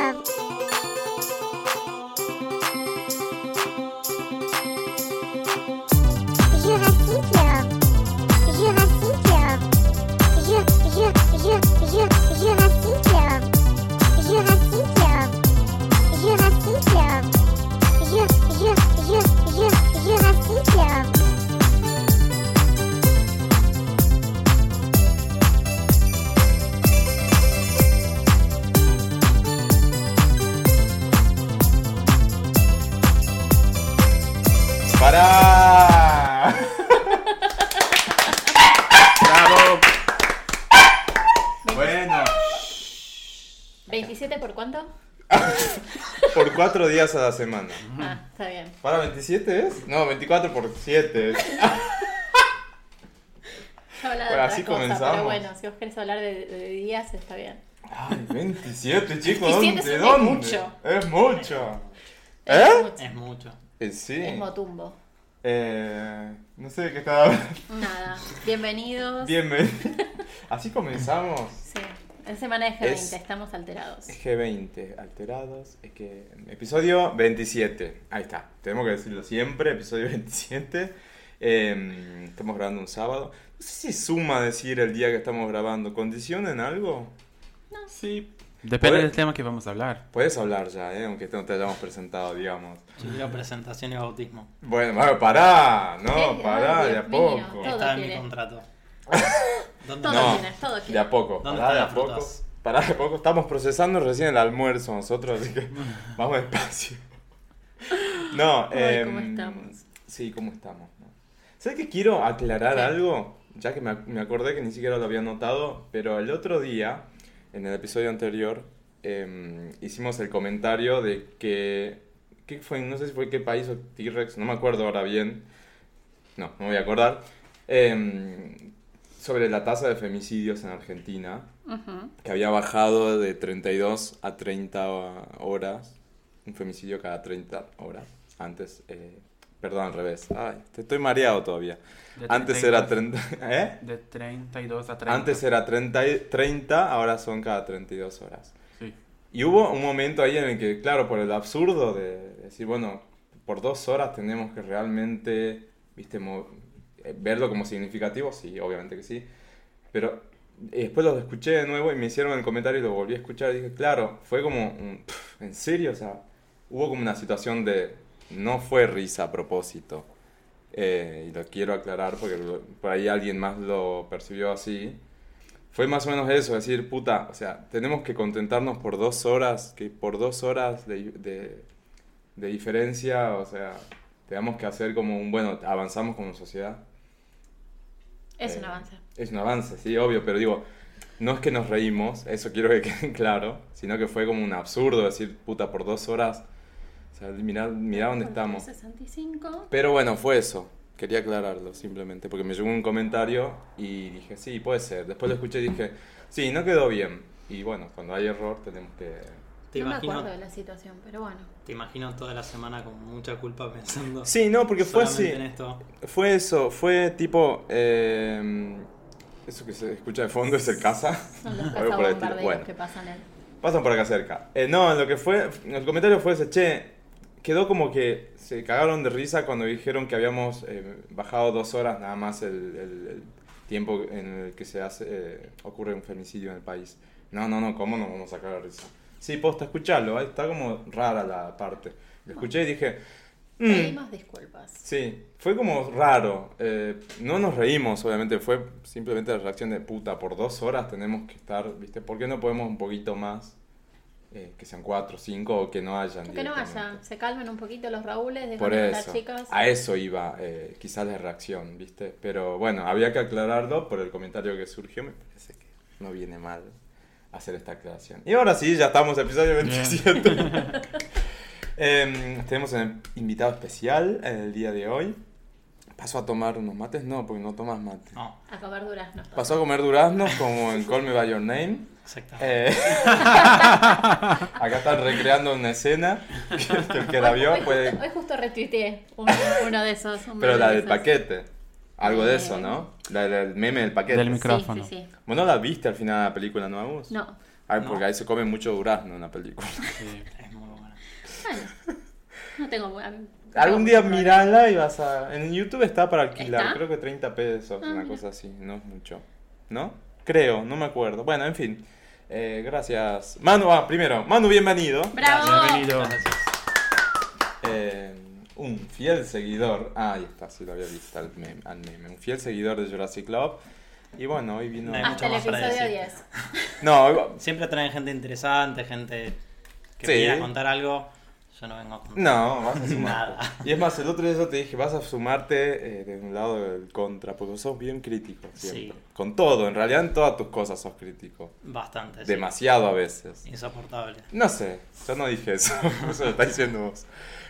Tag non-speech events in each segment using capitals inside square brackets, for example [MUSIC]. ejercicio. Ejercicio. Ejercicio. Ejer- ejer- ejer- ejer- Ejercicio. Ejercicio. Ejercicio. Ejer- ejer- ejer- ejer- Ejercicio. ¡Para! ¡Bravo! Bueno, 27 por cuánto? por cuatro días a la semana. Ah, está bien. ¿Para 27 es? No, 24 por 7. Yo hablaba de Bueno, otra así cosa, comenzamos. pero bueno, si vos querés hablar de, de días, está bien. Ay, 27, chicos. 27 ¿dónde, es dónde? mucho. Es mucho. Es ¿Eh? mucho. Es mucho. Eh, Sí. Es motumbo. Eh, no sé de qué estaba hablando. Nada. Bienvenidos. Bienvenido. Así comenzamos. Sí. En semana de G20 Es- estamos alterados. G20, alterados, es que... Episodio 27, ahí está, tenemos que decirlo siempre, episodio [LAUGHS] 27. Eh, estamos grabando un sábado. No sé si suma decir el día que estamos grabando, ¿condicionen algo? Sí. Depende Poder- del tema que vamos a hablar. Puedes hablar ya, eh, aunque no te hayamos presentado, digamos. Yo digo presentación y bautismo. Bueno, bueno, pará, no, Sí, pará, ay, de Dios a mío. poco. Todo Está en mi tiene. [LAUGHS] contrato. ¿Dónde Todo No. tiene, todo tiene. De a poco, ¿Dónde pará de están a las poco. frutas? Pará de a poco, estamos procesando recién el almuerzo nosotros, así [LAUGHS] que vamos despacio. No, Ay, ¿cómo em, estamos? Sí, ¿cómo estamos? no? ¿Sabes que quiero aclarar algo? Ya que me, ac- me acordé que ni siquiera lo había notado, pero el otro día, en el episodio anterior, em, hicimos el comentario de que... ¿Qué fue? No sé si fue qué país o T-Rex, no me acuerdo ahora bien. No, no me voy a acordar. Em, sobre la tasa de femicidios en Argentina, Ujú. que había bajado de 32 a 30 horas, un femicidio cada 30 horas. Antes, eh, perdón, al revés. Ay, te estoy mareado todavía. De Antes 32, era 30, ¿eh? De 32 a 30. Antes era 30, y- 30, ahora son cada 32 horas. Sí. Y hubo un momento ahí en el que, claro, por el absurdo de decir, bueno, por dos horas tenemos que realmente, viste, mo- eh, verlo como significativo, sí, obviamente que sí. Pero eh, después los escuché de nuevo y me hicieron el comentario y lo volví a escuchar y dije, claro, fue como, un, "Pff, en serio, o sea, hubo como una situación de, no fue risa a propósito. Eh, y lo quiero aclarar porque lo- por ahí alguien más lo percibió así. Fue más o menos eso, decir, puta, o sea, tenemos que contentarnos por dos horas, que por dos horas de, de- de diferencia, o sea, tenemos que hacer como un, bueno, avanzamos como sociedad. Es Eh, un avance. Es un avance, sí, obvio, pero digo, no es que nos reímos, eso quiero que [LAUGHS] quede claro, sino que fue como un absurdo decir, puta, por dos horas, o sea, mirá, mirá dónde estamos. 65. Pero bueno, fue eso. Quería aclararlo simplemente, porque me llegó un comentario y dije, sí, puede ser. Después lo escuché y dije, sí, no quedó bien. Y bueno, cuando hay error tenemos que... Te no me imagino, acuerdo de la situación, pero bueno. te imagino toda la semana con mucha culpa pensando. Sí, no, porque fue solamente así. en esto. Fue eso, fue tipo... eh, eso que se escucha de fondo es el casa. Son los [LAUGHS] Algo por el estilo. cazabombarderos Bueno. que pasan en... Pasan por acá cerca. Eh, no, lo que fue, el comentario fue ese, che, quedó como que se cagaron de risa cuando dijeron que habíamos eh, bajado dos horas nada más el, el- el tiempo en el que se hace, eh, ocurre un femicidio en el país. No, no, no, ¿cómo nos vamos a cagar de risa? Sí, posta, escucharlo, está como rara la parte. Lo escuché y dije, "Mm, Pedimos disculpas. Sí, fue como raro. eh, no nos reímos, obviamente, fue simplemente la reacción de puta. Por dos horas tenemos que estar, ¿viste? ¿Por qué no podemos un poquito más? Eh, que sean cuatro, cinco o que no hayan. Que no vaya, directamente? se calmen un poquito los Raúles, dejan Por de eso. hablar, chicas. A eso iba eh, quizás la reacción, ¿viste? Pero bueno, había que aclararlo por el comentario que surgió. Me parece que no viene mal hacer esta aclaración. Y ahora sí, ya estamos, episodio 27. Em, tenemos un invitado especial en el día de hoy. ¿Pasó a tomar unos mates? No, porque no tomas mate. No, A comer duraznos. Pasó a comer duraznos como en Call Me By Your Name. exactamente. Eh, acá están recreando una escena [LAUGHS] que el que la vio hoy, puede justo, hoy justo retuiteé un- uno de esos. un Pero meme la de del esos. paquete. Algo de eso, Eh. ¿no? La del meme del paquete. Del micro- Sí, Micrófono. sí, sí. ¿Vos no la viste al final de la película, no, Agus? No, Ay, No. porque ahí se come mucho durazno en la [LAUGHS] película. [LAUGHS] Eh, Sí. Es muy buena. Bueno, no tengo. a mí- no Algún tengo día problema. mirala y vas a... En YouTube está para alquilar, ¿Está? creo que 30 pesos, Ah, una mira. cosa así, no es mucho. ¿No? Creo, no me acuerdo. Bueno, en fin. Eh, gracias. Manu, ah, primero. Manu, bienvenido. ¡Bravo! Bienvenido. Eh, un fiel seguidor. Ah, ahí está, sí lo había visto al meme, al meme. Un fiel seguidor de Jurassic Club. Y bueno, hoy vino. Hay mucho Hasta el más para episodio decir. 10. No, hoy va- Siempre traen gente interesante, gente que Sí. quiera contar algo. Yo no vengo a contar. no, vas a sumar. Nada. Y es más, el otro día yo te dije, vas a sumarte eh, de un lado del contra, porque sos bien crítico siempre. Sí. Con todo, en realidad en todas tus cosas sos crítico. Bastante. sí. Demasiado a veces. Insoportable. No sé, yo no dije eso, [LAUGHS] eso lo está diciendo vos.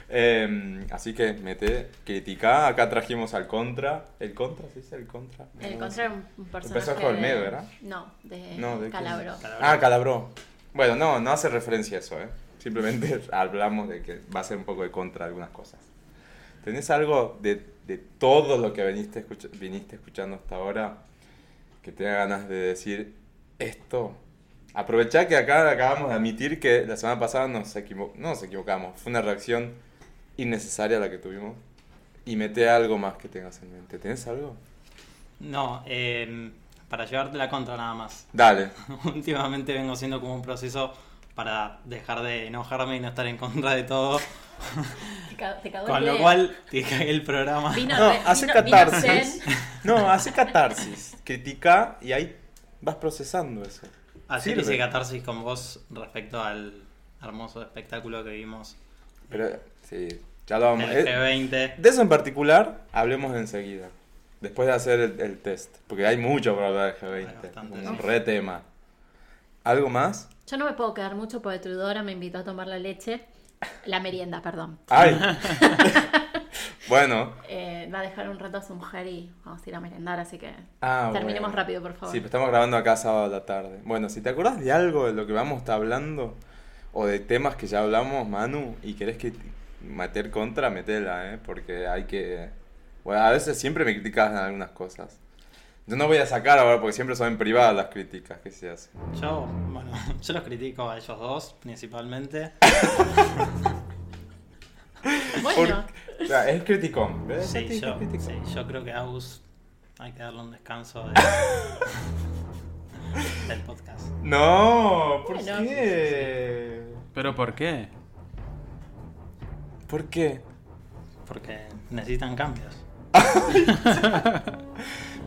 Eh, así que mete, critica, acá trajimos al contra. ¿El contra? ¿Se dice el contra? El No. contra era un- un personaje. personaje de Olmedo, de- ¿verdad? No, de, No, ¿de qué? Calabro. Ah, Calabró. Bueno, no, no hace referencia a eso, ¿eh? Simplemente [LAUGHS] hablamos de que va a ser un poco de contra algunas cosas. ¿Tenés algo de, de todo lo que viniste, escucha- viniste escuchando hasta ahora que tenga ganas de decir esto? Aprovechá que acá acabamos de admitir que la semana pasada nos, equivo- no nos equivocamos. Fue una reacción innecesaria la que tuvimos. Y mete algo más que tengas en mente. ¿Tenés algo? No, eh, para llevarte la contra nada más. [LAUGHS] Dale. Últimamente vengo haciendo como un proceso para dejar de enojarme y no estar en contra de todo. Te ca- te cagó el Con lo dedo. cual, te cagué el programa. Vino, No, re- hace vino- vino catarsis. Zen. No, hace catarsis. Critica y ahí vas procesando eso. [LAUGHS] Así Sirve. hice catarsis con vos respecto al hermoso espectáculo que vimos Pero sí, ya lo vamos. el eh, G20. de eso en particular hablemos enseguida. Después de hacer el, el test. Porque hay mucho para hablar de Hay G20. bastante, Un sí. re tema. ¿Algo más? Yo no me puedo quedar mucho porque Trudora me invitó a tomar la leche. La merienda, perdón. [LAUGHS] ¡Ay! [LAUGHS] bueno. Eh, va a dejar un rato a su mujer y vamos a ir a merendar, así que Ah, terminemos bueno. rápido, por favor. Sí, pero estamos grabando acá sábado a la tarde. Bueno, si te acordás de algo de lo que vamos a estar hablando o de temas que ya hablamos, Manu, y querés que meter contra, metela, ¿eh? Porque hay que... Bueno, a veces siempre me criticas en algunas cosas. Yo no voy a sacar ahora porque siempre son en privada las críticas que se hacen. Yo, bueno, [LAUGHS] yo los critico a ellos dos principalmente. pues, Bueno, O sea, es criticón, ¿ves? Ya te Sí, dije yo, criticón. sí, yo creo que a Agus hay que darle un [LAUGHS] descanso de- del podcast. No, ¿por Bueno. qué? ¿Pero por qué? ¿Por qué? Porque necesitan cambios.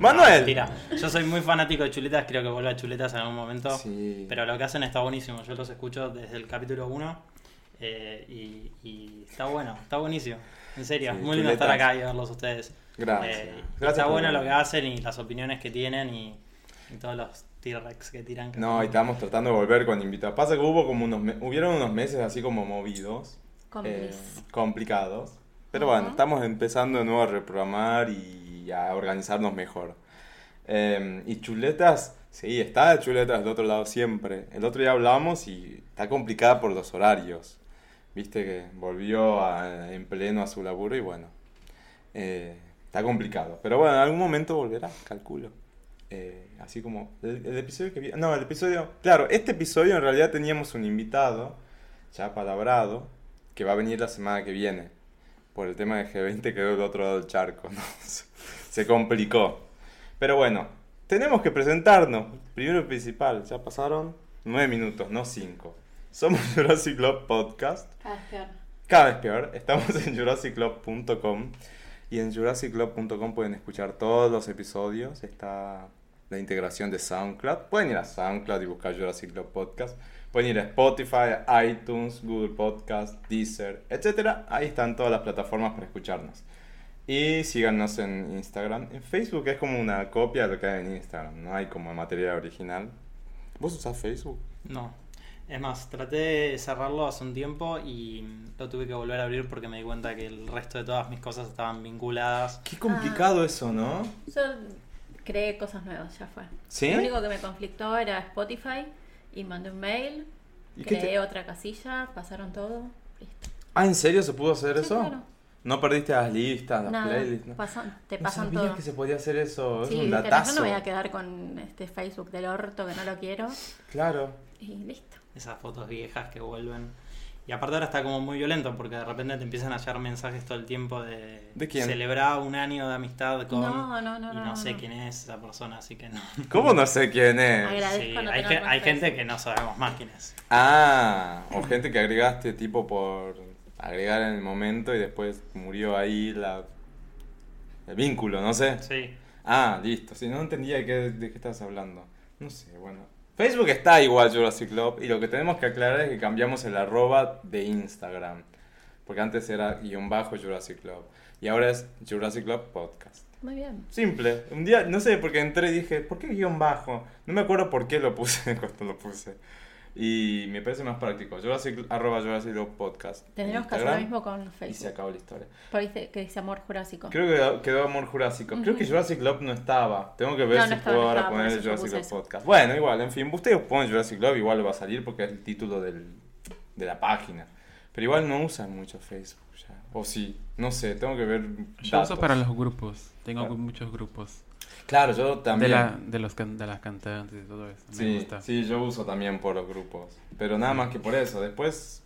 Manuel. Mentira. Yo soy muy fanático de chuletas, creo que vuelva a chuletas en algún momento. Sí. Pero lo que hacen está buenísimo. Yo los escucho desde el capítulo 1 eh, y, y está bueno, está buenísimo. En serio, Sí, muy lindo chuletas. estar acá y verlos a ustedes. Gracias. Eh, Gracias está por bueno venir. lo que hacen y las opiniones que tienen y, y todos los T-Rex que tiran. No, y estábamos tratando de volver con invitados. Pasa que hubo como unos me- hubieron unos meses así como movidos, eh, cómplices. complicados. Pero bueno, Ajá. estamos empezando de nuevo a reprogramar y a organizarnos mejor. Eh, y chuletas, sí, está de chuletas del otro lado siempre. El otro día hablamos y está complicada por los horarios. Viste que volvió a- en pleno a su laburo y bueno, eh, está complicado. Pero bueno, en algún momento volverá, calculo. Eh, así como el, el episodio que vi- No, el episodio... Claro, este episodio en realidad teníamos un invitado, ya palabrado, que va a venir la semana que viene. Por el tema de G20 quedó del otro lado del charco, [LAUGHS] ¿no? Se- Se complicó. Pero bueno, tenemos que presentarnos. Primero y principal, ya pasaron nueve minutos, no cinco. Somos [LAUGHS] Jurassic Club Podcast. Cada vez peor. Cada vez peor, [LAUGHS] estamos en jurassicclub.com y en jurassicclub.com pueden escuchar todos los episodios. Está la integración de SoundCloud. Pueden ir a SoundCloud y buscar Jurassic Club Podcast. Pueden ir a Spotify, iTunes, Google Podcast, Deezer, etc. Ahí están todas las plataformas para escucharnos. Y síganos en Instagram. En Facebook es como una copia de lo que hay en Instagram. No hay como material original. ¿Vos usás Facebook? No. Es más, traté de cerrarlo hace un tiempo y lo tuve que volver a abrir porque me di cuenta que el resto de todas mis cosas estaban vinculadas. Qué complicado eso, ¿no? Yo creé cosas nuevas, ya fue. ¿Sí? Lo único que me conflictó era Spotify y mandé un mail, ¿Y qué creé te- otra casilla, pasaron todo. Listo. Ah, ¿en serio se pudo hacer Sí, eso? claro. No perdiste las listas, las Nada, playlists. ¿no? pasan- te No pasan sabía todo. que se podía hacer eso. Sí, es un viste, no, datazo. yo no me voy a quedar con este Facebook del orto que no lo quiero. Claro. Y listo. Esas fotos viejas que vuelven. Y aparte ahora está como muy violento porque de repente te empiezan a hallar mensajes todo el tiempo de, ¿De quién? celebrar un año de amistad con No, no, no, y no, no, sé no. quién es esa persona, así que no. ¿Cómo no sé quién es? Agradezco Sí, no hay, tener gen- más hay gente Facebook. que no sabemos más quién es. Ah, o gente que agregaste tipo por agregar en el momento y después murió ahí la el vínculo, no sé. Sí. Ah, listo. Si no entendía de qué, de qué estabas hablando. No sé, bueno. Facebook está igual Jurassic Club y lo que tenemos que aclarar es que cambiamos el arroba de Instagram. Porque antes era guión bajo Jurassic Club. Y ahora es Jurassic Club Podcast. Muy bien. Simple. Un día, no sé, porque entré y dije, ¿por qué guión bajo? No me acuerdo por qué lo puse [LAUGHS] cuando lo puse. Y me parece más práctico. Jurassic, arroba Jurassic Club Podcast. en Tendríamos que hacer lo Instagram. mismo con Y se Facebook. acabó la historia. Por ahí dice- que dice amor jurásico. Creo que quedó- quedó Amor Jurásico. Creo que Ujú. Jurassic Club no estaba. Tengo que ver No, no si estaba, puedo no ahora estaba, por poner eso el yo Jurassic puse Club eso. Podcast. Bueno, igual, en fin, ustedes ponen Jurassic Club, igual va a salir porque es el título del, de la página. Pero igual no usan mucho Facebook ya. O sí, no sé, tengo que ver. Yo datos. uso para los grupos. Tengo Claro. muchos grupos. Claro, yo De, también. la, de, los can- de las cantantes y todo eso. Me Sí, gusta. sí, yo uso también por los grupos. Pero nada más que por eso. Después,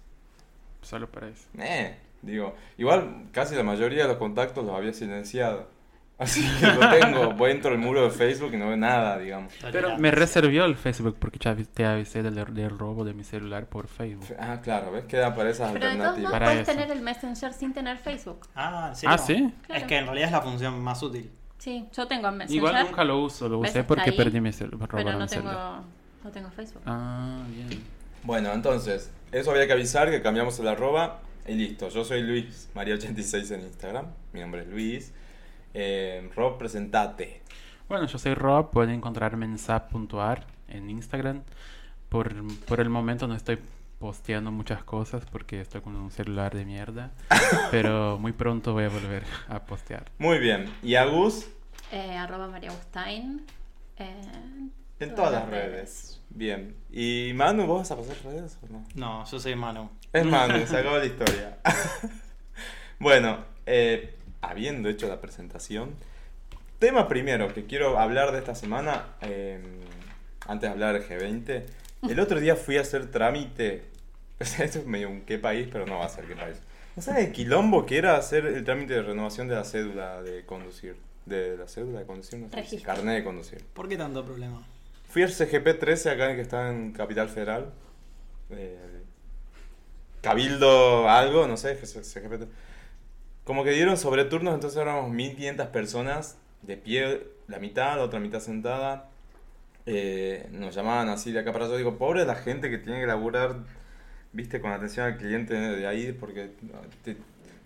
Solo para eso. eh, digo, igual casi la mayoría de los contactos los había silenciado. Así que lo tengo. Voy dentro del muro de Facebook y no veo nada, digamos. Tolerancia. Me reservió el Facebook porque ya te avisé del, er-, del robo de mi celular por Facebook. Ah, claro, ves queda para esas Pero de todos modos alternativas. Para puedes eso. tener el Messenger sin tener Facebook. Ah, ¿en serio? Ah, sí. Claro. Es que en realidad es la función más útil. Sí, yo tengo Messenger. Igual nunca lo uso. Lo ¿Ves? usé Está porque Pues ahí, perdí mi cel- me Pero robaron no mi celular. tengo, no tengo Facebook. Ah, bien. Bueno, entonces, eso había que avisar, que cambiamos el arroba y listo. Yo soy Luis María86 en Instagram. Mi nombre es Luis. Eh, Rob, presentate. Bueno, yo soy Rob, pueden encontrarme en sap.ar en Instagram. Por, por el momento no estoy posteando muchas cosas porque estoy con un celular de mierda, [LAUGHS] pero muy pronto voy a volver a [LAUGHS] postear. Muy bien. Y Agus, Eh, arroba María Agustain. eh, en todas las redes. Bien. ¿Y Manu, vos vas a pasar redes o no? No, yo soy Manu. Es Manu, se acabó la historia. [LAUGHS] bueno, eh, habiendo hecho la presentación, tema primero que quiero hablar de esta semana, eh, antes de hablar del G20, el otro día fui a hacer trámite, [LAUGHS] o sea, esto es medio un qué país, pero no va a ser qué país. ¿No sabes el quilombo que era hacer el trámite de renovación de la cédula de conducir? De la cédula de conducir, no sé, Registro. carnet de conducir. ¿Por qué tanto problema? Fui al CGP 13 acá en que está en Capital Federal. Eh, Cabildo algo, no sé, CGP 13. Como que dieron sobre turnos, entonces éramos 1500 personas de pie, la mitad, la otra mitad sentada. Eh, nos llamaban así de acá para allá. Digo, pobre la gente que tiene que laburar, viste, con atención al cliente de ahí, porque te-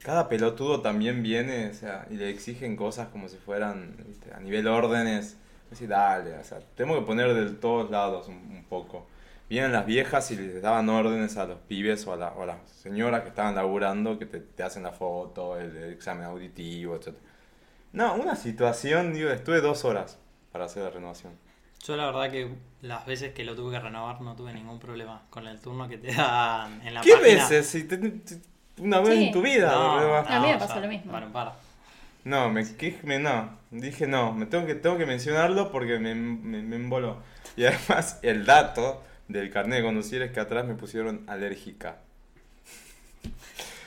cada pelotudo también viene, o sea, y le exigen cosas como si fueran viste, a nivel órdenes. Así, Pues dale, o sea, tengo que poner de todos lados un, un poco. Vienen las viejas y les daban órdenes a los pibes o a, la- o a las señoras que estaban laburando, que te, te hacen la foto, el, el examen auditivo, etc. No, una situación, digo, estuve dos horas para hacer la renovación. Yo la verdad que las veces que lo tuve que renovar no tuve ningún problema con el turno que te dan en la ¿Qué página. veces? Si te- te- una vez Sí. en tu vida. No, boludo. A mí me o pasó sea, lo mismo. Bueno, para. No, me, que- me- no, dije no, me tengo que, tengo que mencionarlo porque me, me, me emboló. Y además el dato del carnet de conducir es que atrás me pusieron alérgica.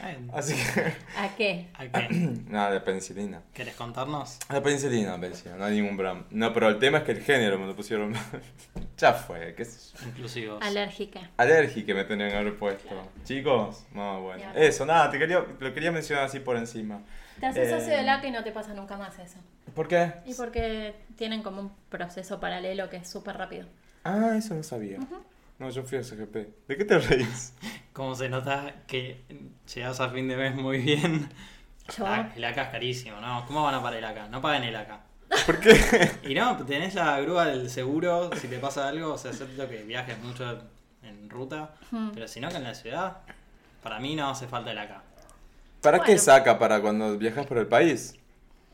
Eh, Así que... [LAUGHS] ¿A qué? ¿a qué? Nada, de penicilina. ¿Querés contarnos? La penicilina, penicilina, no hay ningún problema. No, pero el tema es que el género me lo pusieron mal. [LAUGHS] ya fue, qué sé yo. Inclusivos. Alérgica. Alérgica me tenían que haber puesto. Chicos, no, bueno. Bien. Eso, nada, te quería, lo quería mencionar así por encima. Te haces Eh, socio del ACA y no te pasa nunca más eso. ¿Por qué? Y porque tienen como un proceso paralelo que es súper rápido. Ah, eso no sabía. No, yo fui a SGP. ¿De qué te reís? [LAUGHS] Como se nota que llegas a fin de mes muy bien. Yo, Ah, el AK es carísimo, ¿no? ¿Cómo van a parar el AK? No pagan el AK. ¿Por qué? [LAUGHS] Y no, tenés la grúa del seguro, si te pasa algo, o sea, excepto que viajes mucho en ruta, Mm. pero si no que en la ciudad, para mí no hace falta el acá. ¿Para qué Bueno. saca? ¿Para cuando viajas por el país?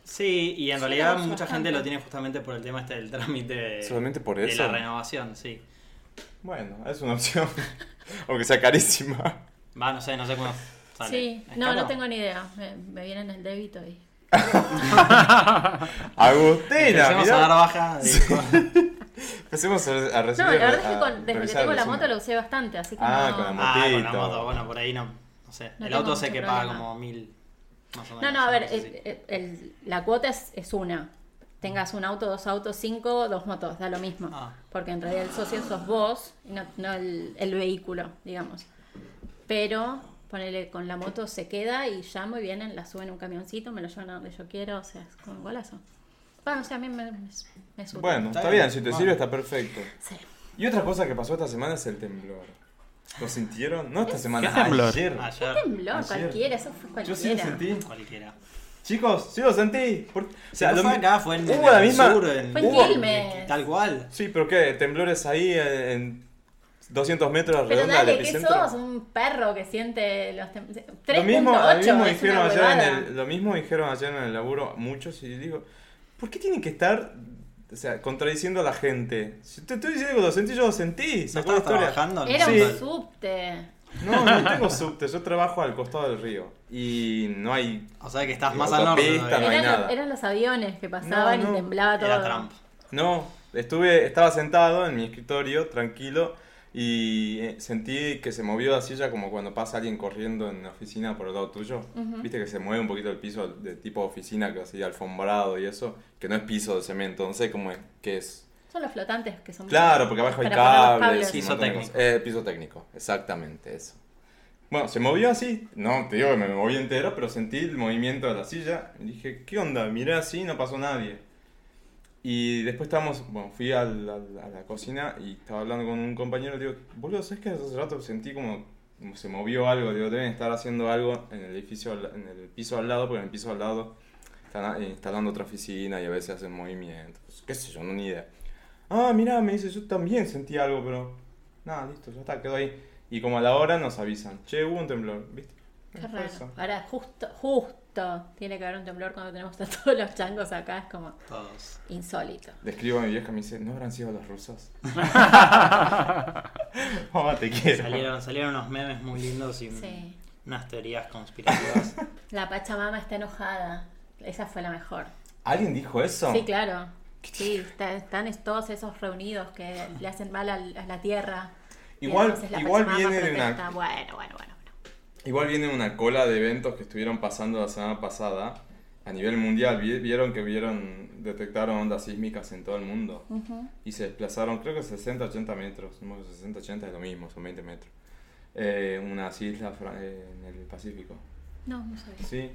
Sí, y en Sí, realidad tenemos mucha gente bastante. lo tiene justamente por el tema este del trámite de- ¿Solamente por de eso? la renovación, sí. [LAUGHS] Bueno, es una opción. Aunque sea carísima. [LAUGHS] Va, no sé, no sé cuándo sale? Sí, ¿Es no, caro? no tengo ni idea. Me, me viene en el débito y. Agustina, Empecemos a dar mirá. baja de [LAUGHS] Empecemos a a recibir. No, la verdad es a que con- desde que revisar tengo la el moto resumen. lo usé bastante, así que Ah, no. con la moto. Ah, con la Motito. moto, bueno, por ahí no. No sé. No el tengo auto sé mucho que paga problema. como mil. Más o menos. No, no, a ver, eh, sé si- el- el- la cuota es, es una. Tengas un auto, dos autos, cinco, dos motos, da lo mismo. Ah. Porque en realidad el socio sos vos y no, no el, el vehículo, digamos. Pero ponele con la moto se queda y llamo y vienen, la suben a un camioncito, me lo llevan a donde yo quiero, o sea, es como un golazo. Bueno, o sea, a mí me, me, me sube. Bueno, Está está bien. bien, si te Bueno. sirve está perfecto. Sí. Y otra cosa que pasó esta semana es el temblor. ¿Lo sintieron? No esta semana, ¿Qué temblor? ayer. Ayer, Temblor, Ayer. cualquiera, eso fue Yo sí lo cualquiera. sentí. cualquiera. Chicos, sí lo sentí. Por- O no fue acá, fue en- hubo la en el misma. sur, en- Fue en hubo- Quilmes. Mes. Tal cual. Sí, pero qué, temblores ahí en, en 200 metros Pero redonda del dale, que epicentro. sos un perro que siente los tem- 3.8 Lo mismo, lo mismo es una dijeron ayer en huevada. el, lo mismo dijeron ayer en el laburo muchos y digo, ¿por qué tienen que estar o sea, contradiciendo a la gente? Si te estoy diciendo que lo sentí, yo lo sentí. ¿No sacó la estabas historia. trabajando? Era Sí. un subte. No, no tengo subte, yo trabajo al costado del río. Y no hay. O sea que estás Sí, más al norte. autopista, todavía. hay eran, nada. los, eran los aviones que pasaban No, no. y temblaba todo. Era Trump. No, estuve, estaba sentado en mi escritorio, tranquilo, y eh, sentí que se movió la silla como cuando pasa alguien corriendo en la oficina por el lado tuyo. Ujú. Viste que se mueve un poquito el piso de tipo oficina, que así alfombrado y eso, que no es piso de cemento, no sé cómo es, qué es. Son los flotantes que son. Claro, porque abajo hay para poner los cables. y Piso un montón de técnico. cosas. Eh, piso técnico, exactamente eso. Bueno, se movió así. No, te digo que me moví entero, pero sentí el movimiento de la silla. Y dije, ¿qué onda? Miré así, no pasó nadie. Y después estábamos, bueno, fui al- al- a la cocina y estaba hablando con un compañero. Le digo, boludo, ¿sabes que hace rato sentí como, como se movió algo? Digo, deben estar haciendo algo en el edificio, al- en el piso al lado, porque en el piso al lado están eh, instalando otra oficina y a veces hacen movimientos. Qué sé yo, no ni idea. Ah, mirá, me dice, yo también sentí algo, pero. Nada, listo, ya está, quedó ahí. Y como a la hora nos avisan, che, hubo un temblor, ¿viste? Qué Fue raro. eso. Ahora, justo, justo tiene que haber un temblor cuando tenemos a todos los changos acá. Es como Todos. insólito. Le escribo a mi vieja y me dice, ¿no habrán sido los [LAUGHS] rusos? Mamá, Oh, te quiero. Salieron, salieron unos memes muy lindos y un- Sí. unas teorías conspirativas. La Pachamama está enojada. Esa fue la mejor. ¿Alguien dijo eso? Sí, claro. Sí, está- están es- todos esos reunidos que le hacen mal al- a la tierra. Y Igual- entonces la igual Pachamama viene de una- protesta. Bueno, bueno, bueno. bueno. Igual viene una cola de eventos que estuvieron pasando la semana pasada a nivel mundial. Vi- Vieron que vieron, detectaron ondas sísmicas en todo el mundo. Y se desplazaron, creo que 60, 80 metros. No, 60, 80 es lo mismo, son 20 metros. Eh, unas islas fra- eh, en el Pacífico. No, no sabía. Sí,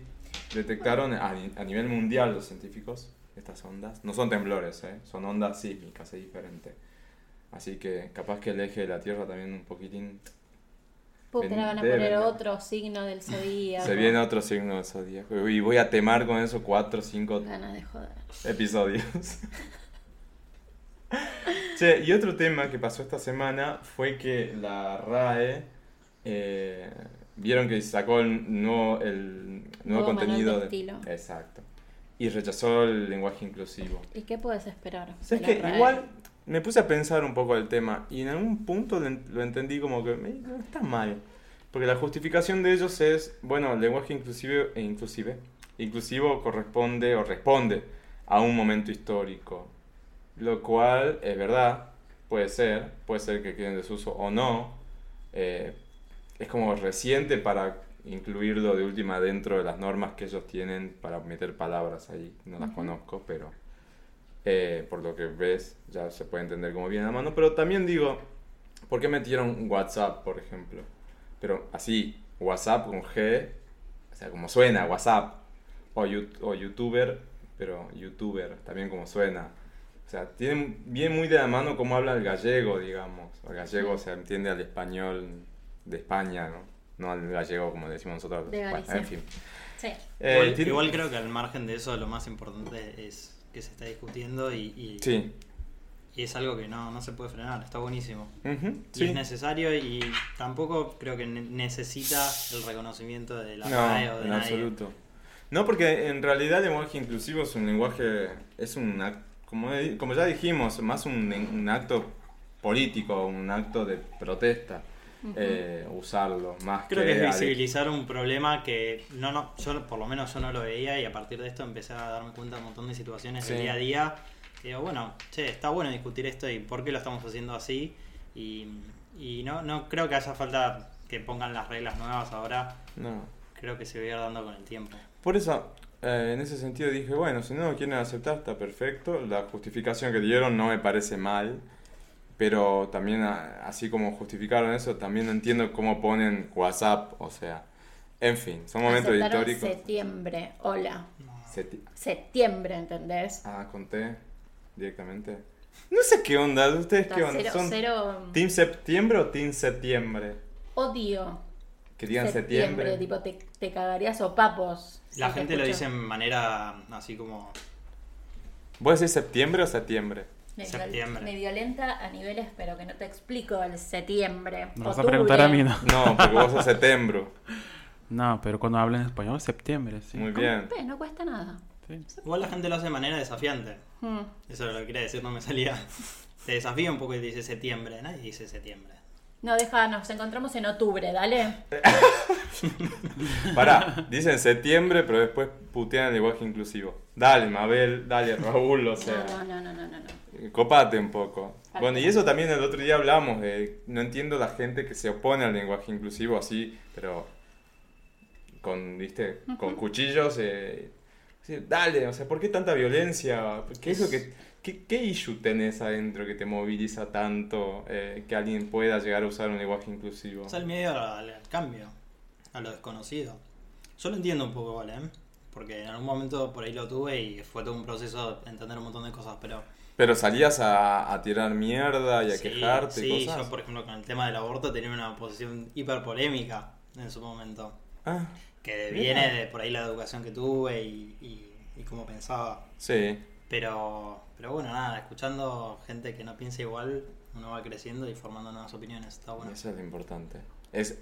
detectaron a, ni- a nivel mundial los científicos estas ondas. No son temblores, ¿eh? son ondas sísmicas, es diferente. Así que capaz que el eje de la Tierra también un poquitín... Puta, le van a Deben, poner ¿no? otro signo del zodíaco. Se viene otro signo de zodíaco. Y voy a temar con eso cuatro o cinco Ganas de joder. episodios. [LAUGHS] che, y otro tema que pasó esta semana fue que la RAE eh, vieron que sacó el nuevo, el nuevo Nuevo contenido manual de estilo. Exacto. Y rechazó el lenguaje inclusivo. ¿Y qué puedes esperar? ¿Sabes De la qué? RAE? Igual me puse a pensar un poco el tema y en algún punto lo, en- lo entendí como que "Eh, no está mal. Porque la justificación de ellos es, bueno, el lenguaje inclusive e inclusive, inclusivo corresponde o responde a un momento histórico. Lo cual es verdad, puede ser, puede ser que quede en desuso o no. eh, es como reciente para incluirlo de última dentro de las normas que ellos tienen para meter palabras ahí. No las conozco, pero eh, por lo que ves ya se puede entender como viene a la mano. Pero también digo, ¿por qué metieron WhatsApp, por ejemplo? Pero así, WhatsApp con G, o sea, como suena WhatsApp. O, you- o YouTuber, pero YouTuber, también como suena. O sea, tienen bien muy de la mano cómo habla el gallego, digamos. El gallego se entiende al español de España, ¿no? No al gallego como decimos nosotros. De Galicia. en fin. Sí. [LAUGHS] Eh, igual, tiene- igual creo que al margen de eso lo más importante es que se está discutiendo y, y- Sí. y es algo que no, no se puede frenar, está buenísimo. Ujú, Y sí. es necesario y tampoco creo que ne- necesita el reconocimiento de la No, RAE o de en nadie. absoluto. No, porque en realidad el lenguaje inclusivo es un lenguaje, es un ac- como, di- como ya dijimos, más un, un acto político, un acto de protesta. eh, usarlo más Creo que es adic- visibilizar un problema que no, no, yo por lo menos yo no lo veía y a partir de esto empecé a darme cuenta de un montón de situaciones del Sí. día a día. que Digo, bueno, che, está bueno discutir esto y por qué lo estamos haciendo así. Y, y no, no creo que haya falta que pongan las reglas nuevas ahora. No. Creo que se va a ir dando con el tiempo. Por eso, eh, en ese sentido dije, bueno, si no lo quieren aceptar, está perfecto. La justificación que dieron no me parece mal. Pero también, a- así como justificaron eso, también no entiendo cómo ponen WhatsApp. O sea, en fin, son momentos Aceptaron históricos. septiembre, hola. Seti- Septiembre, ¿entendés? Ah, conté directamente. No sé qué onda, ¿ustedes qué Está onda? cero, ¿Son cero Team Septiembre o Team Septiembre? odio. Que digan septiembre. tipo te, te cagarías o papos. La gente lo dice en manera así como... ¿Vos decís septiembre o septiembre? me viol- septiembre. me violenta a niveles, pero que no te explico el septiembre. Me O vas a tú, preguntar a Ure. mí, ¿no? No, porque vos sos septembro. No, pero cuando hablan en español, septiembre, sí. Muy Con bien. pe, no cuesta nada. Sí. Igual la gente lo hace de manera desafiante. Hmm. Eso es lo que quería decir, no me salía. Te desafía un poco y dice septiembre. Nadie dice septiembre. No, deja, nos encontramos en octubre, dale. Pará, dicen septiembre, pero después putean el lenguaje inclusivo. Dale, Mabel, dale, Raúl, o sea. No, no, no, no, no, no. Copate un poco. Tal Bueno, y cual. eso también el otro día hablamos de. No entiendo la gente que se opone al lenguaje inclusivo así, pero. Con, ¿viste? Con cuchillos. eh, sí, dale, o sea, ¿por qué tanta violencia? ¿Qué es lo que.? ¿Qué, qué issue tenés adentro que te moviliza tanto eh, que alguien pueda llegar a usar un lenguaje inclusivo? O sea, el miedo al, al cambio, a lo desconocido. Yo lo entiendo un poco, ¿vale? Porque en algún momento por ahí lo tuve y fue todo un proceso de entender un montón de cosas, pero... Pero salías a, a tirar mierda y a sí, quejarte sí, y cosas. yo por ejemplo con el tema del aborto tenía una posición hiper polémica en su momento, Ah, que Mira. viene de por ahí la educación que tuve y, y, y cómo pensaba. sí. Pero, pero bueno, nada, escuchando gente que no piensa igual, uno va creciendo y formando nuevas opiniones, está bueno. Eso es lo importante. Es,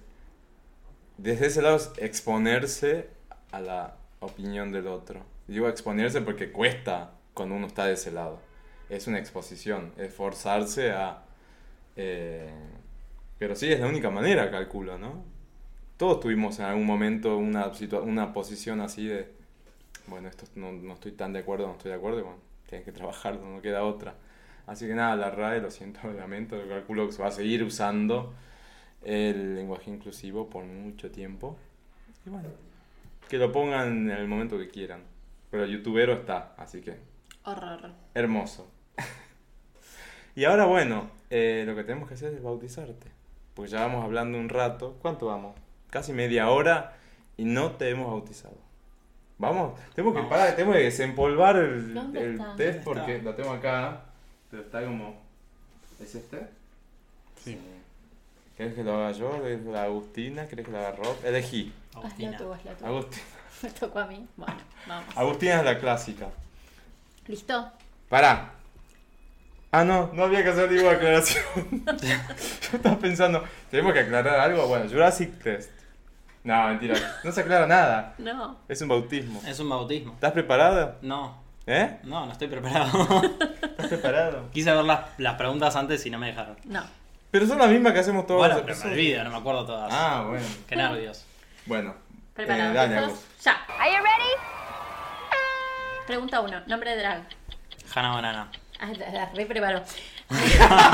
desde ese lado es exponerse a la opinión del otro. Digo exponerse porque cuesta cuando uno está de ese lado. Es una exposición, es forzarse a... eh, pero sí, es la única manera, calculo, ¿no? Todos tuvimos en algún momento una, situa- una posición así de, bueno, esto no, no estoy tan de acuerdo, no estoy de acuerdo, y bueno, tienes que trabajar, no queda otra. Así que nada, la RAE, lo siento, [LAUGHS] lo lamento, lo calculo que se va a seguir usando el lenguaje inclusivo por mucho tiempo. Y bueno, que lo pongan en el momento que quieran. Pero el youtubero está, así que Horror. hermoso. [LAUGHS] y ahora bueno, eh, lo que tenemos que hacer es bautizarte. Porque ya vamos hablando un rato. ¿Cuánto vamos? Casi media hora y no te hemos bautizado. Vamos, tenemos que Vamos. parar, tenemos que desempolvar el, ¿Dónde el está? test ¿Dónde porque está? lo tengo acá. Pero está como... ¿Es este? Sí. ¿Querés que lo haga yo? ¿Querés que lo haga Agustina? ¿Querés que lo haga Rob? Elegí. Agustina. Hazlo tú, hazlo tú. Agustina. [LAUGHS] Me tocó a mí. Bueno, vamos. Agustina es la clásica. ¿Listo? Pará. Ah, no, no había que hacer ninguna aclaración. [LAUGHS] yo estaba pensando, ¿tenemos que aclarar algo? Bueno, Jurassic Test. No, mentira, no se aclara nada. No. Es un bautismo. Es un bautismo. ¿Estás preparado? No, ¿Eh? no, no estoy preparado. [LAUGHS] ¿Estás preparado? Quise ver las, las preguntas antes y no me dejaron. No. Pero son las mismas que hacemos todos bueno, los pero me episodios. olvido, no me acuerdo todas. Ah, bueno. Qué nervios. Bueno. eh, Preparado. dale, ¿Listos? Agus. Ya. Are you ready? Pregunta uno. Nombre de drag. [LAUGHS] Hanna Banana. Ah, la, la re preparó. Eh,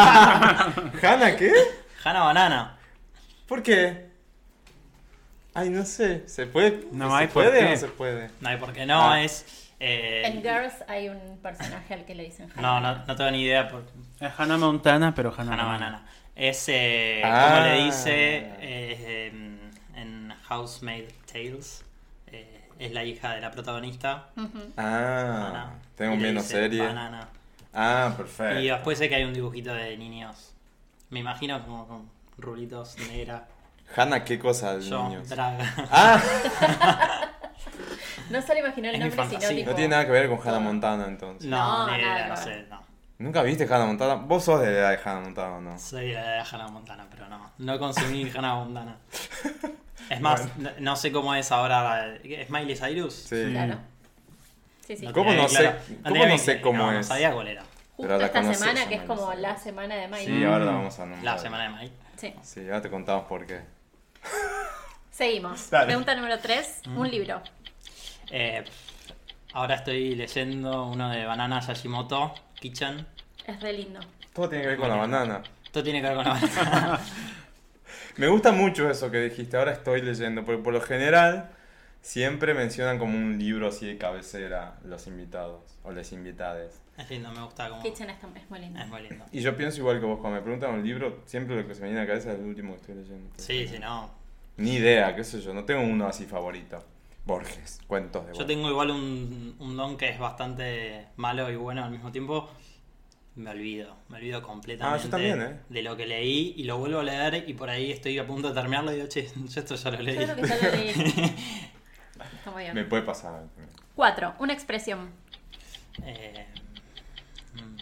¿Hanna qué? Hanna Banana. ¿Por qué? Ay, no sé. ¿Se puede? No ¿Se hay por puede o qué. no se puede? No hay por qué no, Ah. es. eh, En Girls hay un personaje al que le dicen Hannah. no, no, no tengo ni idea por Es Hannah Montana, pero Hannah, Hanna Montana. Banana. Es. Eh, Ah. Como le dice eh, em, en Housemaid Tales. eh, es la hija de la protagonista. Ujú. Ah, Hannah, tengo y le menos dice serie. Banana. Ah, perfecto. Y después sé que hay un dibujito de niños. Me imagino como con rulitos negra. Hanna, ¿qué cosa de Yo, niños? draga. Ah, [LAUGHS] No solo imaginó el Es mi nombre, sino fantasía. tipo... no tiene nada que ver con Hannah Montana entonces. [LAUGHS] No, No, ni nada idea, que no ver. sé, no. ¿Nunca viste Hannah Montana? Vos sos de la edad de Hannah Montana, ¿o ¿no? Soy de la Hannah Montana, pero no. No consumí [LAUGHS] Hannah Montana. Es más, no, no sé cómo es ahora. la- ¿Es Miley Cyrus? Sí. Claro. Sí, sí. tenía ¿Cómo bien no sé- cómo tenía no bien sé Eh, claro, cómo No es? sabía cuál era. Justo Pero la esta conoces, semana, que es Miley como Cyrus. la semana de Miley. Sí, ahora la vamos a nombrar. La semana de Miley. Sí. Sí, ya te contamos por qué. Seguimos. Dale. Mm. Pregunta número 3. Un libro. Eh, ahora estoy leyendo uno de Banana Yashimoto, Kitchen. Es re lindo. Todo tiene que ver con la banana. Esto tiene que ver con [LAUGHS] la banana. Me gusta mucho eso que dijiste, ahora estoy leyendo, porque por lo general siempre mencionan como un libro así de cabecera los invitados o las invitades. es lindo, me gusta como... Kitchen es, tam- es muy lindo. Es muy lindo. Y yo pienso igual que vos, cuando me preguntan un libro, siempre lo que se me viene a la cabeza es el último que estoy leyendo. Sí, sí, no. Ni idea, qué sé yo, no tengo uno así favorito. Borges, cuentos de Yo Borges. tengo igual un, un don que es bastante malo y bueno al mismo tiempo. Me olvido, me olvido completamente también, ¿eh? de lo que leí y lo vuelvo a leer y por ahí estoy a punto de terminarlo y digo, che, [LAUGHS] yo esto ya lo leí. Yo creo que ya lo [LAUGHS] leí. Está muy Me bien. puede pasar. 4. Una expresión. Eh, mm,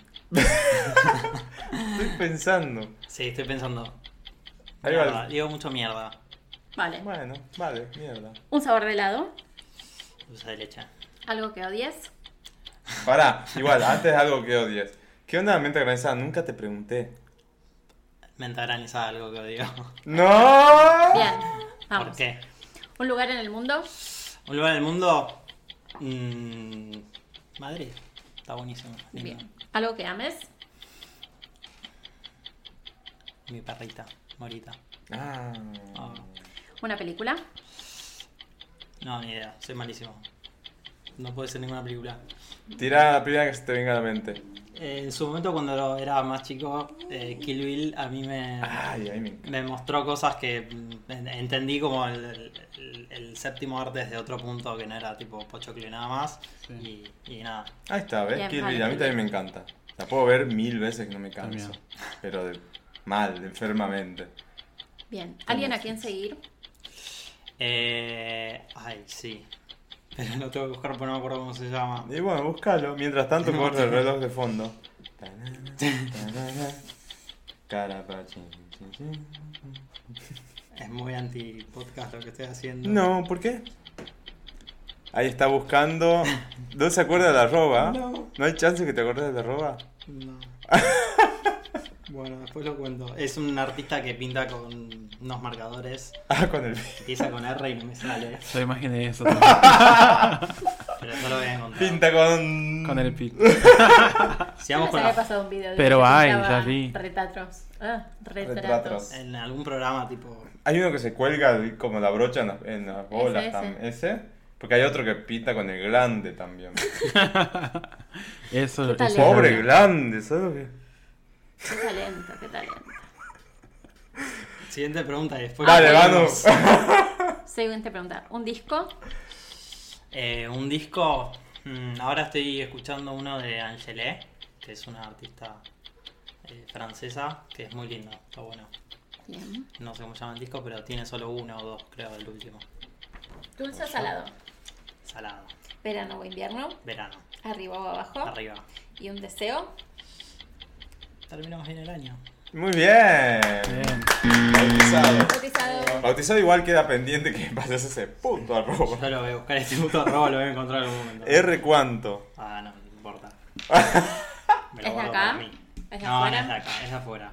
Estoy pensando. sí, estoy pensando. Ahí Mierda, va el- digo mucho mierda. Vale. Bueno, vale, mierda. Un sabor de helado. Dulce de leche. Algo que odies. Pará, igual, antes algo que odies. ¿Qué onda la mente organizada? Nunca te pregunté. Menta granizada, algo que digo. ¡No! Bien. ¿Por Vamos. qué? Un lugar en el mundo. Un lugar del mundo. mm, Madrid. Está buenísimo. lindo. Bien. Algo que ames. Mi perrita, Morita. Ah. Ah. Una película. No, ni idea, soy malísimo. No puede ser ninguna película. Tira la primera que se te venga a la mente. Eh, en su momento, cuando lo- era más chico, eh, Kill Bill a mí me, Ay, ahí me encanta. me mostró cosas que mm, en- entendí como el, el- el séptimo arte desde otro punto que no era tipo Pochoclo y nada más. Sí. Y, y nada. Ahí está, ¿ves? Bien, Kill vale, Bill, a mí Kill también me encanta. La puedo ver mil veces que no me canso. También. Pero de, mal, enfermamente. Bien. Alguien este. a quien seguir. Eh, ay, sí. [LAUGHS] Pero lo tengo que buscar porque no me acuerdo cómo se llama. Y bueno, búscalo. Mientras tanto, corre el reloj de fondo. Carapachín, chin, chin. Es muy anti-podcast lo que estoy haciendo. No, ¿por qué? Ahí está buscando. ¿No se acuerda de la arroba? [LAUGHS] No. ¿No hay chance que te acordes de la arroba? No. bueno, después lo cuento. Es un artista que pinta con unos marcadores. Ah, con el. Empieza con R y no me sale. Yo imaginé [LAUGHS] eso también, Pero eso lo voy a encontrar. Pinta con. con el pico. Sigamos Yo con les había la- pasado un video de Pero que hay, pintaba ya vi. Retratos. Ah, Retratos. retratos. En algún programa tipo. Hay uno que se cuelga como la brocha en, las- en las bolas Ese, tam- ese. ese. Porque hay otro que pinta con el glande también. Eso, ¿Qué tal eso es? Pobre es- glande, ¿sabes lo que? Qué talento, qué talento. Siguiente pregunta y después. Vale, Manu. vamos. Siguiente pregunta. ¿Un disco? Eh, un disco. mm, ahora estoy escuchando uno de Angelé, que es una artista eh, francesa, que es muy lindo, está bueno. Bien. No sé cómo se llama el disco, pero tiene solo uno o dos, creo, el último. Dulce o salado. Salado. Verano o invierno. Verano. Arriba o abajo. Arriba. Y un deseo. Terminamos bien el año. [LAUGHS] Muy bien. Bien. Bautizado. Cotizado. Bautizado igual queda pendiente que [LAUGHS] pases ese punto arroba. Yo lo voy a buscar este puto arroba, lo voy a encontrar en algún momento. R cuánto. Ah, no, no [LAUGHS] importa. Me ¿Es de guardo acá? para mí. ¿Es de no, afuera? no es de acá, es de afuera.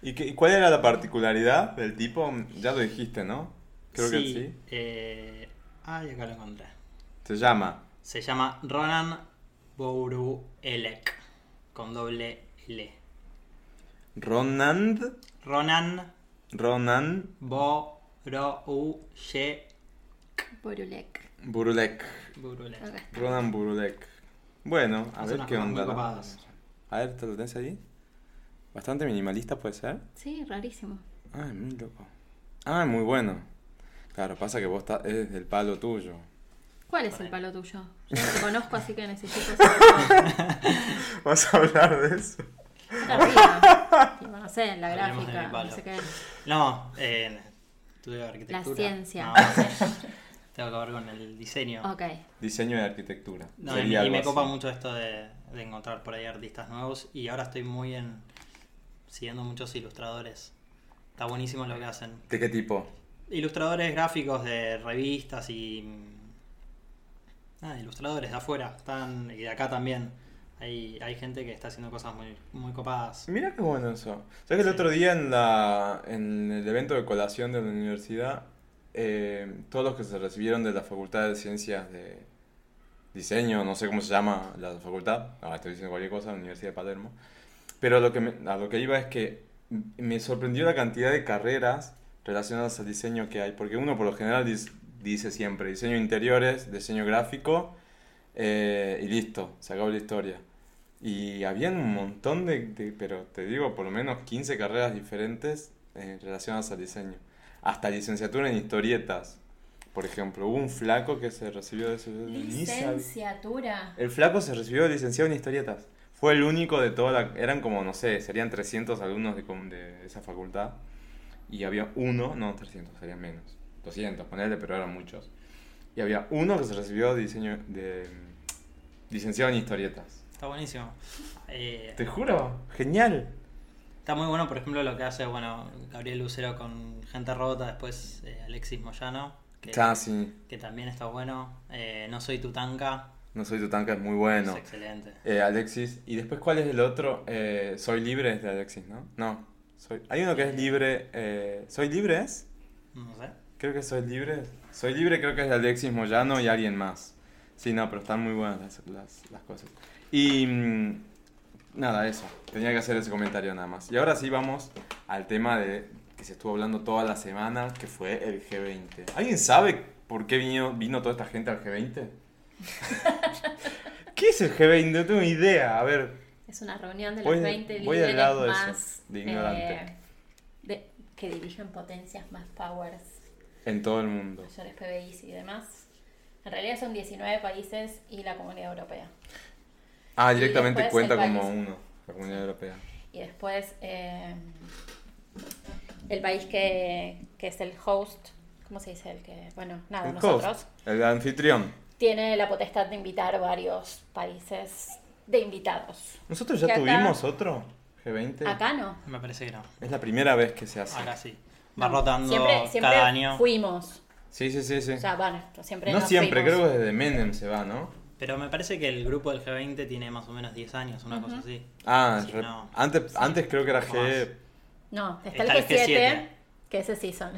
¿Y qué- cuál era la particularidad del tipo? Ya lo dijiste, ¿no? Creo que sí. Eh... Ay, acá lo encontré. Se llama. Se llama Ronan Bouruelek. Con doble L. Ronand. Ronan Ronan Bourouelek. Borulek. Burulek. Bourulek. Acá. Ronan Burulek. Bueno, a Hace ver unas qué cosas onda. muy ¿no? copadas. A ver, ¿te lo tenés ahí? Bastante minimalista puede ser. Sí, rarísimo. Ah, es muy loco. Ah, muy bueno. Claro, pasa que vos estás, es del palo tuyo. ¿Cuál es el palo tuyo? Yo no te conozco, así que necesito [LAUGHS] ¿Vas a hablar de eso? saber. [LAUGHS] Tipo, no sé, la Hablemos de mi gráfica, no palo. sé qué. No, eh, estudio arquitectura. La ciencia. No, tengo que ver con el diseño. Ok. Diseño de arquitectura. No, y, Sería y me algo copa así. mucho esto de, de encontrar por ahí artistas nuevos y ahora estoy muy en siguiendo muchos ilustradores. Está buenísimo lo que hacen. ¿De qué tipo? Ilustradores gráficos de revistas y... Nada, ilustradores de afuera están, y de acá también. Hay, hay gente que está haciendo cosas muy, muy copadas. Mira qué bueno eso. ¿Sabes que el Sí. otro día en, la, en el evento de colación de la universidad, eh, todos los que se recibieron de la Facultad de Ciencias de Diseño, no sé cómo se llama la facultad, ahora estoy diciendo cualquier cosa, la Universidad de Palermo, pero lo que me- a lo que iba es que me sorprendió la cantidad de carreras relacionadas al diseño que hay, porque uno por lo general dis- dice siempre diseño de interiores, diseño gráfico eh, y listo, se acabó la historia. Y habían un montón de, de- pero te digo, por lo menos 15 carreras diferentes eh, relacionadas al diseño. Hasta licenciatura en historietas. Por ejemplo, hubo un flaco que se recibió de eso. ni sabía. Licenciatura. El flaco se recibió de licenciado en historietas. Fue el único de toda la... Eran como, no sé, serían 300 alumnos de, com- de esa facultad. Y había uno, no 300, serían menos. 200, ponerle, pero eran muchos. Y había uno que se recibió de diseño de... mm, Licenciado en historietas. Está buenísimo. Eh, Te juro, genial. Está muy bueno, por ejemplo, lo que hace bueno Gabriel Lucero con Gente Rota, después eh, Alexis Moyano, que, Ah, sí. que también está bueno. Eh, no soy tu tanca, No soy tu tanca, es muy bueno. es excelente. Eh, Alexis. ¿Y después cuál es el otro? Eh, soy libre es de Alexis, ¿no? No. Soy... Hay uno que es libre... eh, ¿Soy libre es? No sé. Creo que soy libre. Soy libre, creo que es de Alexis Moyano y alguien más. Sí, no, pero están muy buenas las, las- las cosas. Y mm, nada, eso. Tenía que hacer ese comentario nada más. Y ahora sí vamos al tema de que se estuvo hablando toda la semana, que fue el G20. ¿Alguien sabe por qué vino, vino toda esta gente al G20? [LAUGHS] ¿Qué es el G20? No tengo idea. A ver, Es una reunión de los Voy- 20 voy al líderes lado de eso, más de ignorante. eh, de- que dirigen potencias más powers, en todo el mundo. mayores PBIs y demás. En realidad son 19 países y la Comunidad Europea. Ah, Y directamente después cuenta el como país. uno, la Comunidad Europea. Y después eh, el país que, que es el host, ¿cómo se dice? El que, bueno, nada, El nosotros. host, el anfitrión. Tiene la potestad de invitar varios países de invitados. ¿Nosotros ya Que acá- tuvimos otro G20? Acá no. Me parece que no. Es la primera vez que se hace. Ahora sí. Va rotando Siempre, siempre cada año. fuimos. Sí, sí, sí, sí. O sea, bueno, siempre no nos siempre, fuimos. creo que desde Menem se va, ¿no? Pero me parece que el grupo del G20 tiene más o menos 10 años, una cosa así. Ah, Sí, re- no. antes, antes creo que era Más. G. No, está, Está el el G7, G7. que ese sí son.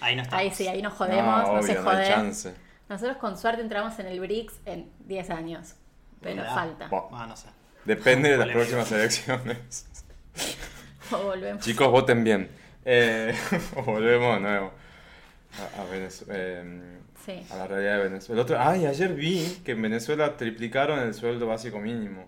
Ahí no está. Ahí sí, ahí nos jodemos, no, no, se obvio, no hay jode. chance. Nosotros con suerte entramos en el BRICS en 10 años, pero Mirá. falta. Bo- Ah, no sé. [LAUGHS] Depende de las Polémica. próximas elecciones. [LAUGHS] O [LAUGHS] volvemos. Chicos, voten bien. Eh, [LAUGHS] volvemos de nuevo a, a Venezuela. eh, Sí. a la realidad de Venezuela. El otro- ay, ayer vi que en Venezuela triplicaron el sueldo básico mínimo.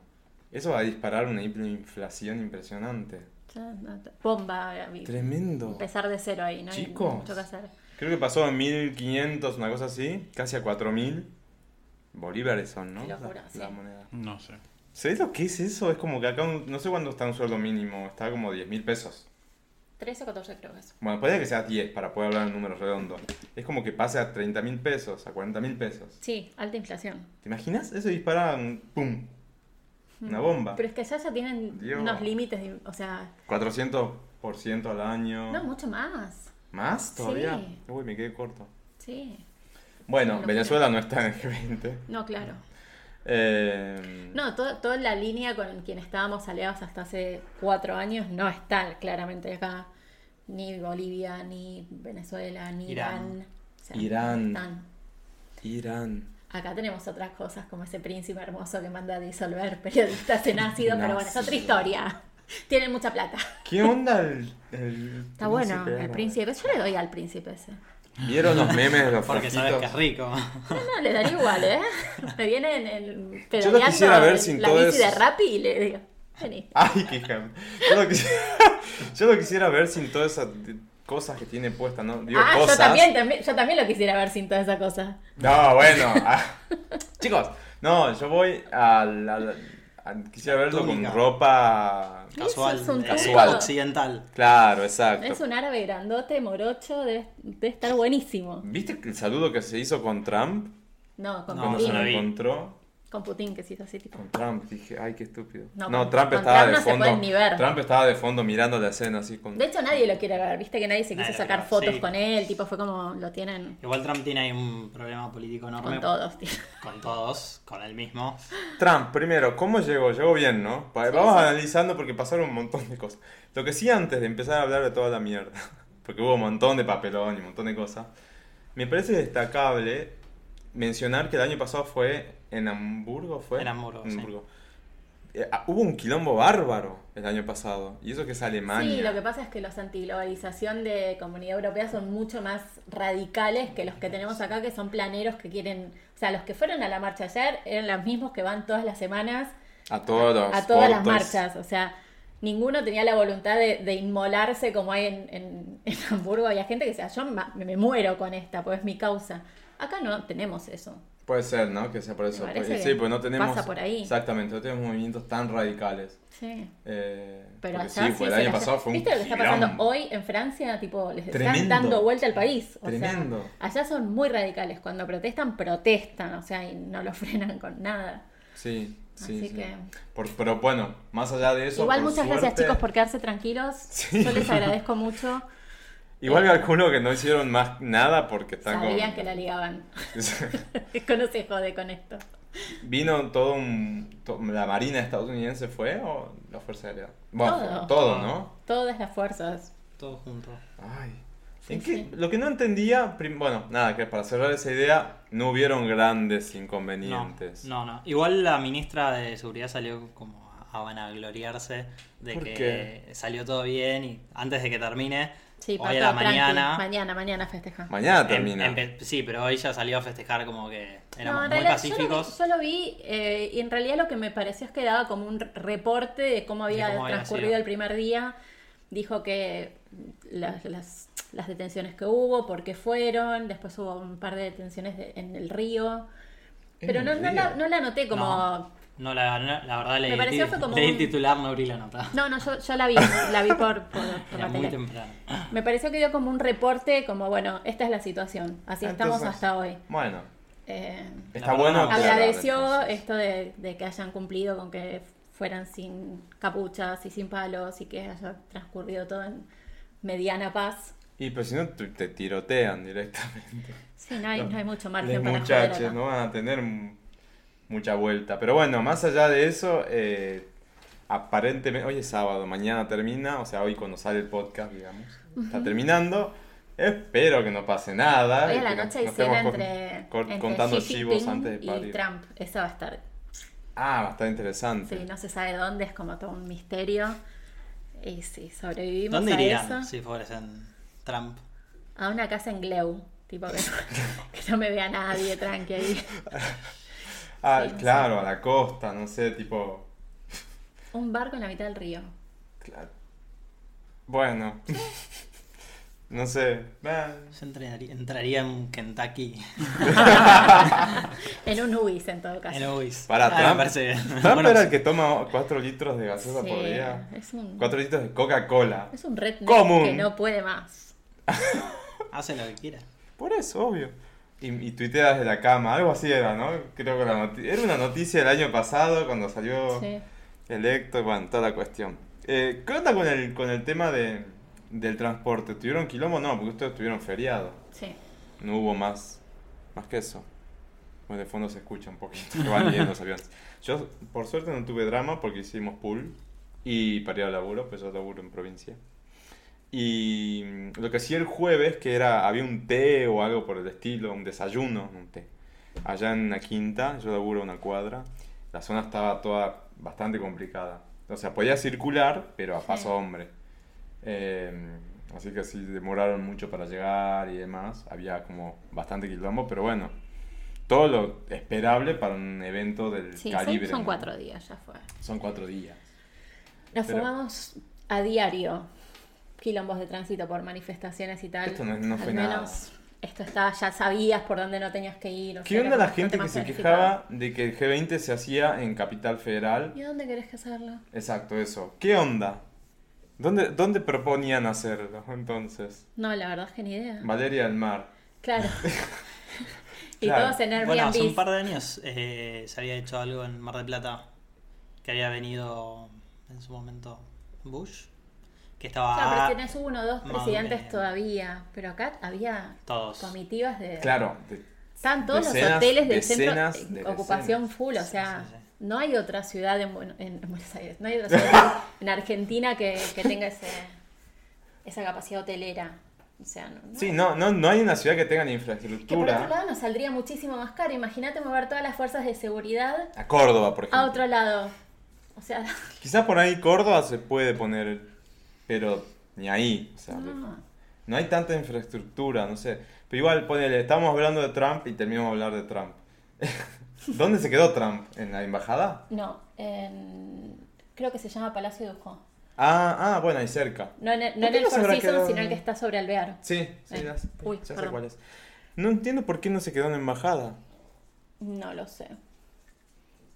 Eso va a disparar una inflación impresionante. Ya, no, t- Bomba, Gaby. Tremendo. empezar de cero ahí, ¿no? hay Chicos. mucho que hacer. Creo que pasó a 1500, una cosa así, casi a 4000 bolívares son, ¿no? Qué locura, la, sí. la moneda. No sé. ¿Sabés lo que es eso? Es como que acá, un- no sé cuándo está un sueldo mínimo, está como 10 mil pesos. 13 o 14 creo que es. Bueno, puede que sea 10 para poder hablar en números redondos. Es como que pase a 30 mil pesos, a 40 mil pesos. Sí, alta inflación. ¿Te imaginas? Eso dispara un pum, una bomba. Hmm. Pero es que ya, ya tienen Dios. unos límites, de- o sea, 400% al año. no, mucho más. ¿Más todavía? Sí. Uy, me quedé corto. Sí. Bueno, Una locura. Venezuela no está en el G20. No, claro. Mm. Eh, No, todo- toda la línea con quien estábamos aliados hasta hace cuatro años no está claramente acá. Ni Bolivia, ni Venezuela, ni Irán. Irán. O sea, Irán. no están. Irán. Acá tenemos otras cosas como ese príncipe hermoso que manda a disolver periodistas en ácido, pero bueno, es otra Nazi. historia. Tienen mucha plata. ¿Qué onda el, el Está bueno, príncipe el árabe? príncipe. Yo le doy al príncipe ese. ¿Vieron los memes de los Porque sabes que es frasquitos? rico. No, no, le daría igual, [LAUGHS] ¿eh? Me vienen en Yo lo quisiera ver en sin la todo bici de eso. Rappi y le digo, vení. Ay, qué hija. Yo lo, quisiera, [LAUGHS] yo lo quisiera ver sin todas esas t- cosas que tiene puesta, ¿no? Digo, ah, cosas. yo también, también, yo también lo quisiera ver sin toda esa cosa. No, bueno. ah. [LAUGHS] Chicos, no, yo voy al. al- al- quisiera verlo con túnica. ropa. Casual. [LAUGHS] Eso es un eh, casual. Occidental. Claro, exacto. Es un árabe grandote, morocho, debe, debe estar buenísimo. ¿Viste el saludo que se hizo con Trump? No, con No, cuando sí. se Putin. lo no vi. encontró. Con Putin, que se hizo así, tipo. Con Trump, dije, ay, qué estúpido. No, No, con- Trump con estaba Trump de no se fondo. pueden ni ver. Trump estaba de fondo mirando la escena así con. De hecho, nadie lo quiere ver, viste que nadie se quiso Nadie lo sacar quiere ver, fotos sí. con él, tipo, fue como lo tienen Igual Trump tiene ahí un problema político enorme. con todos, tío. Con todos, con él mismo. Trump, primero, ¿cómo llegó? Llegó bien, ¿no? Pa- Vamos analizando porque pasaron un montón de cosas. Lo que sí antes de empezar a hablar de toda la mierda, [LAUGHS] porque hubo un montón de papelón y un montón de cosas, me parece destacable mencionar que el año pasado fue en Hamburgo, ¿fue? En Hamburgo, sí. Eh, ah, hubo un quilombo bárbaro el año pasado, y eso que es Alemania. Sí, lo que pasa es que los antiglobalización de comunidad europea son mucho más radicales que los que tenemos acá, que son planeros que quieren. O sea, los que fueron a la marcha ayer eran los mismos que van todas las semanas A todos los a todas las portos. marchas. O sea, ninguno tenía la voluntad de, de inmolarse como hay en, en- [LAUGHS] en Hamburgo. Había gente que decía, yo ma- me, me muero con esta, pues es mi causa. Acá no tenemos eso. Puede ser, ¿no? Que sea por eso. parece Porque- que sí, pues no tenemos. pasa por ahí. Exactamente, no tenemos movimientos tan radicales. Sí. Eh, Pero porque allá sí, fue el se año la- pasado fue un ¿Viste lo que está quilombo. pasando hoy en Francia? Tipo, les están Tremendo. dando vuelta al país. O sea, Tremendo. allá son muy radicales. Cuando protestan, protestan. O sea, y no lo [LAUGHS] frenan con nada. Sí, sí. Así sí. que- Por- pero bueno, más allá de eso. Igual por muchas gracias suerte- chicos por quedarse tranquilos. Sí. Yo les [LAUGHS] agradezco mucho. Igual calculo que no hicieron más nada porque están con- Sabían que la ligaban. [LAUGHS] no se jode con esto. [LAUGHS] Vino todo un. to- ¿La Marina estadounidense fue o la Fuerza Aérea? Todo. Bueno, todo, ¿no? Todas las fuerzas. Todos juntos. Ay. Sí, ¿En qué- sí. Lo que no entendía, prim- bueno, nada, que para cerrar esa idea, no hubieron grandes inconvenientes. No, no, no. Igual la ministra de Seguridad salió como a vanagloriarse de ¿Por que qué? salió todo bien y antes de que termine, Sí, hoy Pato, a la tranqui. mañana. Mañana, mañana festeja. Mañana em- termina. empe- sí, pero hoy ya salió a festejar como que éramos No, en realidad muy yo lo vi, pacíficos. yo lo vi, eh, y en realidad lo que me pareció es que daba como un reporte de cómo había De cómo había transcurrido sido. el primer día. Dijo que las, las- las detenciones que hubo, por qué fueron, después hubo un par de detenciones de- en el río. En Pero no, el no río. la, no la noté como... No. No, la, no, la verdad leí, Me pareció fue como leí el un- titular, no abrí [LAUGHS] la nota. No, no, yo, yo la vi, la vi por, por, por Era la muy tele. temprano. Me pareció que dio como un reporte, como bueno, esta es la situación, así estamos Ah, Entonces, hasta hoy. Bueno, Eh, está La bueno. verdad, aclarar, agradeció entonces. esto de, de que hayan cumplido con que fueran sin capuchas y sin palos y que haya transcurrido todo en mediana paz. Y pues si no, tu- te tirotean directamente. Sí, no hay, Los- no hay mucho margen Los para muchachos joder acá. no van a tener m- mucha vuelta. Pero bueno, más allá de eso, eh, aparentemente, hoy es sábado, mañana termina, o sea, hoy cuando sale el podcast, digamos, está terminando. Espero que no pase nada. Hoy y a la que no- noche hay no cena estemos con- entre, cor- entre contando Xi chivos Jinping antes de y parir. Trump. Esa va a estar. Ah, va a estar interesante. Sí, no se sabe dónde, es como todo un misterio. Y sí, sobrevivimos ¿Dónde a irían eso. si fuesen Trump? A una casa en Gleu, tipo que, que no me vea nadie [LAUGHS] tranqui ahí. ah, sí, no claro, a la costa, no sé, tipo... Un barco en la mitad del río. cla- Bueno, [LAUGHS] no sé. bah. Yo entraría, entraría en [LAUGHS] Kentucky, En un UIS en todo caso. en Louis. Para Ah, me Trump. parece bien. [LAUGHS] Trump Bueno, era el que toma 4 litros de gaseosa por Sí, día. es un, 4 litros de Coca-Cola. es un redneck común. que no puede más. Hace lo que quiera. Por eso, obvio. Y, y tuitea desde la cama, algo así era, ¿no? Creo que la noti- era una noticia del año pasado cuando salió Sí. electo, bueno, toda la cuestión. Eh, ¿Qué onda con el, con el tema de, del transporte? ¿Tuvieron quilombo? No, porque ustedes tuvieron feriado. sí. No hubo más, más que eso. Pues de fondo se escucha un poquito, que van yendo los aviones. Yo, por suerte, no tuve drama porque hicimos pool y para ir al laburo, pues yo laburo en provincia. Y mm, lo que hacía el jueves, que era, había un té o algo por el estilo, un desayuno, no un té. Allá en la quinta, yo laburo una cuadra, la zona estaba toda bastante complicada. O sea, podía circular, pero a paso Sí. hombre. Eh, así que sí, demoraron mucho para llegar y demás. Había como bastante quilombo, pero bueno. Todo lo esperable para un evento del Sí, calibre. son ¿no? cuatro días, ya fue. Son cuatro días. Nos Pero- fumamos a diario quilombos de tránsito por manifestaciones y tal. Esto no- no Al fue nada. menos esto estaba, ya sabías por dónde no tenías que ir. o ¿Qué sea, onda era la gente bastante que más se planificado. quejaba de que el G20 se hacía en Capital Federal? ¿Y a dónde querés que hacerlo? Exacto, eso. ¿Qué onda? ¿Dónde, dónde proponían hacerlo entonces? No, la verdad es que ni idea. [LAUGHS] Valeria del Mar. Claro. Y Claro. todos en Bueno, Airbnb. hace un par de años eh, se había hecho algo en Mar del Plata que había venido en su momento Bush, que estaba Claro, pero Ah, tenés uno o dos Madre. presidentes todavía. Pero acá había todos. comitivas de. Claro, de- Están todos los Decenas, hoteles del decenas centro en de ocupación decenas. full, o Sí, sea, sí, sí. no hay otra ciudad en, Buen- en Buenos Aires, no hay otra ciudad [LAUGHS] en Argentina que, que tenga ese, esa capacidad hotelera. O sea, no, no. sí, no, no, no hay una ciudad que tenga la Que por otro infraestructura. lado nos saldría muchísimo más caro. Imagínate mover todas las fuerzas de seguridad A Córdoba, por a ejemplo. otro lado. O sea, Quizás por ahí Córdoba se puede poner, pero ni ahí. O sea, no. No hay tanta infraestructura, no sé. Pero igual, ponele, estamos hablando de Trump y terminamos de hablar de Trump. [LAUGHS] ¿Dónde se quedó Trump? ¿En la embajada? [LAUGHS] No, en- creo que se llama Palacio Dujo. Ah, ah, bueno, ahí cerca. No en el, ¿Por no en qué el no se Four habrá Seasons, quedado? sino el que está sobre Alvear. Sí, sí, Eh, ya, sé- uy, ya sé perdón. cuál es. No entiendo por qué no se quedó en la embajada. No lo sé.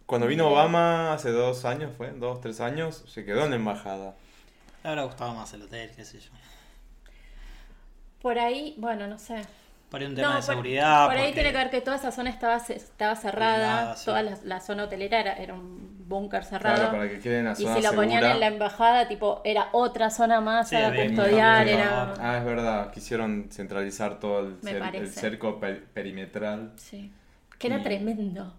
Cuando vino Obama hace dos años, fue, dos, tres años, se quedó en la embajada. Le habrá gustado más el hotel, qué sé yo. Por ahí, bueno, no sé. Por ahí un tema No, de por- seguridad. Por, ahí porque- tiene que ver que toda esa zona estaba, ce- estaba cerrada, Aislada, sí. toda la, la zona hotelera era, era un búnker cerrado. Claro, para que quede en la y zona si lo ponían segura. en la embajada, tipo, era otra zona más Sí, a había que custodiar, cambiar. era... Ah, es verdad, quisieron centralizar todo el, Me cer- el parece. cerco per- perimetral. Sí. Que era Y- tremendo.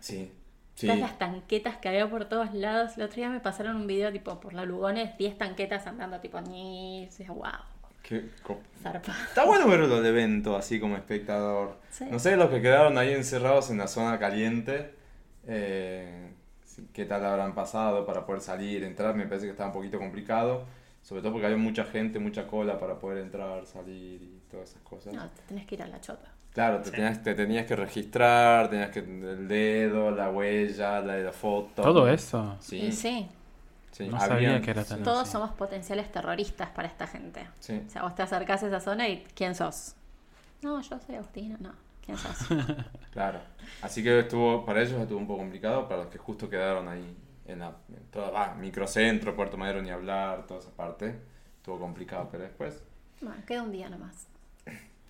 Sí, sí. Todas las tanquetas que había por todos lados. El otro día me pasaron un video, tipo, por la Lugones, 10 tanquetas andando, tipo, ni... decía, wow, Qué co- zarpa. Está bueno verlo el evento así como espectador. Sí. No sé, los que quedaron ahí encerrados en la zona caliente, eh, si- qué tal habrán pasado para poder salir, entrar, me parece que estaba un poquito complicado, sobre todo porque había mucha gente, mucha cola para poder entrar, salir y todas esas cosas. No, te tenés que ir a la chota. Claro, te, Sí. tenías, te tenías que registrar, tenías que el dedo, la huella, la, la foto. Todo eso. Sí, Y sí, sí, No habían- sabía que era Ah, tan todos así. somos potenciales terroristas para esta gente. Sí. O sea, vos te acercás a esa zona y ¿quién sos? No, yo soy Agustina, no. ¿Quién sos? Claro. Así que estuvo, para ellos estuvo un poco complicado, para los que justo quedaron ahí en la en toda, va, microcentro, Puerto Madero, ni hablar, toda esa parte. Estuvo complicado, pero después. Bueno, queda un día nomás.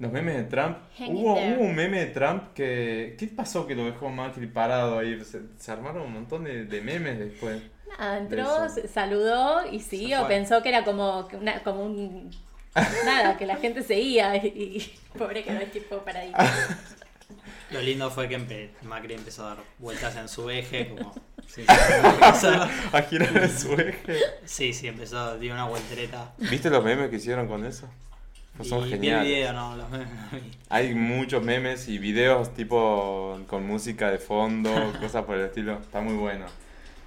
Los memes de Trump. Hang Hubo, in there. hubo un meme de Trump que. ¿Qué pasó que lo dejó Macri parado ahí? Se, se armaron un montón de, de memes después. Nada, entró, Eso. se- saludó y siguió. fue. Pensó que era como, que una- como un... Nada, que la gente seguía y, y- pobre que no es tipo paradito. Lo lindo fue que empe- Macri empezó a dar vueltas en su [LAUGHS] eje, como... Sí, A girar [LAUGHS] en su eje. [LAUGHS] sí, sí, empezó, dio una vueltereta. ¿Viste los memes que hicieron con eso? No Pues son y vi el geniales. video, no, [LAUGHS] los memes no vi. Hay muchos memes y videos tipo con música de [LAUGHS] fondo, cosas por el estilo. Está muy bueno.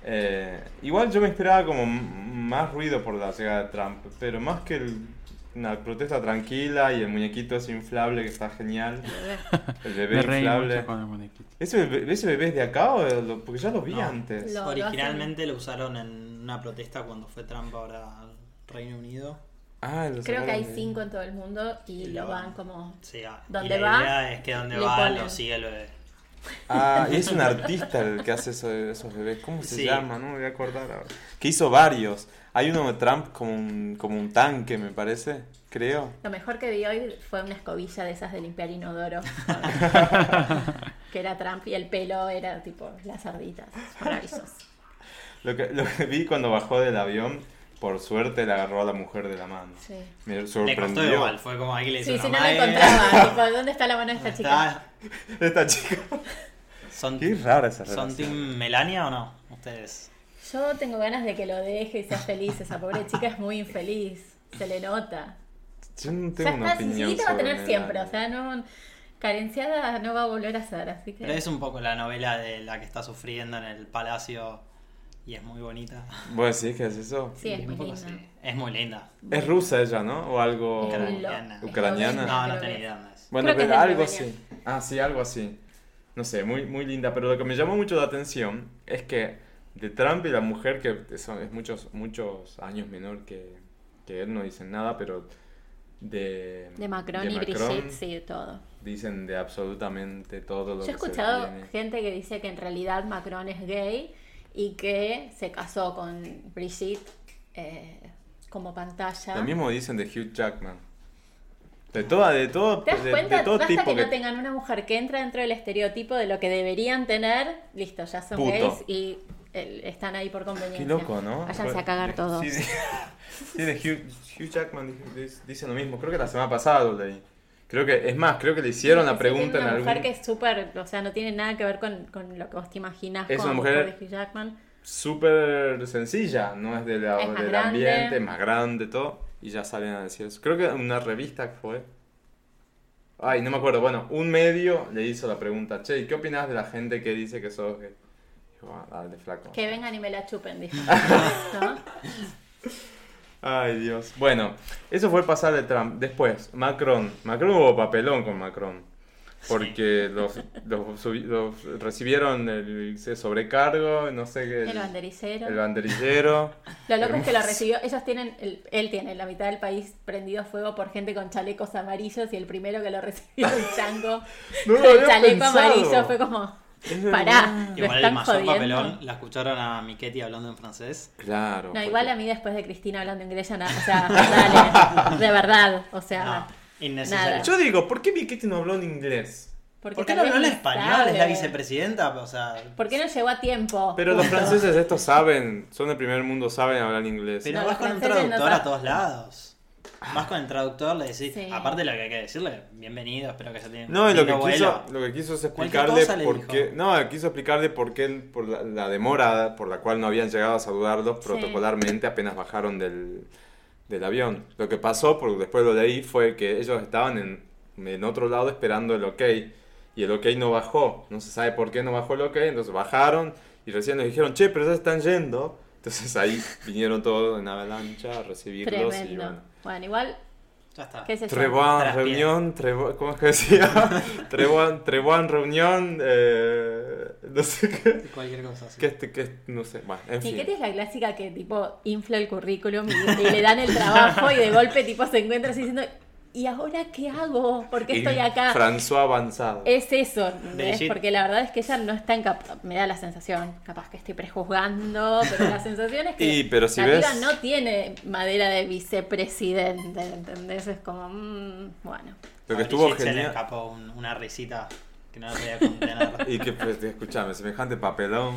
Eh, igual yo me esperaba como m- más ruido por la llegada de Trump, pero más que el- una protesta tranquila y el muñequito ese inflable que está [LAUGHS] genial. El bebé Me reí inflable. mucho con el muñequito. ¿Ese bebé, ese bebé es de acá? o de lo- porque ya lo vi No. antes. Lo- Originalmente lo usaron en una protesta cuando fue Trump ahora al Reino Unido. Ah, lo Creo que hay sacaron de- cinco en todo el mundo y lo van como... Sí, ah, y ¿Dónde la va? idea es que donde le va ponen. lo sigue el bebé. Ah, y es un artista el que hace eso- esos bebés. ¿Cómo se Sí. llama? No me voy a acordar ahora. Que hizo varios. Hay uno de Trump como un, como un tanque, me parece. Creo. Lo mejor que vi hoy fue una escobilla de esas de limpiar inodoro. que era Trump y el pelo era tipo las sarditas. Maravilloso. Lo que, lo que vi cuando bajó del avión, por suerte le agarró a la mujer de la mano. Sí. Me Le costó sorprendió. igual, fue como ahí que le hizo Sí, una sí, no la mague. encontraba. [LAUGHS] tipo, ¿Dónde está la mano de esta chica? Está- Esta chica. [LAUGHS] Son, Qué rara esa ¿Son relación. Team Melania o no? Ustedes. Yo tengo ganas de que lo deje y sea feliz. Esa pobre chica es muy infeliz. Se le nota. Yo no Ya tengo una está, sí, opinión. sí, te va a sobre tener Melania. siempre. O sea, no. Carenciada no va a volver a ser, así que. Pero es un poco la novela de la que está sufriendo en el palacio y es muy bonita. ¿Vos decís que es eso? Sí, es muy Un poco linda. así. Es muy linda. Es rusa ella, ¿no? O algo Ucraniana. ucraniana. No, no creo tenía que idea dónde es. Bueno, Creo que pero es de algo Eslovenia. así. Ah, sí, algo así. No sé, muy, muy linda. Pero lo que me llamó mucho la atención es que de Trump y la mujer, que son, es muchos, muchos años menor que, que él, no dicen nada, pero de, De Macron y Macron Brigitte, sí, todo. dicen de absolutamente todo lo que Yo he se le escuchado viene. gente que dice que en realidad Macron es gay y que se casó con Brigitte eh, como pantalla. Lo mismo dicen de Hugh Jackman. De toda, de todo, ¿Te das de, de cuenta? todo Basta tipo que, que- no tengan una mujer que entra dentro del estereotipo de lo que deberían tener. Listo, ya son Puto. gays y eh, están ahí por conveniencia. Qué loco, ¿no? Váyanse a cagar todos. Sí, de, [LAUGHS] sí, de Hugh, Hugh Jackman dijo- dice, dice lo mismo. Creo que la semana pasada lo leí. Creo que, es más, creo que le hicieron la Sí, pregunta tiene en una algún... mujer que es súper, o sea, no tiene nada que ver con, con lo que vos te imaginás Es como una mujer- de Hugh Jackman. súper sencilla, no es, de la- Es más del grande. ambiente, es más grande, todo, y ya salen a decir eso. Creo que una revista fue. Ay, no me acuerdo. Bueno, un medio le hizo la pregunta, che, ¿y qué opinas de la gente que dice que sos gay? Dijo, ah, dale, flaco. Que vengan y me la [LAUGHS] chupen, dijo. ¿No? Ay, Dios. Bueno, eso fue pasar de Trump. Después, Macron. Macron hubo papelón con Macron. Porque los, los subi- los recibieron el ese sobrecargo, no sé qué. El bandericero. El [LAUGHS] banderillero. Lo loco es [LAUGHS] que lo recibió. Ellos tienen, el- él tiene la mitad del país prendido a fuego por gente con chalecos amarillos y el primero que lo recibió el chango No lo con el había chaleco pensado. amarillo fue como, Es verdad. pará, lo Igual el están mayor jodiendo. papelón, la escucharon a Miquetti hablando en francés. Claro. No, porque- igual a mí después de Cristina hablando inglés ya nada, o sea, [LAUGHS] dale, de verdad, o sea, No, innecesario. Ah. nada. Yo digo, ¿por qué Miquete no habló en inglés? ¿Por qué tal no vez habló en ni español? Es la sabe. vicepresidenta, o sea... ¿Por qué no llegó a tiempo? Uh, Pero los franceses estos saben, son del primer mundo, saben hablar inglés. Pero No, vas los con un franceses no traductor saben. a todos lados. Vas con el traductor, le decís... Sí. Aparte lo que hay que decirle, bienvenido, espero que se tenga No, y lo que, lindo quiso, vuelo. lo que quiso es Cualquier explicarle cosa le por dijo. qué. No, quiso explicarle por qué, el- por la, la demora por la cual no habían llegado a saludarlos Sí. protocolarmente apenas bajaron del, del avión. Lo que pasó, porque después lo leí, fue que ellos estaban en, en otro lado esperando el ok. Y el ok no bajó. No se sabe por qué no bajó el ok. Entonces bajaron y recién les dijeron, che, pero ya están yendo. Entonces ahí vinieron todos en avalancha a recibirlos. Y Tremendo. bueno. Bueno, igual, Ya está. qué sé yo. Trebuan, Tras pie. reunión, Trebuan, ¿cómo es que [LAUGHS] decía? Trebuan, Trebuan, reunión, eh, no sé qué. Cualquier cosa así. Que este, que este, no sé, bueno, en fin. Niquete es la clásica que tipo infla el currículum y, y le dan el trabajo y de golpe tipo se encuentra así diciendo ¿y ahora qué hago? ¿Por qué Y estoy acá? Eh, François Avanzado. es eso, ¿entendés? Brigitte. porque la verdad es que ella no está en me da la sensación, capaz que estoy prejuzgando, pero la sensación es que Y, pero si la ves- piba no tiene madera de vicepresidente, ¿entendés? Es como, mm, bueno, Lo que A estuvo Brigitte se le genial. escapó un- una risita que no la podía contener. [LAUGHS] Y que, pues, escuchame, semejante [LAUGHS] papelón.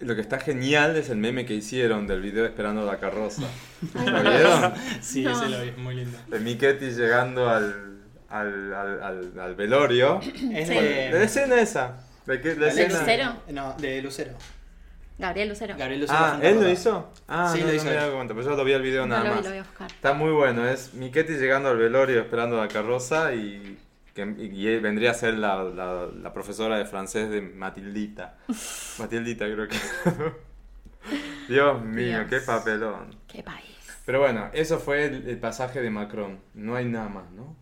Lo que está genial es el meme que hicieron del video Esperando la carroza. ¿Lo vieron? Sí, No. ese lo vi, es muy lindo. De Miquetti llegando al, al, al, al, al velorio. Es Sí. Bueno, La escena esa. ¿De qué? La ¿De escena. Lucero? No, de Lucero. Gabriel Lucero. Gabriel Lucero. Ah, Santa ¿él lo Rosa. hizo? Ah, Sí, no, lo no hizo me él. daba cuenta, pero yo lo había el video No nada lo vi, más. lo voy a buscar. Está muy bueno, es Miquetti llegando al velorio esperando la carroza y, que, y él vendría a ser la, la- la profesora de francés de [LAUGHS] Matildita. Matildita creo que. [LAUGHS] Dios mío, Dios. qué papelón. Qué país. Pero bueno, eso fue el, el pasaje de Macron. No hay nada más, ¿no?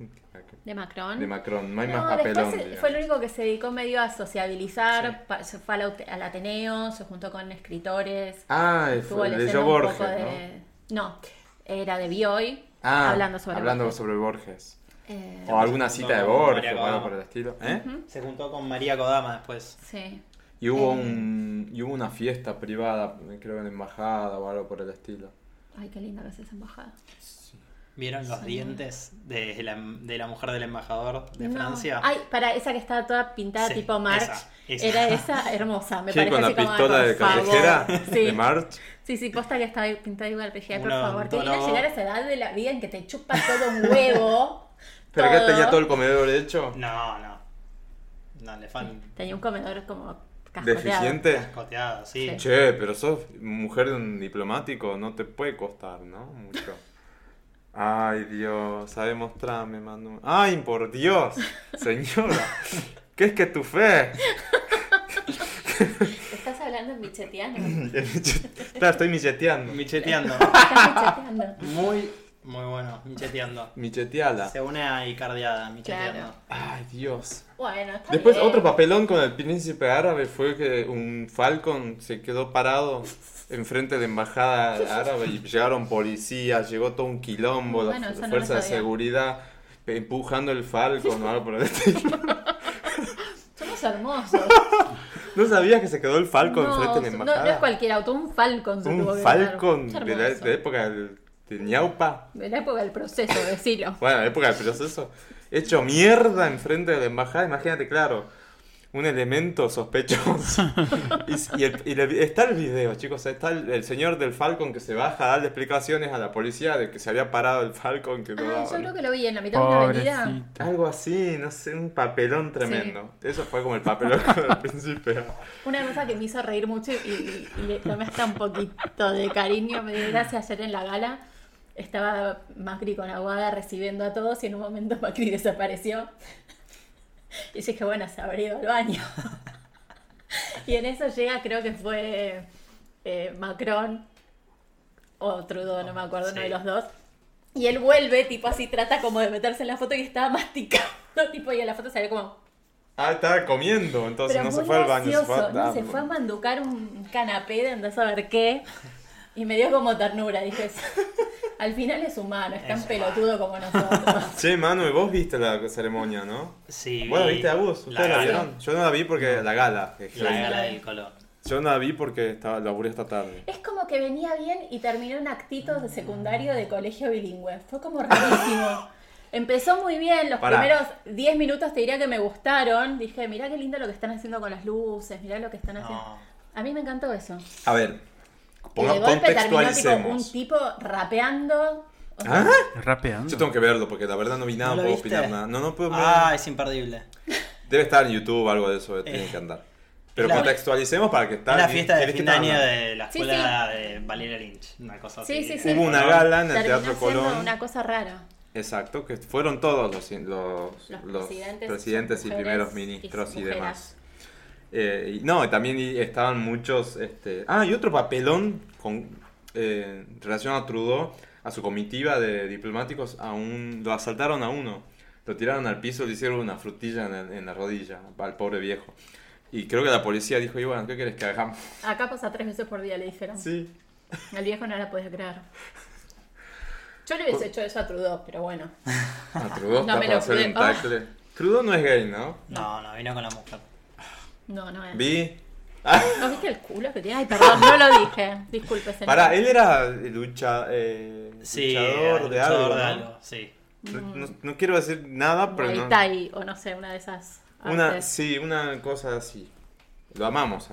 De Macron. De Macron, no hay No, más papelón. después digamos. fue el único que se dedicó medio a sociabilizar, Sí. pa- se fue al, aute- al Ateneo, se juntó con escritores, Ah, estuvo fue, leyó leyendo un Borges, poco ¿no? de... ¿no? era de Bioy, Ah, hablando sobre hablando Borges. sobre Borges. Eh, O alguna cita de No, Borges, María o algo Cavada. por el estilo. ¿Eh? Se juntó con María Kodama después. sí. Y hubo, Eh. un, y hubo una fiesta privada, creo en la embajada o algo por el estilo. Ay, qué linda que es esa embajada. ¿Vieron los dientes de la, de la mujer del embajador de No. Francia? Ay, para esa que estaba toda pintada Sí, tipo March. esa, esa. Era esa hermosa, me ¿Qué? parece ¿Con la así como, pistola ay, de por favor. callejera? Sí. ¿De March? Sí, sí, posta que estaba pintada igual, pero dije, por Una- favor, que un viene a tono- llegar a esa edad de la vida en que te chupa todo un huevo. ¿Pero acá todo. tenía todo el comedor hecho? No, no. No, le fan Tenía un comedor como cascoteado. ¿Deficiente? cascoteado, sí. Sí. Che, pero sos mujer de un diplomático, no te puede costar, ¿no? Mucho. Ay, Dios, sabemos Trump, me mando un- ¡Ay, por [LAUGHS] Dios! Señora, ¿qué es que tu fe? [LAUGHS] Estás hablando en michetiano. Claro, estoy micheteando. Micheteando. Estás micheteando. Muy, muy bueno, micheteando. Micheteala. Se une a Icardiada, micheteando. Ay, Dios. Bueno, está Después bien. otro papelón con el príncipe árabe fue que un falcon se quedó parado enfrente de la embajada árabe y llegaron policías, llegó todo un quilombo, la Bueno, fu- eso no lo fuerza de sabía. seguridad empujando el falcon o algo por el estilo. Somos hermosos. [LAUGHS] ¿No sabías que se quedó el falcon no, enfrente de la no, embajada? no es cualquier auto, un Falcon se tuvo un que falcon quedar. de la, Hermoso. de época del de ñaupa. De la época del proceso, decilo. Bueno, época del proceso. Hecho mierda enfrente de la embajada, imagínate, claro. Un elemento sospechoso. y, y el- y le- está el video, chicos. Está el, el señor del Falcon que se baja a darle explicaciones a la policía de que se había parado el Falcon que no Ah, daba, ¿no? yo creo que lo vi en la mitad de una avenida. Pobrecito. Algo así, no sé, un papelón tremendo. Eso fue como el papelón [LAUGHS] del príncipe. Una cosa que me hizo reír mucho y, y- y le tomé hasta un poquito de cariño, me dio gracia ayer en la gala. Estaba Macri con Aguada recibiendo a todos y en un momento Macri [LAUGHS] desapareció. Y yo dije, bueno, se habrá ido al baño. [LAUGHS] Y en eso llega, creo que fue eh, Macron o Trudeau, no me acuerdo, uno de Sí. los dos. Y él vuelve, tipo así, trata como de meterse en la foto y estaba masticando, [LAUGHS] tipo, y en la foto se ve como... Ah, estaba comiendo, entonces Pero no se muy fue al baño, se gracioso, fue a... no, ah, se fue a manducar un canapé de andás a ver qué. Y me dio como ternura, dije, "Es- al final es humano, es tan Es pelotudo como nosotros. [LAUGHS] Che, Manu, vos viste la ceremonia, ¿no? Sí, Bueno, vi viste a vos, la ustedes la, gala- vieron. Yo no la vi porque la gala. que La yo- gala del color. Yo no la vi porque estaba, laburé esta tarde. Es como que venía bien y terminó en actitos de secundario de colegio bilingüe. Fue como rarísimo. Empezó muy bien, los Pará. primeros 10 minutos te diría que me gustaron. Dije, mirá qué lindo lo que están haciendo con las luces, mirá lo que están haciendo. No. A mí me encantó eso. A ver, Y ponga- de golpe terminó tipo, un contextualicemos. tipo rapeando. O sea, ¿Ah? Rapeando. Yo tengo que verlo porque la verdad no vi nada, ¿No no lo puedo viste? opinar nada. No, no puedo Ah, ver. es imperdible. Debe estar en YouTube o algo de eso, tiene Eh. que andar. Pero La- contextualicemos para que está. Es la bien. fiesta de ¿Querés que fin de te año hable? de la Sí, escuela de Valeria Lynch. Una cosa Sí, así. sí, sí. Hubo una gala en el Terminó Teatro siendo Colón. una cosa rara. Exacto, que fueron todos los, los, Los los presidentes, presidentes, y mujeres primeros y ministros y, mujeras. demás. Eh, y- no, y también y- estaban muchos... Este, ah, y otro papelón con, eh, en relación a Trudeau, a su comitiva de diplomáticos, a un, lo asaltaron a uno. Lo tiraron al piso, le hicieron una frutilla en, el- en la rodilla al pobre viejo. Y creo que la policía dijo, y bueno, ¿qué querés que hagamos? Acá pasa tres veces por día, le dijeron. Sí. Al viejo no la podía creer. Yo le hubiese hecho eso a Trudeau, pero bueno. A Ah, Trudeau [LAUGHS] No está me para lo hacer creo. un tackle. Trudeau no es gay, ¿no? No, no, vino con la mujer. No, no es. Vi... ¿No viste el culo que tiene? Ay, perdón, no lo dije. Disculpe, señor. Pará, él era lucha, eh, Sí, luchador, era de algo. luchador de ¿no? algo, sí. No, no- no quiero decir nada, pero Mm. Muay no. Thai, o no sé, una de esas. Una, artes. sí, una cosa así. Lo amamos.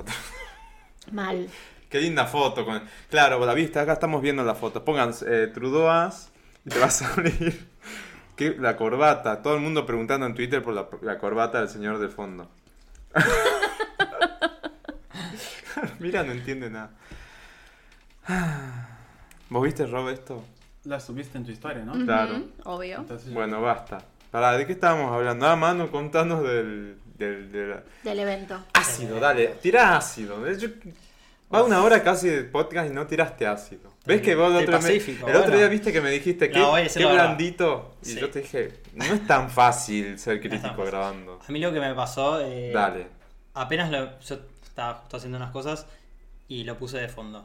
Mal. [LAUGHS] Qué linda foto. Con... Claro, la vista, acá estamos viendo la foto. Pongan eh, Trudoas y te vas a abrir. [LAUGHS] ¿Qué? La corbata. Todo el mundo preguntando en Twitter por la, la corbata del señor del fondo. [LAUGHS] Mira, no entiende nada. [SIGHS] ¿Vos viste, Rob, esto? La subiste en tu historia, ¿no? Claro. Ujú, obvio. Entonces, Bueno, basta. Pará, ¿de qué estábamos hablando? Ah, Manu, contanos del... del, del- Del evento. Ácido, dale, tirá ácido. Yo- Va una hora casi de podcast y no tiraste ácido. ¿Ves que vos el De otro, me- Pacífico, el bueno. otro día viste que me dijiste No, que voy a qué decirlo ahora. blandito? Y Sí. yo te dije, no es tan fácil ser es tan crítico fácil. grabando. A mí lo que me pasó. eh, Dale. Apenas lo, yo estaba justo haciendo unas cosas y lo puse de fondo.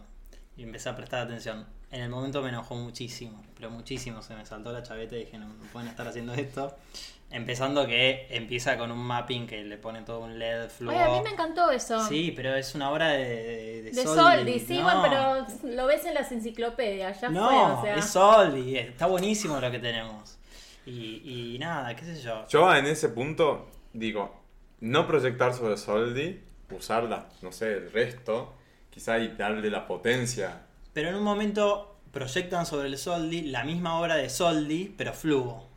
Y empecé a prestar atención. En el momento me enojó muchísimo, pero muchísimo. Se me saltó la chaveta y dije, no, no pueden estar haciendo esto. Empezando que empieza con un mapping que le pone todo un LED fluo. Oye, a mí me encantó eso. Sí, pero es una obra de, de, De Soldi. Soldi, sí, No. bueno, pero lo ves en las enciclopedias, ya No, fue, o sea. es Soldi. Está buenísimo lo que tenemos. Y, y nada, qué sé yo. Yo en ese punto digo, no proyectar sobre Soldi, usarla, no sé, el resto, quizá y darle la potencia. Pero en un momento proyectan sobre el Soldi la misma obra de Soldi, pero fluo.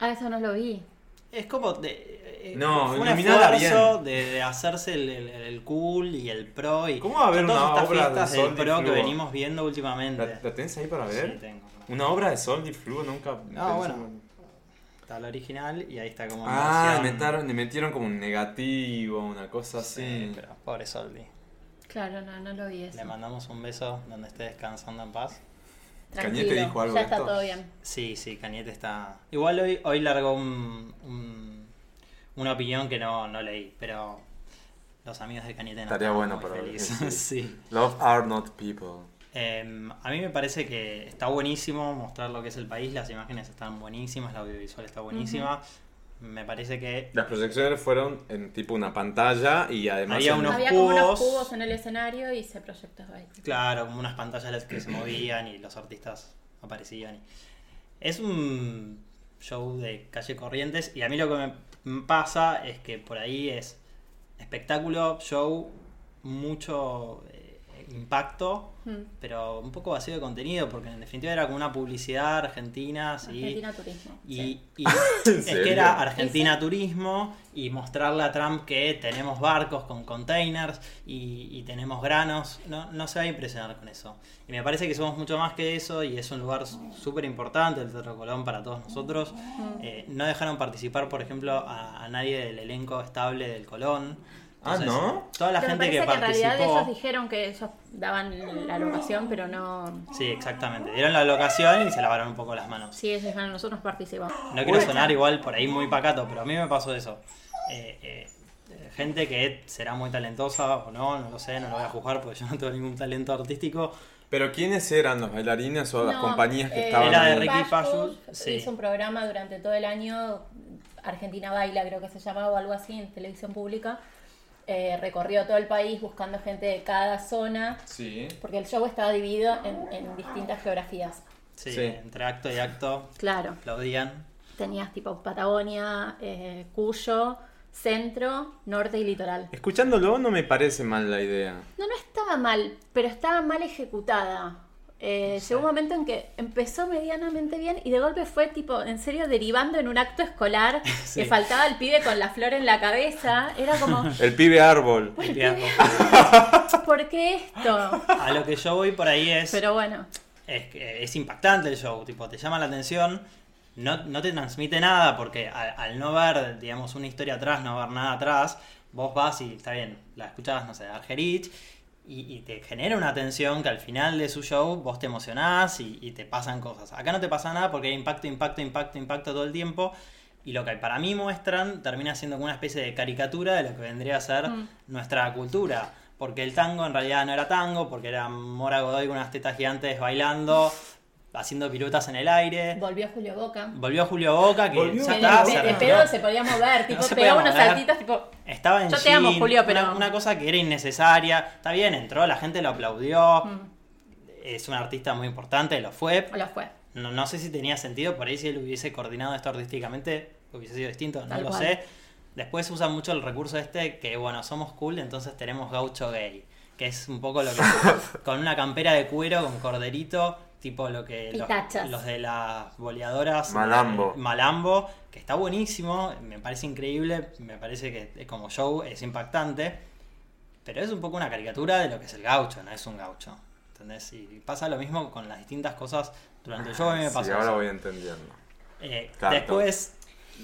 Ah, eso no lo vi. Es como de, eh, No, fue un iluminala esfuerzo de, de hacerse el, el- el cool y el pro y ¿Cómo va a haber todas una estas obra de fiestas del Soldi pro que Fluo? venimos viendo últimamente. ¿La, la tenés ahí para Sí, ver? tengo, pará. Una obra de Soldi Fluo nunca. pensé- bueno. Está la original y ahí está como en Ah, versión- le metieron, le metieron como un negativo, una cosa Sí, así. pero pobre Soldi. Claro, no, no lo vi eso. Le mandamos un beso donde esté descansando en paz. Tranquilo, Cañete dijo algo ya de está esto. todo bien. Sí, sí, Cañete está. Igual hoy, hoy largó un, un- una opinión que no, no leí, pero los amigos de Cañete no Estaría estaban bueno muy para ver, [LAUGHS] felices. [LAUGHS] sí. Love are not people. Eh, a mí me parece que está buenísimo mostrar lo que es el país, las imágenes están buenísimas, la audiovisual está buenísima. Me parece que Las proyecciones fueron en tipo una pantalla y además. Había en- unos- Había como unos cubos. cubos en el escenario y se proyectó ahí. Claro, como unas pantallas LED que se movían y los artistas aparecían. y- Es un show de calle Corrientes y a mí lo que me pasa es que por ahí es espectáculo, show, mucho eh, impacto, Mm. pero un poco vacío de contenido porque en definitiva era como una publicidad argentina, sí. Argentina Turismo. Y, sí. [LAUGHS] y ¿En es serio? que era Argentina Sí, sí. Turismo y mostrarle a Trump que tenemos barcos con containers y, y tenemos granos. No, no se va a impresionar con eso. Y me parece que somos mucho más que eso y es un lugar s- súper importante el Teatro Colón para todos nosotros. Eh, no dejaron participar, por ejemplo, a, a nadie del elenco estable del Colón. Ah, ¿no? Toda la Pero me gente que parece que en realidad ellos participó. dijeron que ellos daban la locación, pero no. Sí, exactamente. Dieron la locación y se lavaron un poco las manos. Sí, ellos dijeron, nosotros participamos. No quiero sonar igual por ahí muy pacato, pero a mí me pasó eso. Eh, eh, eh, gente que será muy talentosa o no, no lo sé, no lo voy a juzgar porque yo no tengo ningún talento artístico. Pero ¿quiénes eran los bailarines o las No, compañías que eh, estaban Era de ahí? Ricky Payus Payus, sí. Hizo un programa durante todo el año, Argentina Baila creo que se llamaba o algo así, en televisión pública. Eh, recorrió todo el país buscando gente de cada zona, Sí. porque el show estaba dividido en, en distintas geografías. Sí, Sí. entre acto y acto Claro, aplaudían. tenías tipo Patagonia, eh, Cuyo, Centro, Norte y Litoral. Escuchándolo no me parece mal la idea. No, no estaba mal, pero estaba mal ejecutada. Eh, Llegó un momento en que empezó medianamente bien y de golpe fue tipo, en serio, derivando en un acto [LAUGHS] escolar Sí. que faltaba el pibe con la flor en la cabeza. Era [LAUGHS] como, El pibe árbol. Digamos. ¿por qué esto? A lo que yo voy por ahí es, Pero bueno, es que es impactante el show, tipo, te llama la atención, no, no te transmite nada, porque al, al no ver, digamos, una historia atrás, no ver nada atrás, vos vas y está bien, la escuchabas, no sé, de Argerich, y, y te genera una tensión que al final de su show vos te emocionás y, y te pasan cosas. Acá no te pasa nada porque hay impacto, impacto, impacto, impacto todo el tiempo. Y lo que para mí muestran termina siendo como una especie de caricatura de lo que vendría a ser Mm. nuestra cultura. Porque el tango en realidad no era tango, porque era Mora Godoy con unas tetas gigantes bailando, haciendo piruetas en el aire. volvió Julio Boca. Volvió Julio Boca, que Volvió ya Que está, de- de, se de retiró. pedo se podía mover, tipo, se pegaba podía unos mover. saltitos, tipo, Estaba en Yo te amo, jean, Julio, pero- Una, una cosa que era innecesaria. Está bien, entró, la gente lo aplaudió. Mm. Es un artista muy importante, lo fue. lo fue. No, no sé si tenía sentido, por ahí si él hubiese coordinado esto artísticamente, hubiese sido distinto, no Tal lo cual. sé. Después usa mucho el recurso este que, bueno, somos cool, entonces tenemos gaucho gay, que es un poco lo [LAUGHS] que... con una campera de cuero, con corderito, tipo lo que Y los, tachas. los de las boleadoras... Malambo. eh, Malambo, que está buenísimo, me parece increíble, me parece que eh, como show es impactante, pero es un poco una caricatura de lo que es el gaucho, no es un gaucho. ¿Entendés? Y pasa lo mismo con las distintas cosas durante el show. A mí me pasó. [LAUGHS] Sí, ahora eso. voy entendiendo. Eh, Claro. Después,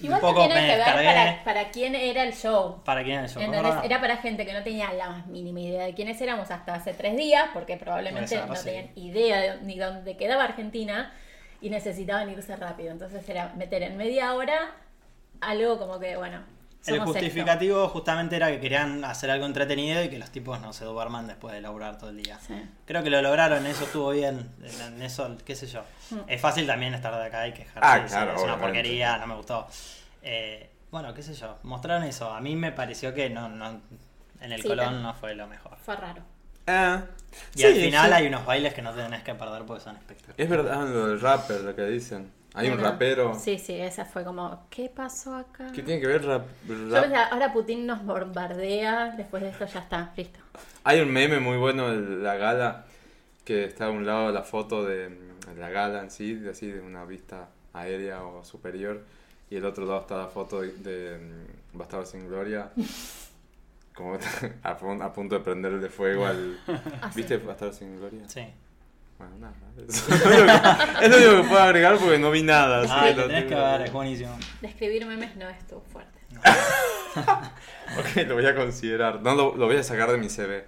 Igual un poco me tiene que ver descargué. para, para quién era el show. ¿Para quién era el show? Entonces, ¿verdad? era para gente que no tenía la más mínima idea de quiénes éramos hasta hace tres días, porque probablemente Puede ser, no sí. tenían idea de- ni dónde quedaba Argentina y necesitaban irse rápido. Entonces era meter en media hora algo como que, bueno, El somos esto. justificativo justamente era que querían hacer algo entretenido y que los tipos no se duerman después de laburar todo el día. Sí. Creo que lo lograron, eso estuvo bien. En en eso, qué sé yo. Mm. Es fácil también estar de acá y quejarse. Ah, y decir, claro, es una obviamente. porquería, no me gustó. Eh, bueno, qué sé yo. Mostraron eso. A mí me pareció que no, no- en el Sí, Colón también. no fue lo mejor. Fue raro. Ah. Y Sí, al final sí. hay unos bailes que no tenés que perder porque son espectaculares. Es verdad lo del rapper, lo que dicen. Hay un No, no. rapero. Sí, sí, esa fue como, ¿qué pasó acá? ¿Qué tiene que ver rap? Yo rap? pensaba, ahora Putin nos bombardea, después de esto ya está, listo. Hay un meme muy bueno de la gala que está a un lado de la foto de mm, la gala en sí, de, así de una vista aérea o superior, y el otro lado está la foto de, de mm, Bastardos sin [LAUGHS] Gloria, como a, pun- a punto de prenderle fuego [LAUGHS] al... Ah, [LAUGHS] sí. ¿Viste Bastardos sin Gloria? Sí. Bueno, nada. [LAUGHS] Es lo, único que, es lo único que puedo agregar porque no vi nada. así Ah, que lo no tenés que tengo- ver, es buenísimo. Describir memes no estuvo fuerte. [LAUGHS] Ok, lo voy a considerar. No, lo, lo voy a sacar de mi CV.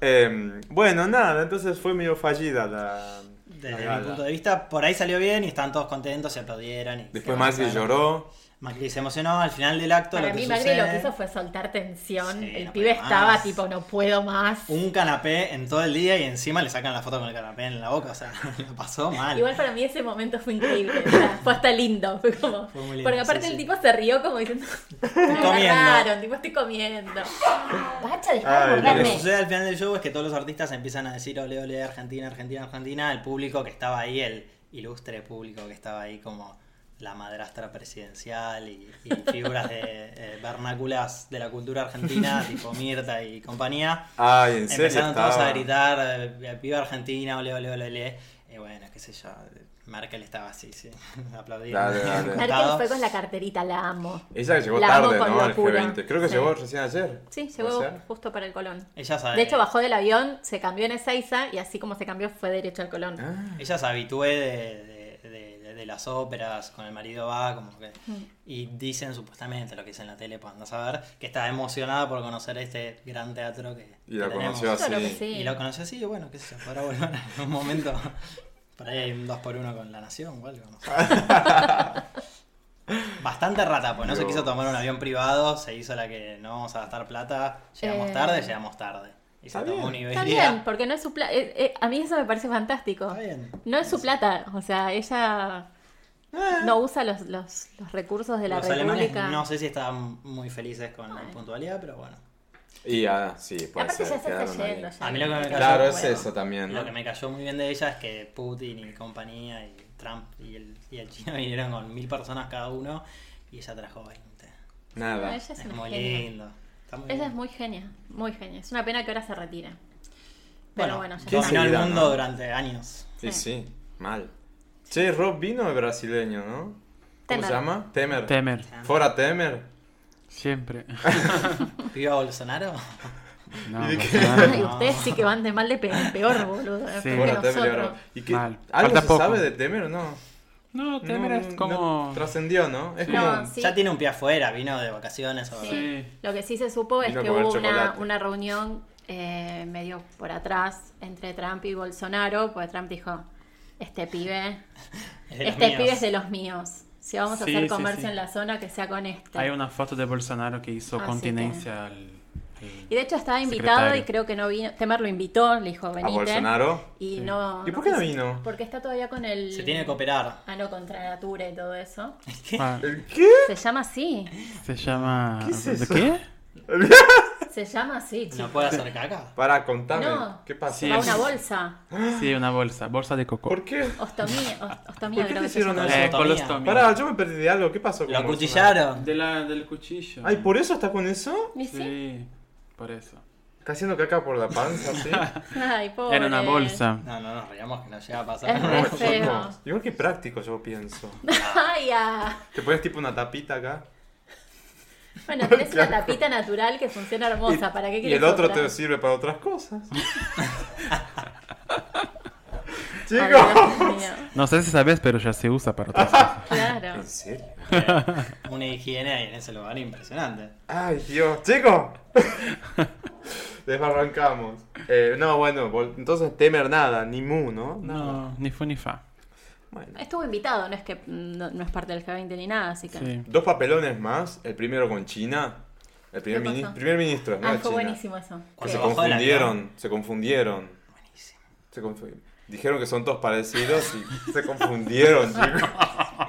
Em, bueno, nada, entonces fue medio fallida la. la Desde gala. mi punto de vista, por ahí salió bien y estaban todos contentos, se aplaudieron. Y Después más Maxi lloró. Macri se emocionó al final del acto. Para lo que mí Magri sucede, lo que hizo fue soltar tensión. Sí, el no pibe puede estaba más. tipo, no puedo más. Un canapé en todo el día y encima le sacan la foto con el canapé en la boca. O sea, [LAUGHS] lo pasó mal. Igual para mí ese momento fue increíble. o sea, fue hasta lindo. Fue como... Fue muy lindo, Porque aparte sí, el sí. tipo se rió como diciendo... [LAUGHS] Me comiendo". agarraron, tipo, estoy comiendo. Bacha, dejá Ay, de Lo que Dame. borrarme. sucede al final del show es que todos los artistas empiezan a decir ole, ole, Argentina, Argentina, Argentina. El público que estaba ahí, el ilustre público que estaba ahí como la madrastra presidencial y, y figuras de, eh, vernáculas de la cultura argentina, [LAUGHS] tipo Mirta y compañía. Ay, en serio. Empezaron todos estaba? a gritar, eh, viva Argentina, ole, ole, ole, ole. Y bueno, qué sé yo, Merkel estaba así, sí, [LAUGHS] aplaudiendo. Dale, dale. Merkel Contado. fue con la carterita, la amo. Ella llegó La amo tarde, con ¿no? Al locura. G20. Creo que Sí. llegó recién ayer. Sí, ¿Puede llegó ser? justo para el Colón. Ella sabe- De hecho, bajó del avión, se cambió en Ezeiza y así como se cambió fue derecho al Colón. Ah, Ella se habitué de, de- de- de- de las óperas, con el marido va, como que. Mm. Y dicen supuestamente lo que dicen en la tele, para andar a saber, que está emocionada por conocer este gran teatro que. Y la que tenemos. conoció Claro que así. sí. Y lo conoció así, y bueno, qué sé yo, podrá volver [LAUGHS] en un momento. Por ahí hay un 2 por 1 con la nación o algo. no [LAUGHS] sé. Bastante rata, pues no se Dios. quiso tomar un avión privado, se hizo la que no vamos a gastar plata, llegamos Eh. tarde, llegamos tarde. Y se Está tomó bien. una Está Iberia. bien, porque no es su plata. a mí eso me parece fantástico. Está bien. No es su plata, o sea, ella no usa los, los, los recursos de la Los alemanes República. no sé si estaban muy felices con la puntualidad, pero bueno. Y ah, sí, puede Aparte ser. ya se está quedaron ahí. yendo. ya. A mí lo que me cayó Claro, muy es bueno. eso también. ¿no? Lo que me cayó muy bien de ella es que Putin y compañía y Trump y el, y el chino [LAUGHS] vinieron con mil personas cada uno y ella trajo 20. No, Nada. ella es, Es una muy genia. lindo. Está muy Ella bien. es muy genia, muy genia. Es una pena que ahora se retire. Pero bueno, ya ¿qué está. dominó el seguirá, mundo no? durante años. Sí, sí, mal. Che, Rob vino el brasileño, ¿no? ¿Cómo Temer. se llama? Temer. Temer, Fora Temer. [LAUGHS] siempre. ¿Viva Bolsonaro? No, pues ¿Y de qué? [LAUGHS] Bolsonaro. Ay, ustedes sí que van de mal de pe- peor, [LAUGHS] boludo. Fora Peor que Sí. Temer y nosotros. ahora. ¿Y qué? Mal. ¿Algo Falta se poco. sabe de Temer o no? No, Temer No, es no, como... Trascendió, ¿no? Es Sí. como. No, [LAUGHS] sí. Ya tiene un pie afuera, vino de vacaciones. o- Sí. Sí. Lo que sí se supo es Vino a que comer hubo una, chocolate. una reunión eh, medio por atrás entre Trump y Bolsonaro, porque Trump dijo, este pibe, es de los este míos. pibe es de los míos. Si vamos a Sí, hacer sí, comercio sí. en la zona, que sea con este. Hay una foto de Bolsonaro que hizo Ah, Así que- continencia al... al- Y de hecho estaba invitado Secretario. y creo que no vino. Temer lo invitó, le dijo, A venite. Bolsonaro. Y Sí. no... ¿Y por qué no quiso- vino? Porque está todavía con el... Se tiene que operar. Ah, no, con Tragatura y todo [LAUGHS] eso. Ah, ¿El qué? Se llama así. se llama... ¿Qué es ¿De eso? qué? Se llama así, ¿No chicos. puede hacer caca? Para, contame. No. ¿Qué pasa? Sí, Va es- una bolsa. Sí, una bolsa, bolsa de coco. ¿Por qué? Ostomía, os- ostomía ¿Por qué creo te que se hicieron llama. eso? Eh, Lobotomía. colostomía. Pará, yo me perdí de algo. ¿Qué pasó con Lo Bolsonaro? acuchillaron. De la, del cuchillo. Ay, ¿por eso está con eso? ¿Y sí? Sí, por eso. Está haciendo caca por la panza, [LAUGHS] ¿sí? Ay, pobre. Era una bolsa. No, no nos riamos que nos llega a pasar. Es re feo. Igual que práctico, yo pienso. [LAUGHS] Ay, ah. Te pones tipo una tapita acá. Bueno, tenés una tapita natural que funciona hermosa. ¿Para qué Y quieres el otro otra? te sirve para otras [LAUGHS] cosas. [LAUGHS] Ay, Chicos. Dios mío. No sé si sabes, pero ya se usa para [LAUGHS] otras cosas. [LAUGHS] Claro. ¿En serio? Una higiene ahí en ese lugar impresionante. Ay, Dios. [LAUGHS] Chicos. Desbarrancamos. Eh, no, bueno, vol- entonces temer nada, ni mu, ¿no? No, ni fu ni fa. Bueno. Estuvo invitado, no es que mm, no, no es parte del G20 ni nada, así que. Sí. Dos papelones más. El primero con China. El primer, ¿Qué mini- pasó? primer ministro, ¿no? Ah, De fue China. buenísimo eso. Que Cuando se Sí. bajó del confundieron, se confundieron. Buenísimo. Se confu- Dijeron que son todos parecidos y se [LAUGHS] confundieron, chicos.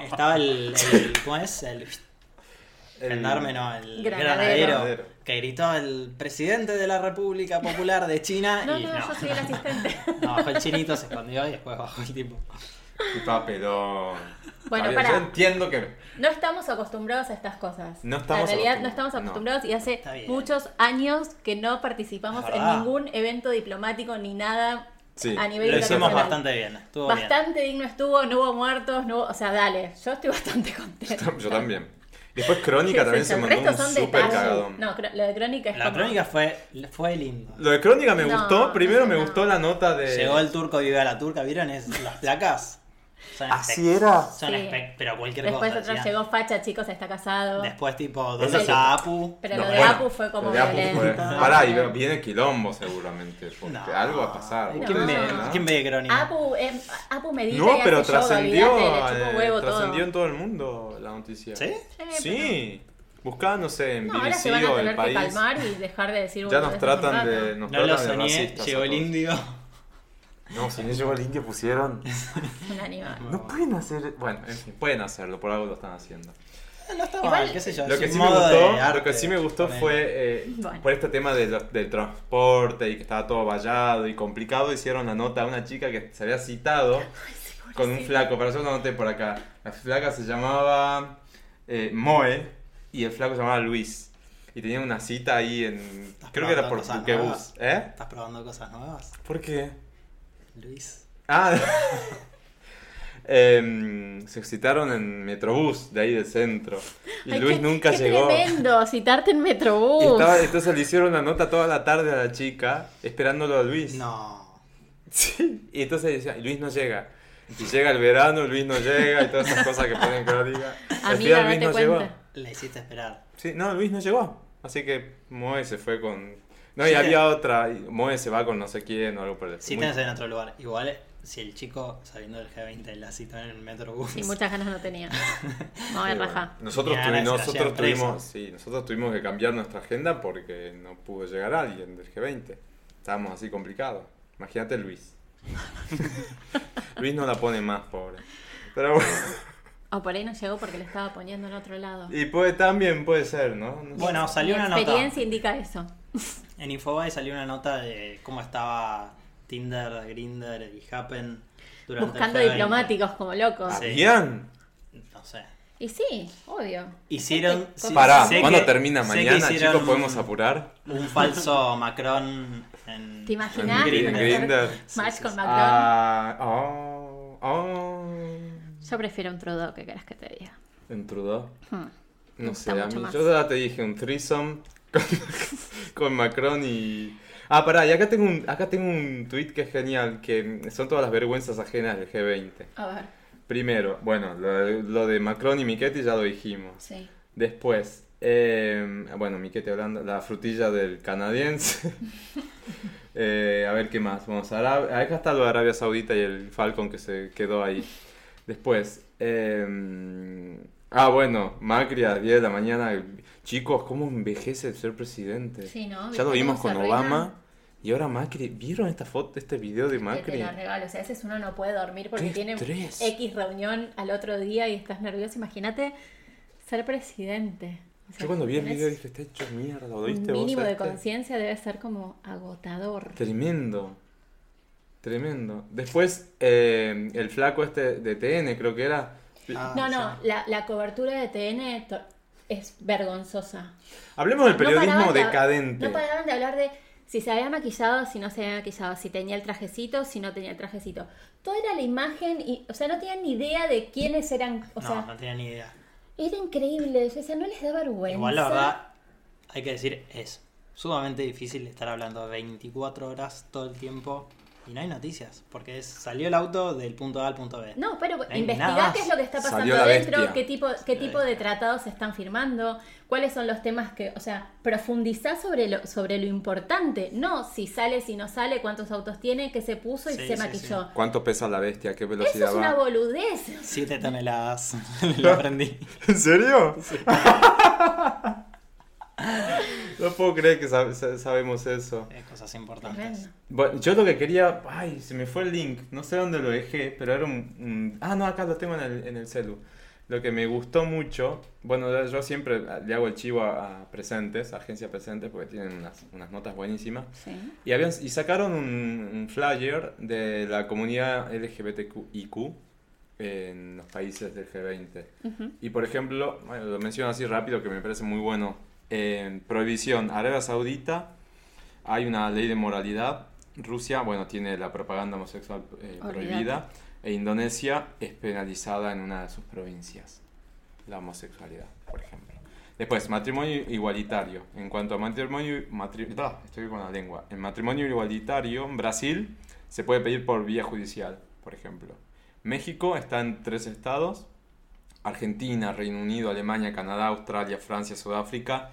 Estaba el, el- ¿Cómo es? El gendarme, no, el Granadero. granadero. Que gritó el presidente de la República Popular de China. [LAUGHS] No, y no, yo soy el asistente. [LAUGHS] No, bajó el chinito, se escondió y después bajó el tipo. Qué papelón. Está Bueno, bien, pará. Yo entiendo que. [LAUGHS] No estamos acostumbrados a estas cosas. No estamos en realidad no acostumbrados, estamos no. acostumbrados y hace Está bien. muchos años que no participamos Es en verdad. ningún evento diplomático ni nada Sí, a nivel Lo hicimos internacional. bastante bien, estuvo Bastante digno estuvo, no hubo muertos, no hubo- o sea, dale, yo estoy [LAUGHS] bastante contenta. Yo también. Después Crónica [LAUGHS] también se mandó un super cagadón. No, cro- lo de Crónica es bien. La como- crónica fue, fue lindo. Lo de Crónica me No, gustó. Primero no, me no. gustó la nota de. Llegó el turco vive a la turca, ¿vieron? Es, las placas. Son Así espec- era. Son Sí. espec- pero cualquier Después cosa. otro decían. llegó Facha, chicos, está casado. Después tipo, Eso ¿dónde sí. está Apu? Pero No, lo de bueno, Apu fue como lo de Apu fue- violento. Pará, y viene quilombo seguramente. Porque No. algo va a pasar. No. ¿Quién, ve, ¿no? quién ve crónica? Apu, eh, Apu medita No, y pero hace yoga, trascendió, olvídate, le chupa un eh, huevo todo. trascendió en todo el mundo la noticia. ¿Sí? Sí. Buscá, no sé, en No, ahora BBC se van o a el tener que país. calmar y dejar de decir Ya nos boludeces tratan un rato. de. Nos No lo tratan de soñé, racistas llegó a el todos. indio. No, si no llegó el indio [LAUGHS] pusieron. Un animal. No pueden hacer. Bueno, en fin, pueden hacerlo, por algo lo están haciendo. No está Igual- mal, qué sé yo. Lo es que, un sí me modo gustó, de lo que arte, sí me gustó ponele. fue eh, Bueno. por este tema de lo- del [LAUGHS] transporte y que estaba todo vallado y complicado. Hicieron la nota a una chica que se había citado con un flaco, para eso lo anoté por acá. La flaca se llamaba eh, Moe y el flaco se llamaba Luis. Y tenían una cita ahí en. Creo que era por Cosas Buquebus. nuevas. ¿Eh? ¿Estás probando cosas nuevas, ¿Por qué? Luis? [LAUGHS] Ah, em, se excitaron en Metrobús, de ahí del centro. Y Ay, Luis qué- nunca qué llegó. tremendo citarte en Metrobús. Y estaba- entonces le hicieron una nota toda la tarde a la chica, esperándolo a Luis. No. Sí. Y entonces decía, Luis no llega. Y llega el verano, Luis no llega, y todas esas cosas que ponen que lo diga. Al Amiga, final Luis date no cuenta. llegó. La hiciste esperar. Sí, no, Luis no llegó. Así que Moe se fue con. No, y Sí. había otra. y Moe se va con no sé quién o algo por el Si muy- tenés en otro lugar. Igual, si el chico, saliendo del G20, la citó en el Metrobús. Y muchas ganas no [LAUGHS] tenía. No, Sí, ver, bueno. Rafa. Nosotros, Tenía tuvi- ganas de que la nosotros lleven presa. tuvimos, sí, nosotros tuvimos que cambiar nuestra agenda porque no pudo llegar alguien del G20. Estábamos así complicados. Imagínate Luis. Luis no la pone más, pobre. Pero bueno. O por ahí no llegó porque le estaba poniendo en otro lado. Y puede, también puede ser, ¿no? No sé. [LAUGHS] Bueno, Mi salió una nota. experiencia indica eso. En Infobae salió una nota de cómo estaba Tinder, Grinder y Happen durante Buscando el G20. diplomáticos como Ah, locos. sí. ¿Habían? No sé. Y sí, obvio. Hicieron. Sí, Pará, sé ¿cuándo que- termina sé que mañana, hicieron chicos? ¿Podemos un- apurar? Un falso Macron en. ¿Te imaginas? En Grindr. Grindr. Match Sí, sí, con sí. Macron. Ah, oh, oh. Yo prefiero un Trudeau que querés que te diga. En Trudeau. Hmm. Me No gusta sé, a mucho mí, más. yo ya te dije un threesome [LAUGHS] con, con Macron y... Ah, pará, y acá tengo, un, acá tengo un tweet que es genial, que son todas las vergüenzas ajenas del G20. A ver, Primero, bueno, lo, de- lo de Macron y Miquetti ya lo dijimos. sí. Después, eh, bueno, Miquetti hablando, la frutilla del [LAUGHS] canadiense. Eh, a ver qué más. Vamos a Arabia, acá está lo de Arabia Saudita y el Falcon que se quedó ahí. Después, eh, ah, bueno, Macri a las 10 de la mañana. el- Chicos, ¿cómo envejece el ser presidente? Sí, ¿no? Eh, Ya lo ¿Cómo vimos se con arruina? Obama. Y ahora Macri, ¿vieron esta foto, este video de Que te Macri? la regalo. O sea, a veces uno no puede dormir porque Qué tiene estrés. X reunión al otro día y estás nervioso. Imagínate ser presidente. O sea, Yo cuando vi el tenés video dije, está hecho mierda, ¿lo Un viste vos? mínimo de este? conciencia debe ser como agotador. Tremendo. Tremendo. Después, eh, el flaco este de TN, creo que era. Ah, No, no, sí. la, la cobertura de TN to- es vergonzosa. Hablemos del No periodismo paraban de- decadente. No paraban de hablar de si se había maquillado, si no se había maquillado, si tenía el trajecito, si no tenía el trajecito. Toda era la imagen y, o sea, no tenían ni idea de quiénes eran. O no, sea, no tenía ni idea. era increíble. Yo decía, no les da vergüenza. Igual, la verdad, hay que decir, es sumamente difícil estar hablando 24 horas todo el tiempo y no hay noticias. Porque es, salió el auto del punto A al punto B. No, pero hay investigar nada. qué es lo que está Salió pasando la adentro, bestia. qué tipo, qué la tipo de bestia. tratados se están firmando, cuáles son los temas que, o sea, profundizar sobre lo, sobre lo importante, no si sale, si no sale, cuántos autos tiene, qué se puso y Sí, se sí, maquilló. ¿Cuánto pesa la bestia? ¿Qué Eso velocidad es una va? boludez. 7 toneladas. [LAUGHS] Lo aprendí. [LAUGHS] ¿En serio? [LAUGHS] no puedo creer que sab- sa- sabemos eso. Eh, Cosas Tremendo. importantes. Bueno, yo lo que quería. Ay, se me fue el link. No sé dónde lo dejé, pero era un. un- Ah, no, acá lo tengo en el, en el celu. Lo que me gustó mucho. Bueno, yo siempre le hago el chivo a, a Presentes, Agencia Presentes, porque tienen unas, unas notas buenísimas. Sí. Y, habían, y sacaron un, un flyer de la comunidad LGBTIQ en los países del G20. Ujú. Y por ejemplo, bueno, lo menciono así rápido que me parece muy bueno. En prohibición, Arabia Saudita, hay una ley de moralidad. Rusia, bueno, tiene la propaganda homosexual eh, Olvídate. prohibida. E Indonesia es penalizada en una de sus provincias. La homosexualidad, por ejemplo. Después, matrimonio igualitario. En cuanto a matrimonio... matri- bla, estoy con la lengua. En matrimonio igualitario, en Brasil, se puede pedir por vía judicial, por ejemplo. México está en tres estados. Argentina, Reino Unido, Alemania, Canadá, Australia, Francia, Sudáfrica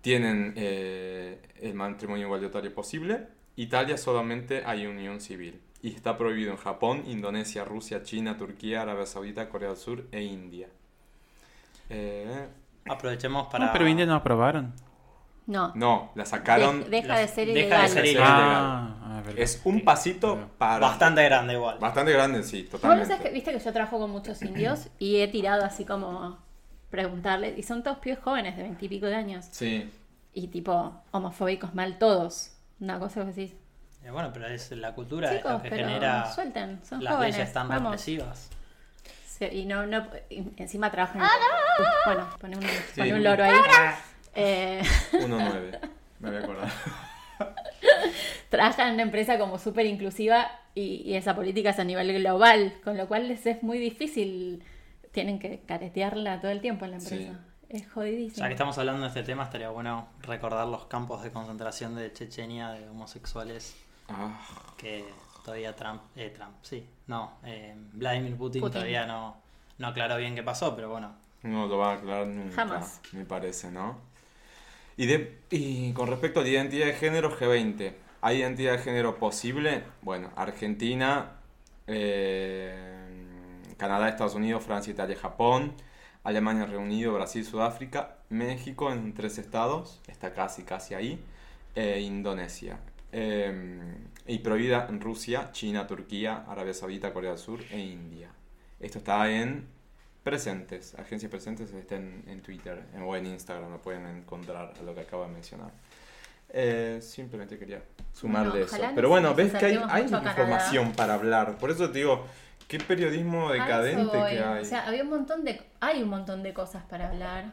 tienen eh, el matrimonio igualitario posible. Italia solamente hay unión civil. Y está prohibido en Japón, Indonesia, Rusia, China, Turquía, Arabia Saudita, Corea del Sur e India. Eh, Aprovechemos para. No, pero India no aprobaron. No. no, la sacaron. De- deja de ser Deja ilegal. de ser Sí, ilegal. Ah, ah, verdad. Es un pasito para. Bastante grande, igual. bastante grande, sí, Vos no totalmente. sabés que, viste que yo trabajo con muchos indios y he tirado así como preguntarles, y son todos pibes jóvenes de veintipico de años, Sí. y tipo homofóbicos mal todos. Una cosa que decís, Eh, bueno, pero es la cultura Chicos, lo que pero genera suelten, son las jóvenes. leyes tan vamos. represivas. Sí, y no, no, y encima trabajan. Bueno, pone un, pone un Sí. loro ahí. Eh, 1-9. Me voy a acordar. trabajan en una empresa como súper inclusiva y, y esa política es a nivel global, con lo cual les es muy difícil. Tienen que caretearla todo el tiempo en la Sí. empresa. Es Ya jodidísimo. que estamos hablando de este tema, estaría bueno recordar los campos de concentración de Chechenia de homosexuales [LAUGHS] Ah, que todavía Trump, eh, Trump, sí, no, eh, Vladimir Putin, Putin. todavía no, no aclaró bien qué pasó, pero bueno, no lo va a aclarar nunca. Jamás. Me parece, ¿no? Y, de, y con respecto a la identidad de género, G20. ¿Hay identidad de género posible? Bueno, Argentina, eh, Canadá, Estados Unidos, Francia, Italia, Japón, Alemania, Reino Unido, Brasil, Sudáfrica, México en tres estados, está casi, casi ahí, e Indonesia. Eh, y prohibida en Rusia, China, Turquía, Arabia Saudita, Corea del Sur e India. Esto está en presentes, agencias presentes está en, en Twitter en- o en Instagram, lo pueden encontrar a lo que acabo de mencionar. Eh, simplemente quería sumar Bueno, de eso. ojalá nos- Pero bueno, nos ves que hay, acerquemos hay mucho a Canadá. información para hablar. Por eso te digo, qué periodismo A eso decadente voy. que hay. O sea, había un montón de, hay un montón de cosas para hablar.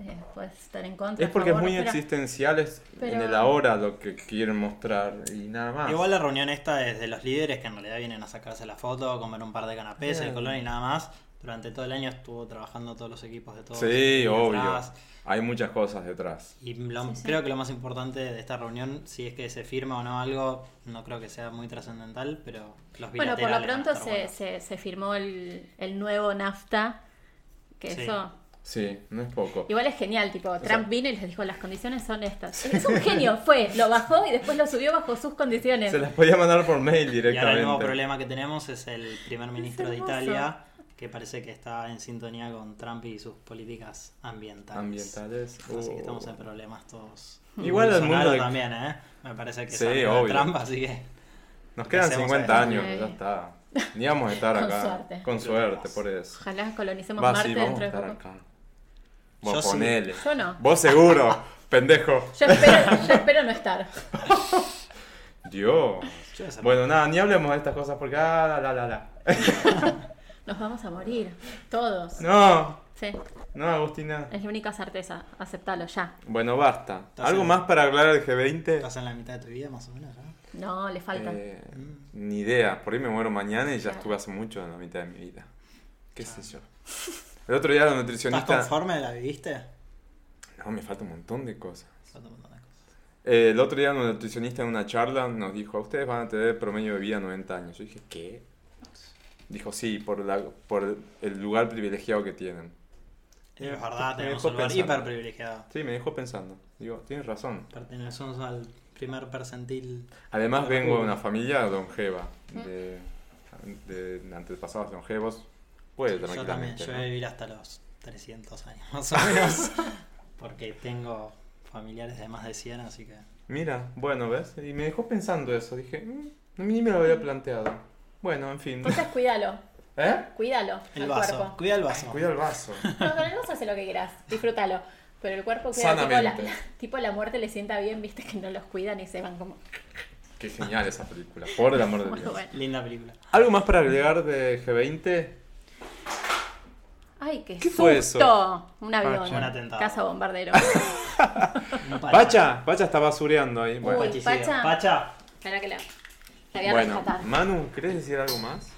Eh, puedes estar en contra. es porque a favor, es muy pero- existencial, es en pero- el ahora lo que quieren mostrar y nada más. Igual la reunión esta es de los líderes que en realidad vienen a sacarse la foto, a comer un par de canapés, el Bien. colón y nada más. Durante todo el año estuvo trabajando todos los equipos de todos. sí, los obvio. atrás. Hay muchas cosas detrás. Y lo- Sí, sí. creo que lo más importante de esta reunión, si es que se firma o no algo, no creo que sea muy trascendental, pero Bueno, por lo los bilaterales van a pronto estar se, buenos. se, se firmó el, el nuevo NAFTA, que Sí. eso Sí, no es poco. igual es genial, tipo, Trump sea- vino y les dijo las condiciones son estas. Es un genio, fue, lo bajó y después lo subió bajo sus condiciones. Se las podía mandar por mail Y ahora el nuevo directamente. problema que tenemos es el primer ministro de hermoso. Italia, que parece que está en sintonía con Trump y sus políticas ambientales. Ambientales. Así que oh. estamos en problemas todos. Igual el Bolsonaro mundo- también, ¿eh? Me parece que es Sí, amigo de obvio. Trump, así que. Nos quedan Empecemos 50 a- años, ya está. Ni vamos a [LAUGHS] estar Con acá. suerte. Con suerte, por eso. Ojalá colonicemos Va, Marte sí, vamos dentro a de estar poco. acá. Vos Yo sí. ponele. Yo no. Vos [LAUGHS] seguro, pendejo. [LAUGHS] Yo espero, yo espero no estar. Dios. Yo esa- Bueno, nada, ni hablemos de estas cosas porque. Ah, la, la, la, la. Nos vamos a morir, todos. No, Sí, no, Agustina. Eh. es la única certeza, aceptalo ya. Bueno, basta. Estás ¿Algo en- más para hablar del G20? Estás en la mitad de tu vida, más o menos, ¿no? No, le faltan. Eh, ni idea. Por ahí me muero mañana y ya Claro. estuve hace mucho en la mitad de mi vida. ¿Qué sé yo? El otro día la ¿Estás nutricionista. conforme? ¿La viviste? No, me falta un montón de cosas. Falta un montón de cosas. Eh, el otro día un nutricionista en una charla nos dijo, ustedes van a tener promedio de vida 90 años. Yo dije, ¿qué? Dijo, sí, por, la, por el lugar privilegiado que tienen. Es Eh, verdad, Me tenemos dejó un lugar pensando. hiper privilegiado. Sí, me dejó pensando. Digo, tienes razón. Pertenecemos al primer percentil. Además Pero vengo de tú- una familia longeva, de, de antepasados longevos. Puede Yo también, tranquilamente. yo voy a ¿no? vivir hasta los 300 años, [LAUGHS] más o menos. porque tengo familiares de más de 100, así que. Mira, bueno, ¿ves? Y me dejó pensando eso. Dije, "Mm, ni me lo había planteado. Bueno, en fin. Entonces cuídalo, ¿Eh? cuídalo El al vaso, cuerpo. cuida el vaso. Cuida el vaso. No, con el vaso hace lo que quieras, disfrútalo. Pero el cuerpo queda tipo la, Sanamente. la- [LAUGHS] tipo la muerte le sienta bien, viste que no los cuidan y se van como. Qué genial esa película. Por el amor de Bueno, Dios. bueno. Linda película. ¿Algo más para agregar de G20? Ay, qué, ¿Qué susto. fue Un avión. Pacha. Un Ah, atentado. [LAUGHS] Casa bombardero. Un palo. Ah, Pacha, Pacha está basureando ahí. Uy, Bueno, Pachi, sigue. Pacha. Pacha. Espera que la, la voy a Bueno, rescatar. Manu, ¿querés decir algo más?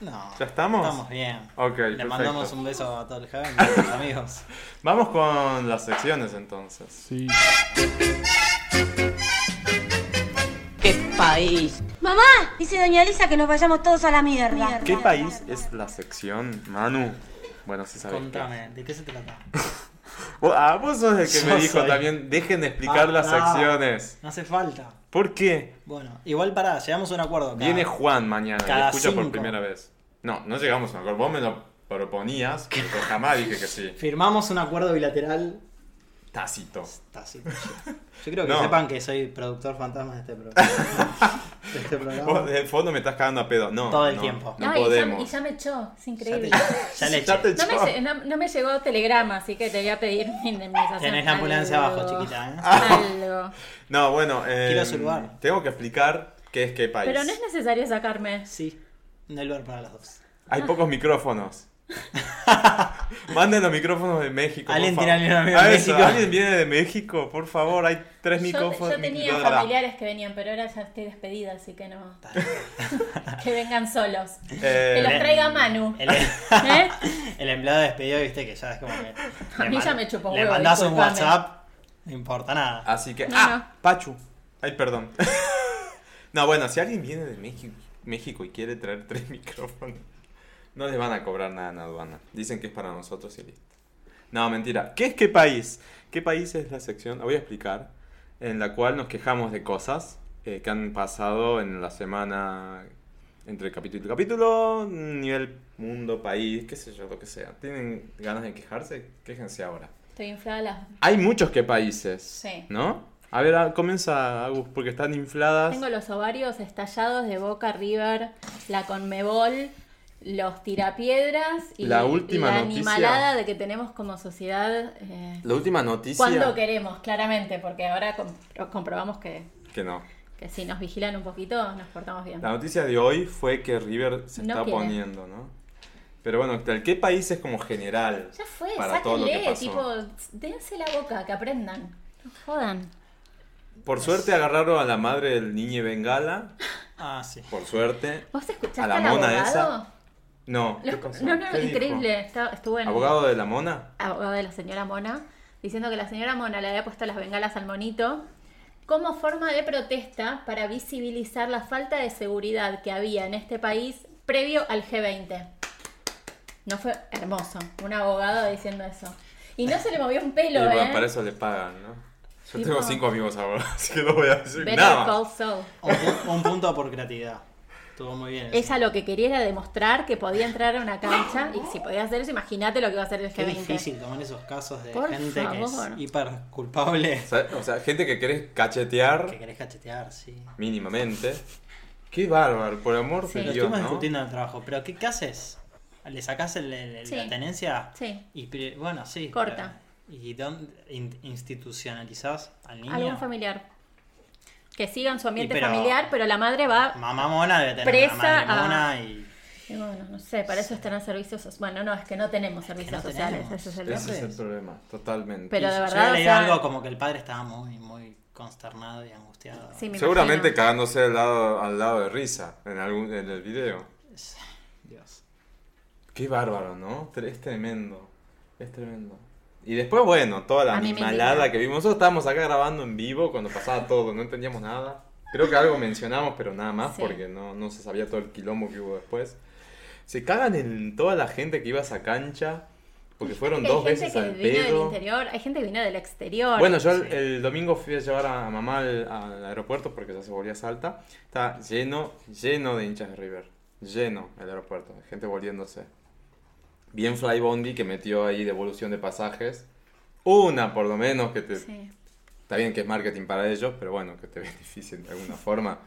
No. ¿Ya estamos? Estamos bien. Ok, Le perfecto. mandamos un beso a todo el joven y a sus amigos. Vamos con las secciones entonces. Sí. ¡Qué país! Mamá, dice doña Elisa que nos vayamos todos a la mierda. ¿Qué país es la sección, Manu? Bueno, sí [LAUGHS] sabes. Contame, ¿de qué se trata? Vos- ah, vos sos el que Yo me dijo soy. también, dejen de explicar las Ah, no. secciones. No hace falta. ¿Por qué? Bueno, igual pará, llegamos a un acuerdo. Cada- Viene Juan mañana, y cada escucha por cinco. primera vez. No, no llegamos a un acuerdo. Vos me lo proponías, pero jamás dije que sí. Firmamos un acuerdo bilateral Tácito. tácito. Yo creo que No. sepan que soy productor fantasma de [LAUGHS] este programa. de este Vos programa. de fondo me estás cagando a pedo. No. Todo el no, tiempo. No Ay, y ya- podemos. Y ya, me echó, es Ya, te- increíble. [LAUGHS] ya le Ya eché. te No me, echó. lle- no- no me llegó telegrama, así que te voy a pedir mi indemnización. Tenés la ambulancia [LAUGHS] Algo. abajo, chiquita, ¿eh? Algo. No, bueno, eh, Quiero su lugar. tengo que explicar ¿Qué es qué país? Pero no es necesario sacarme. Sí, no hay lugar para las dos. Hay pocos [LAUGHS] micrófonos. Manden los micrófonos de México. Alguien por tiene favor. alguien amigo Ah, de eso, México. Alguien viene de México, por favor. Hay tres Yo, micrófonos. yo tenía micrófonos. familiares que venían, pero ahora ya estoy despedida, así que no. [LAUGHS] que vengan solos. Eh, Que los ven. traiga Manu. El, [LAUGHS] ¿Eh? el empleado despedido, viste que ya es como que. A le mí ya man- me chupó Le huevo, mandás un disculpame. WhatsApp, no importa nada. Así que. No, ¡Ah! Pachu. Ay, perdón. [LAUGHS] no, bueno, si alguien viene de México, México y quiere traer tres [LAUGHS] micrófonos, no les van a cobrar nada en aduana. Dicen que es para nosotros y listo. No, mentira. ¿Qué es qué país? ¿Qué país es la sección? La voy a explicar. En la cual nos quejamos de cosas eh, que han pasado en la semana entre capítulo y capítulo, nivel mundo, país, qué sé yo, lo que sea. ¿Tienen ganas de quejarse? Quéjense ahora. Estoy inflada las Hay muchos que países. Sí. ¿No? A ver, a- comienza, Agus, porque están infladas. Tengo los ovarios estallados de Boca River, la Conmebol, los tirapiedras y La última la noticia. animalada de que tenemos como sociedad eh, La última noticia. cuando queremos, claramente, porque ahora compro- comprobamos que, Que no. que si nos vigilan un poquito nos portamos bien. La noticia de hoy fue que River se No está quiere. poniendo, ¿no? Pero bueno, tal, ¿qué país es como general? Ya fue, para todo lo que sáquenle, pasó? tipo, dense la boca, que aprendan. No jodan. Por suerte agarraron a la madre del niño Bengala. Ah, sí. Por suerte. ¿Vos escuchaste ¿A la al mona abogado? esa? No, Lo- ¿qué pasó? no, no, ¿Qué dijo? increíble. Estaba- estuvo en, ¿Abogado de la mona? abogado de la señora Mona, diciendo que la señora Mona le había puesto las bengalas al monito como forma de protesta para visibilizar la falta de seguridad que había en este país previo al G20. No fue hermoso, un abogado diciendo eso. Y no se le movió un Y pelo, bueno, ¿eh? para eso le pagan, ¿no? Yo Tipo- tengo cinco amigos ahora, [LAUGHS] así que no voy a decir Better nada. Call Saul. Un, pu- un punto por creatividad. Estuvo muy bien. eso. Ella lo que quería era demostrar que podía entrar a una cancha y que si podía hacer eso, imagínate lo que iba a hacer el G20. Qué difícil tomar esos casos de Por gente que favor. es hiper culpable. ¿Sabes? O sea, gente que querés cachetear. Que querés cachetear, sí. mínimamente. Qué bárbaro, por amor Sí. de Lo Dios, estuvimos ¿no? discutiendo en el trabajo, pero ¿qué, qué haces? ¿Le sacás el- el- Sí. la tenencia? Sí. Y pri- bueno, sí. Corta. pero- ¿Y dónde in- institucionalizás al niño? Algún familiar. Que siga en su ambiente pero- familiar, pero la madre va Mamá mona debe tener Presa una madre a- mona y... Y bueno, no sé, para eso están los servicios sociales. Bueno, no, es que no tenemos servicios no sociales, tenemos. ese es el Ese tema. es el problema, totalmente. Pero de Yo verdad, o leí sea, algo como que el padre estaba muy, muy consternado y angustiado. sí, me Seguramente imagino. cagándose al lado, al lado de risa en, algún, en el video. Dios. Qué bárbaro, ¿no? Tre- Es tremendo. Es tremendo. Y después, bueno, toda la A mí me animalada indigna. que vimos. Nosotros estábamos acá grabando en vivo cuando pasaba todo, no entendíamos nada. Creo que algo mencionamos, pero nada más, Sí. porque no, no se sabía todo el quilombo que hubo después. Se cagan en toda la gente que iba a esa cancha, porque fueron Hay dos gente veces que al vino pedo. del interior, hay gente que vino del exterior. Bueno, yo el, el domingo fui a llevar a, a mamá al, al aeropuerto porque ya se volvía a Salta. Está lleno, lleno de hinchas de River. Lleno el aeropuerto, de gente volviéndose. Bien Flybondi que metió ahí devolución de pasajes. Una por lo menos que te... Sí. Está bien que es marketing para ellos, pero bueno, que te [LAUGHS] beneficien de alguna forma.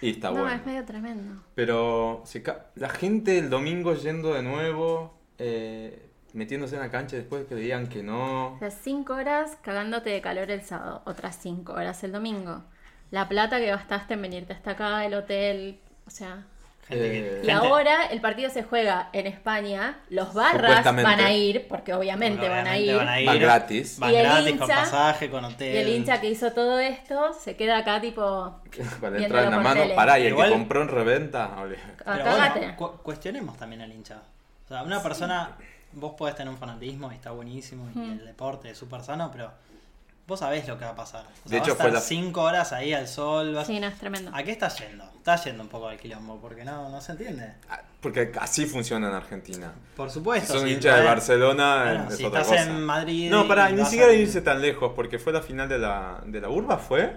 Y está no, bueno. es medio tremendo. Pero se ca- la gente el domingo yendo de nuevo, eh, metiéndose en la cancha después de que digan que no. O sea, cinco horas cagándote de calor el sábado, otras cinco horas el domingo. La plata que gastaste en venirte hasta acá, el hotel, o sea... Gente que- Eh, Y gente- ahora el partido se juega en España, los barras Supuestamente. van a ir, porque obviamente, van a obviamente ir. Van gratis. Van Y el gratis, con hincha- pasaje, con hotel. Y el hincha que hizo todo esto se queda acá tipo... [LAUGHS] Para Viéndolo entrar en la por mano, tele. pará, y el Igual- que compró en reventa, ole. "Ah, Pero Cagate. bueno, cu- cuestionemos también al hincha. O sea, una persona, vos podés tener un fanatismo y está buenísimo y el deporte es súper sano, pero vos sabés lo que va a pasar. O De sea, vas hecho, a estar fue la- cinco horas ahí al sol. vas- Sí, no, es tremendo. ¿A qué estás yendo? Estás yendo un poco al quilombo porque no, no se entiende. Ah, Porque así funciona en Argentina. Por Si supuesto. son si hinchas de podés- Barcelona, ¿eh? Bueno, es si otra estás cosa. en Madrid no, pará, y ni vas siquiera al- irse tan lejos, porque fue la final de la, de la urba, ¿fue?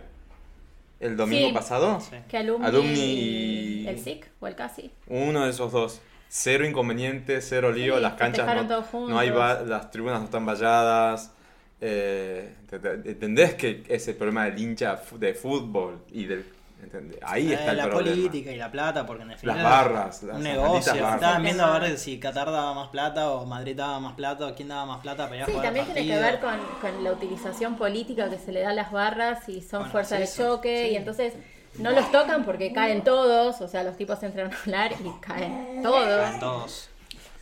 El domingo Sí. pasado. Sí. Que alumni, Alumni y- y- el SIC o el CASI. Uno de esos dos. Cero inconveniente, cero lío, Sí, las canchas festejaron no, todos juntos. no hay ba- las tribunas no están valladas. Eh, te- te- ¿Entendés que ese problema del hincha fu- de fútbol y del... ¿entendés? Ahí Eh, está el la problema. política y la plata, porque en definitiva. Las barras, las Un malditas negocio. barras. Estaban viendo a ver si Qatar daba más plata o Madrid daba más plata o quién daba más plata para ir a Sí, jugar al también tiene que partido. ver con, con la utilización política que se le da a las barras y son Bueno, fuerzas es de eso, choque sí. y entonces No los tocan porque caen todos, o sea, los tipos entran a hablar y caen Están todos. todos.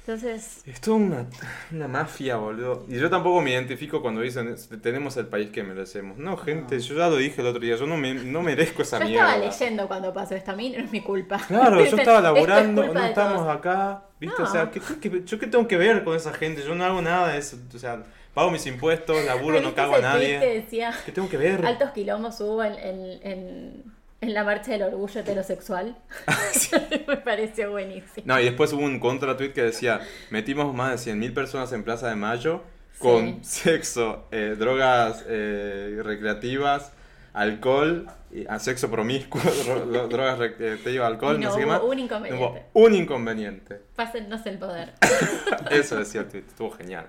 Entonces, Es toda una, una mafia, boludo. Y yo tampoco me identifico cuando dicen, "Es- tenemos el país que merecemos. No, gente, yo ya lo dije el otro día, yo no, me, no merezco esa yo mierda. estaba leyendo cuando pasó esto, a mí no es mi culpa. Claro, [LAUGHS] yo Dicen, estaba "Esto es laburando, culpa no de estamos todos". acá, ¿viste? O No. sea, ¿qué, qué- qué- yo qué tengo que ver con esa gente? Yo no hago nada de eso, o sea, pago mis impuestos, laburo, [LAUGHS] Ay, no ¿viste cago a ese tweet que nadie. decía, ¿Qué tengo que ver? altos quilombos hubo en, en- en- en la marcha del [LAUGHS] orgullo heterosexual. Me pareció buenísimo. No, y después hubo un contra-tweet que decía, metimos más de 100.000 personas en Plaza de Mayo Sí. con sexo, eh, drogas eh, recreativas, alcohol, y, a sexo promiscuo, [LAUGHS] dro- dro- drogas recreativas, alcohol, Y no, no sé qué hubo más. un No inconveniente. hubo un inconveniente. Pásennos el poder. Eso decía el tweet, estuvo genial.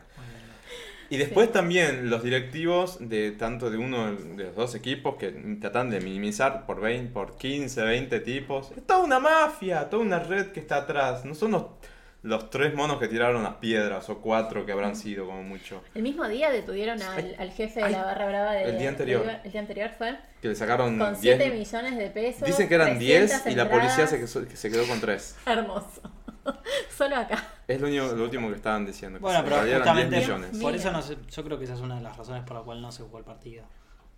Y después también los directivos de tanto de uno de los dos equipos que tratan de minimizar por 20, por 15, 20 tipos. Es toda una mafia, toda una red que está atrás. No son los, los tres monos que tiraron las piedras o cuatro que habrán sido como mucho. El mismo día detuvieron al, al jefe de la barra brava de... El día anterior. de- el día anterior fue. Que le sacaron Con 10 7 millones de pesos. Dicen que eran 10 300 y la policía se, entradas. que- que se quedó con 3. Hermoso. [LAUGHS] Solo acá. Es lo, único- lo último que estaban diciendo. que Bueno, se- en pero realidad eran 10 justamente millones. por Mira. eso no se- yo creo que esa es una de las razones por la cual no se jugó el partido.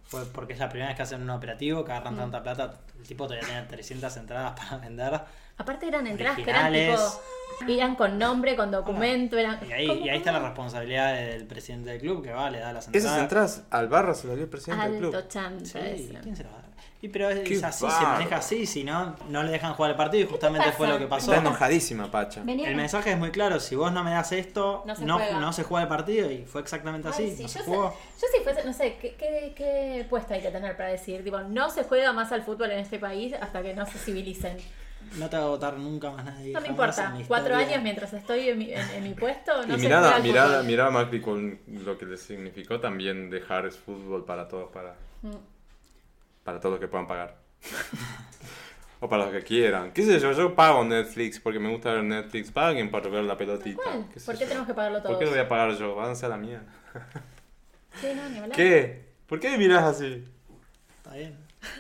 Fue porque es la primera vez que hacen un operativo, que Mm. agarran tanta plata, el tipo todavía tenía 300 entradas para vender. Aparte eran entradas que eran Originales. tipo. Eran con nombre, con documento. Eran, Y ahí, ¿Cómo, y ahí está la cómo? responsabilidad del presidente del club que va, le da las entradas. Esas entradas al barra se las dio el presidente del club. Alto chanta. Sí, ese. ¿quién se las va a dar? Y pero es, Qué es así, se bárbaro. maneja así, si no, no le dejan jugar el partido y justamente pasa? fue lo que pasó. Está enojadísima, Pacha. El mensaje es muy claro, si vos no me das esto, No se no, juega. no se juega el partido y fue exactamente Ay, así. sí, no se yo, sé- jugó. yo si fuese, no sé, ¿qué, qué, qué puesto hay que tener para decir? Tipo, no se juega más al fútbol en este país hasta que no se civilicen. No te va a votar nunca más nadie. No me jamás importa, en mi cuatro historia. años mientras estoy en mi, en- en mi puesto, no Y se mirá, juega al mirá- fútbol. mirá a Macri con lo que le significó también dejar es fútbol para todos, para, Mm. para todos los que puedan pagar. [LAUGHS] o para los que quieran. ¿Qué sé yo? Yo pago Netflix porque me gusta ver Netflix. Paguen para ver la pelotita. Tal cual. sé ¿Por qué yo? tenemos que pagarlo ¿Por qué lo todos? voy a pagar yo? Váyanse a la mía. Sí, no, ni hablar. ¿Qué? ¿Por qué mirás así? Está bien.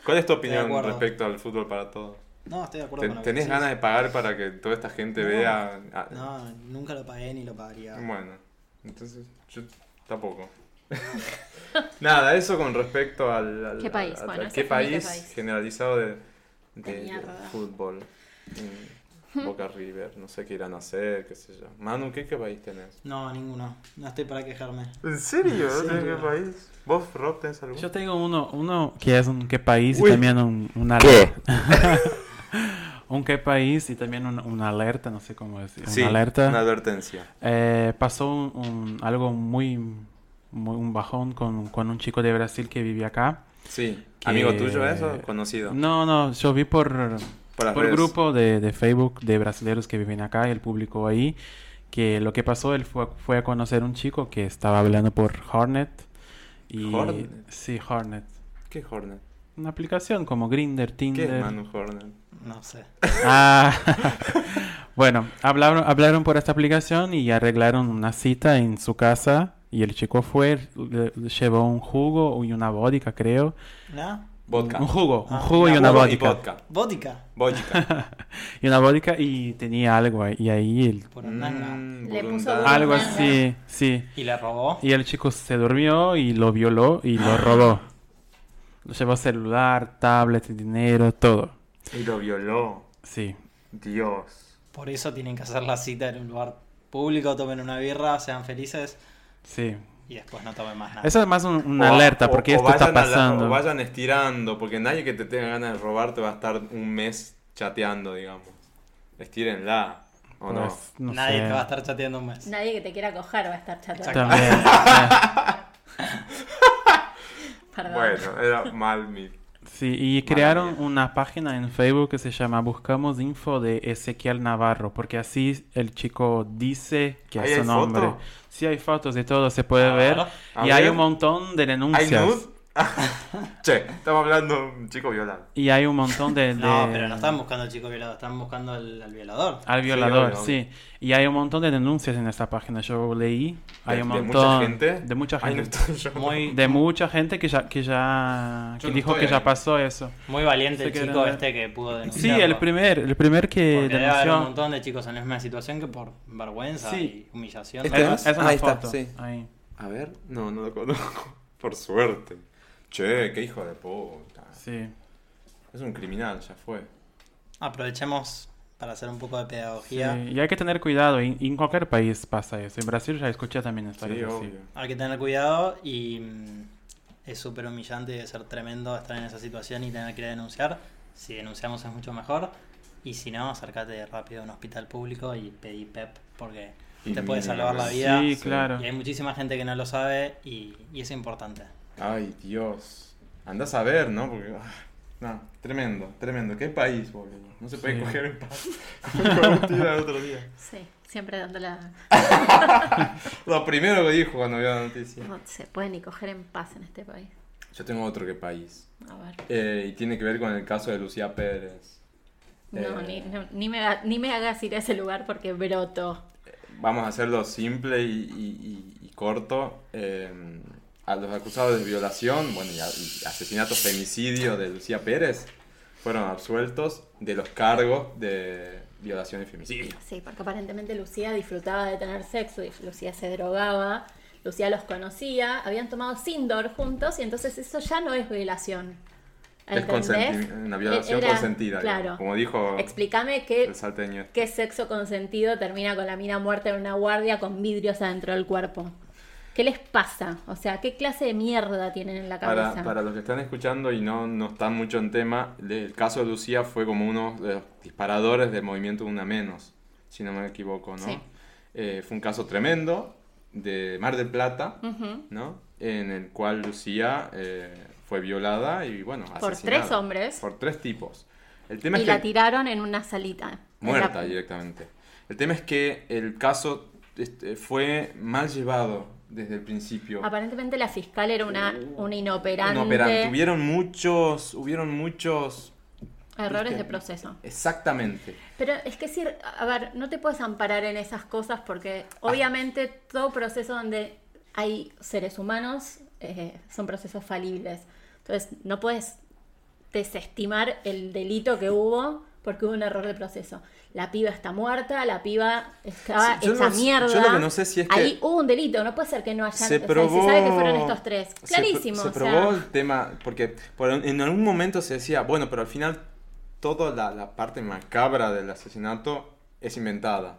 ¿Cuál es tu Estoy de opinión acuerdo. respecto al fútbol para todos? No, estoy de acuerdo ¿Te- con lo que ¿Tenés decís. ganas de pagar para que toda esta gente No. vea? ah, No, nunca lo pagué ni lo pagaría. Bueno, entonces yo tampoco. Nada, eso con respecto al, al- ¿Qué país? al- al- Bueno, al ese qué fue mi qué país país. generalizado de, de- De de mierda. fútbol. Mm, Boca River, no sé qué irán a hacer, qué sé yo. Manu, ¿qué, qué país tenés? No, ninguno. No estoy para quejarme. ¿En serio? ¿No tenés qué país? ¿Vos, Rob, tenés algún? Yo tengo uno, uno que es un qué país Uy. y también un, una ¿Qué? [LAUGHS] un qué país y también un- una alerta, no sé cómo decir. Sí, una alerta. una advertencia. Eh, pasó un, un- algo muy, muy un bajón con, con un chico de Brasil que vivía acá. Sí. Que- ¿Amigo tuyo eso? ¿Conocido? No, no, yo vi por, Por las por redes. grupo de, de Facebook de brasileños que viven acá y él publicó ahí que lo que pasó, él fue, fue a conocer un chico que estaba hablando por Hornet. Y, ¿Hornet? Sí, Hornet. ¿Qué Hornet? Una aplicación como Grinder, ¿Qué Tinder. es Manu Hornet? No sé. Ah, [LAUGHS] bueno, hablaron, hablaron por esta aplicación y arreglaron una cita en su casa. Y el chico fue, le- le llevó un jugo y una vodka, creo. ¿No? Vodka. Un jugo, un Ah, jugo y una una Jugo y vodka. vodka. Vodka. [LAUGHS] Vodka. Mm, Y una vodka y tenía algo. ahí, Y ahí el- Por andanga. Mm, Le puso burundanga. algo Burundanga. así, sí. Y le robó. Y el chico se durmió y lo violó y lo robó. Llevó celular, tablet, dinero, todo. Y lo violó. Sí. Dios. Por eso tienen que hacer la cita en un lugar público, tomen una birra, sean felices Sí. y después no tomen más nada. Eso es más un- una O- alerta o- porque o esto está vayan a la- pasando. o vayan estirando, porque nadie que te tenga ganas de robar te va a estar un mes chateando, digamos. Estírenla, ¿o no? Pues, no Nadie sé. te va a estar chateando un mes. Nadie que te quiera coger va a estar chateando. Exacto. [LAUGHS] También. Perdón. Bueno, era mal mi... Sí, y crearon una página en Facebook que se llama Buscamos Info de Ezequiel Navarro, porque así el chico dice que ¿Ahí es su hay nombre. foto? Ah, Sí, hay fotos de todo, se puede ver. Claro. A y hay ver. un montón de ¿Hay denuncias. nude? [LAUGHS] Che, estamos hablando de un chico violado. Y hay un montón [LAUGHS] de... No, de- pero no están buscando al chico violado, están buscando al, al violador. Al obvio, violador, obvio. sí. Y hay un montón de denuncias en esta página. Yo leí. Hay De- un de montón. mucha gente. De mucha Ay, no gente. estoy yo. Muy, De mucha gente que ya. Que, ya, Yo que no dijo estoy que ahí. ya pasó eso. muy valiente Se el chico quieren- este que pudo Sí, denunciar. el primer. El primer que Porque debe haber un denunció. montón de chicos en la misma situación que por vergüenza Sí. y humillación. Este Esa- más? esa es la Ahí está, foto. sí. Ahí. A ver, no, no lo conozco. [LAUGHS] Por suerte. Che, qué hijo de puta. Sí. Es un criminal, ya fue. Aprovechemos para hacer un poco de Sí, pedagogía. Y hay que tener cuidado. Y, y en cualquier país pasa eso. En Brasil ya escuché también Sí, historias así. obvio. Hay que tener cuidado y mm, es súper humillante y debe ser tremendo estar en esa situación y tener que ir a denunciar. Si denunciamos es mucho mejor. Y si no, acércate rápido a un hospital público y pedí PEP porque Y te puede mira, salvar la sí, vida. Sí, claro. Y hay muchísima gente que no lo sabe y, y es importante. Ay, Dios. Andás a ver, ¿no? Porque. ah, No, tremendo, tremendo. ¿Qué país, boludo? No se puede Sí. coger en [LAUGHS] paz. Como tira el otro día. Sí, siempre dando la... Lo primero que dijo cuando vio la noticia. No se puede ni coger en paz en este país. Yo tengo otro que país. A ver. Eh, y tiene que ver con el caso de Lucía Pérez. No, Eh. ni, no, ni me, ha- ni me hagas ir a ese lugar porque broto. Vamos a hacerlo simple y, y- y- y corto. Eh, a los acusados de violación, bueno, y, a- y asesinato, femicidio de Lucía Pérez, fueron absueltos de los cargos de violación y femicidio. Sí, porque aparentemente Lucía disfrutaba de tener sexo y Lucía se drogaba. Lucía los conocía, habían tomado Sindor juntos y entonces eso ya no es violación. Es ¿Entendés? Eh, consenti- una violación Era- consentida. digamos. Claro. Como dijo Explícame qué, el salteño. qué sexo consentido termina con la mina muerta en una guardia con vidrios adentro del cuerpo. ¿Qué les pasa? O sea, ¿qué clase de mierda tienen en la cabeza? Para, para los que están escuchando y no, no están mucho en tema, el caso de Lucía fue como uno de los disparadores del movimiento Una Menos, si no me equivoco, ¿no? Sí. Eh, fue un caso tremendo de Mar del Plata, Ujú. ¿no? En el cual Lucía eh, fue violada y, bueno, Por asesinada. tres hombres. Por tres tipos. El tema y es la que... tiraron en una salita. Muerta Era- directamente. El tema es que el caso este, fue mal llevado desde el principio. Aparentemente la fiscal era una, una inoperante. No, pero hubieron muchos, hubieron muchos, Errores Viste. de proceso. exactamente. Pero es que sí, a ver, no te puedes amparar en esas cosas porque Ah. obviamente todo proceso donde hay seres humanos eh, son procesos falibles. Entonces no puedes desestimar el delito que hubo porque hubo un error de proceso. La piba está muerta, la piba estaba Sí, yo hecha no- mierda. yo lo que no sé si es que- Ahí hubo un delito, no puede ser que no hayan... Se o sea, probó. se sabe que fueron estos tres. se pr- Clarísimo. Se, o sea, probó el tema, porque por- en algún momento se decía, bueno, pero al final toda la, la parte macabra del asesinato es inventada.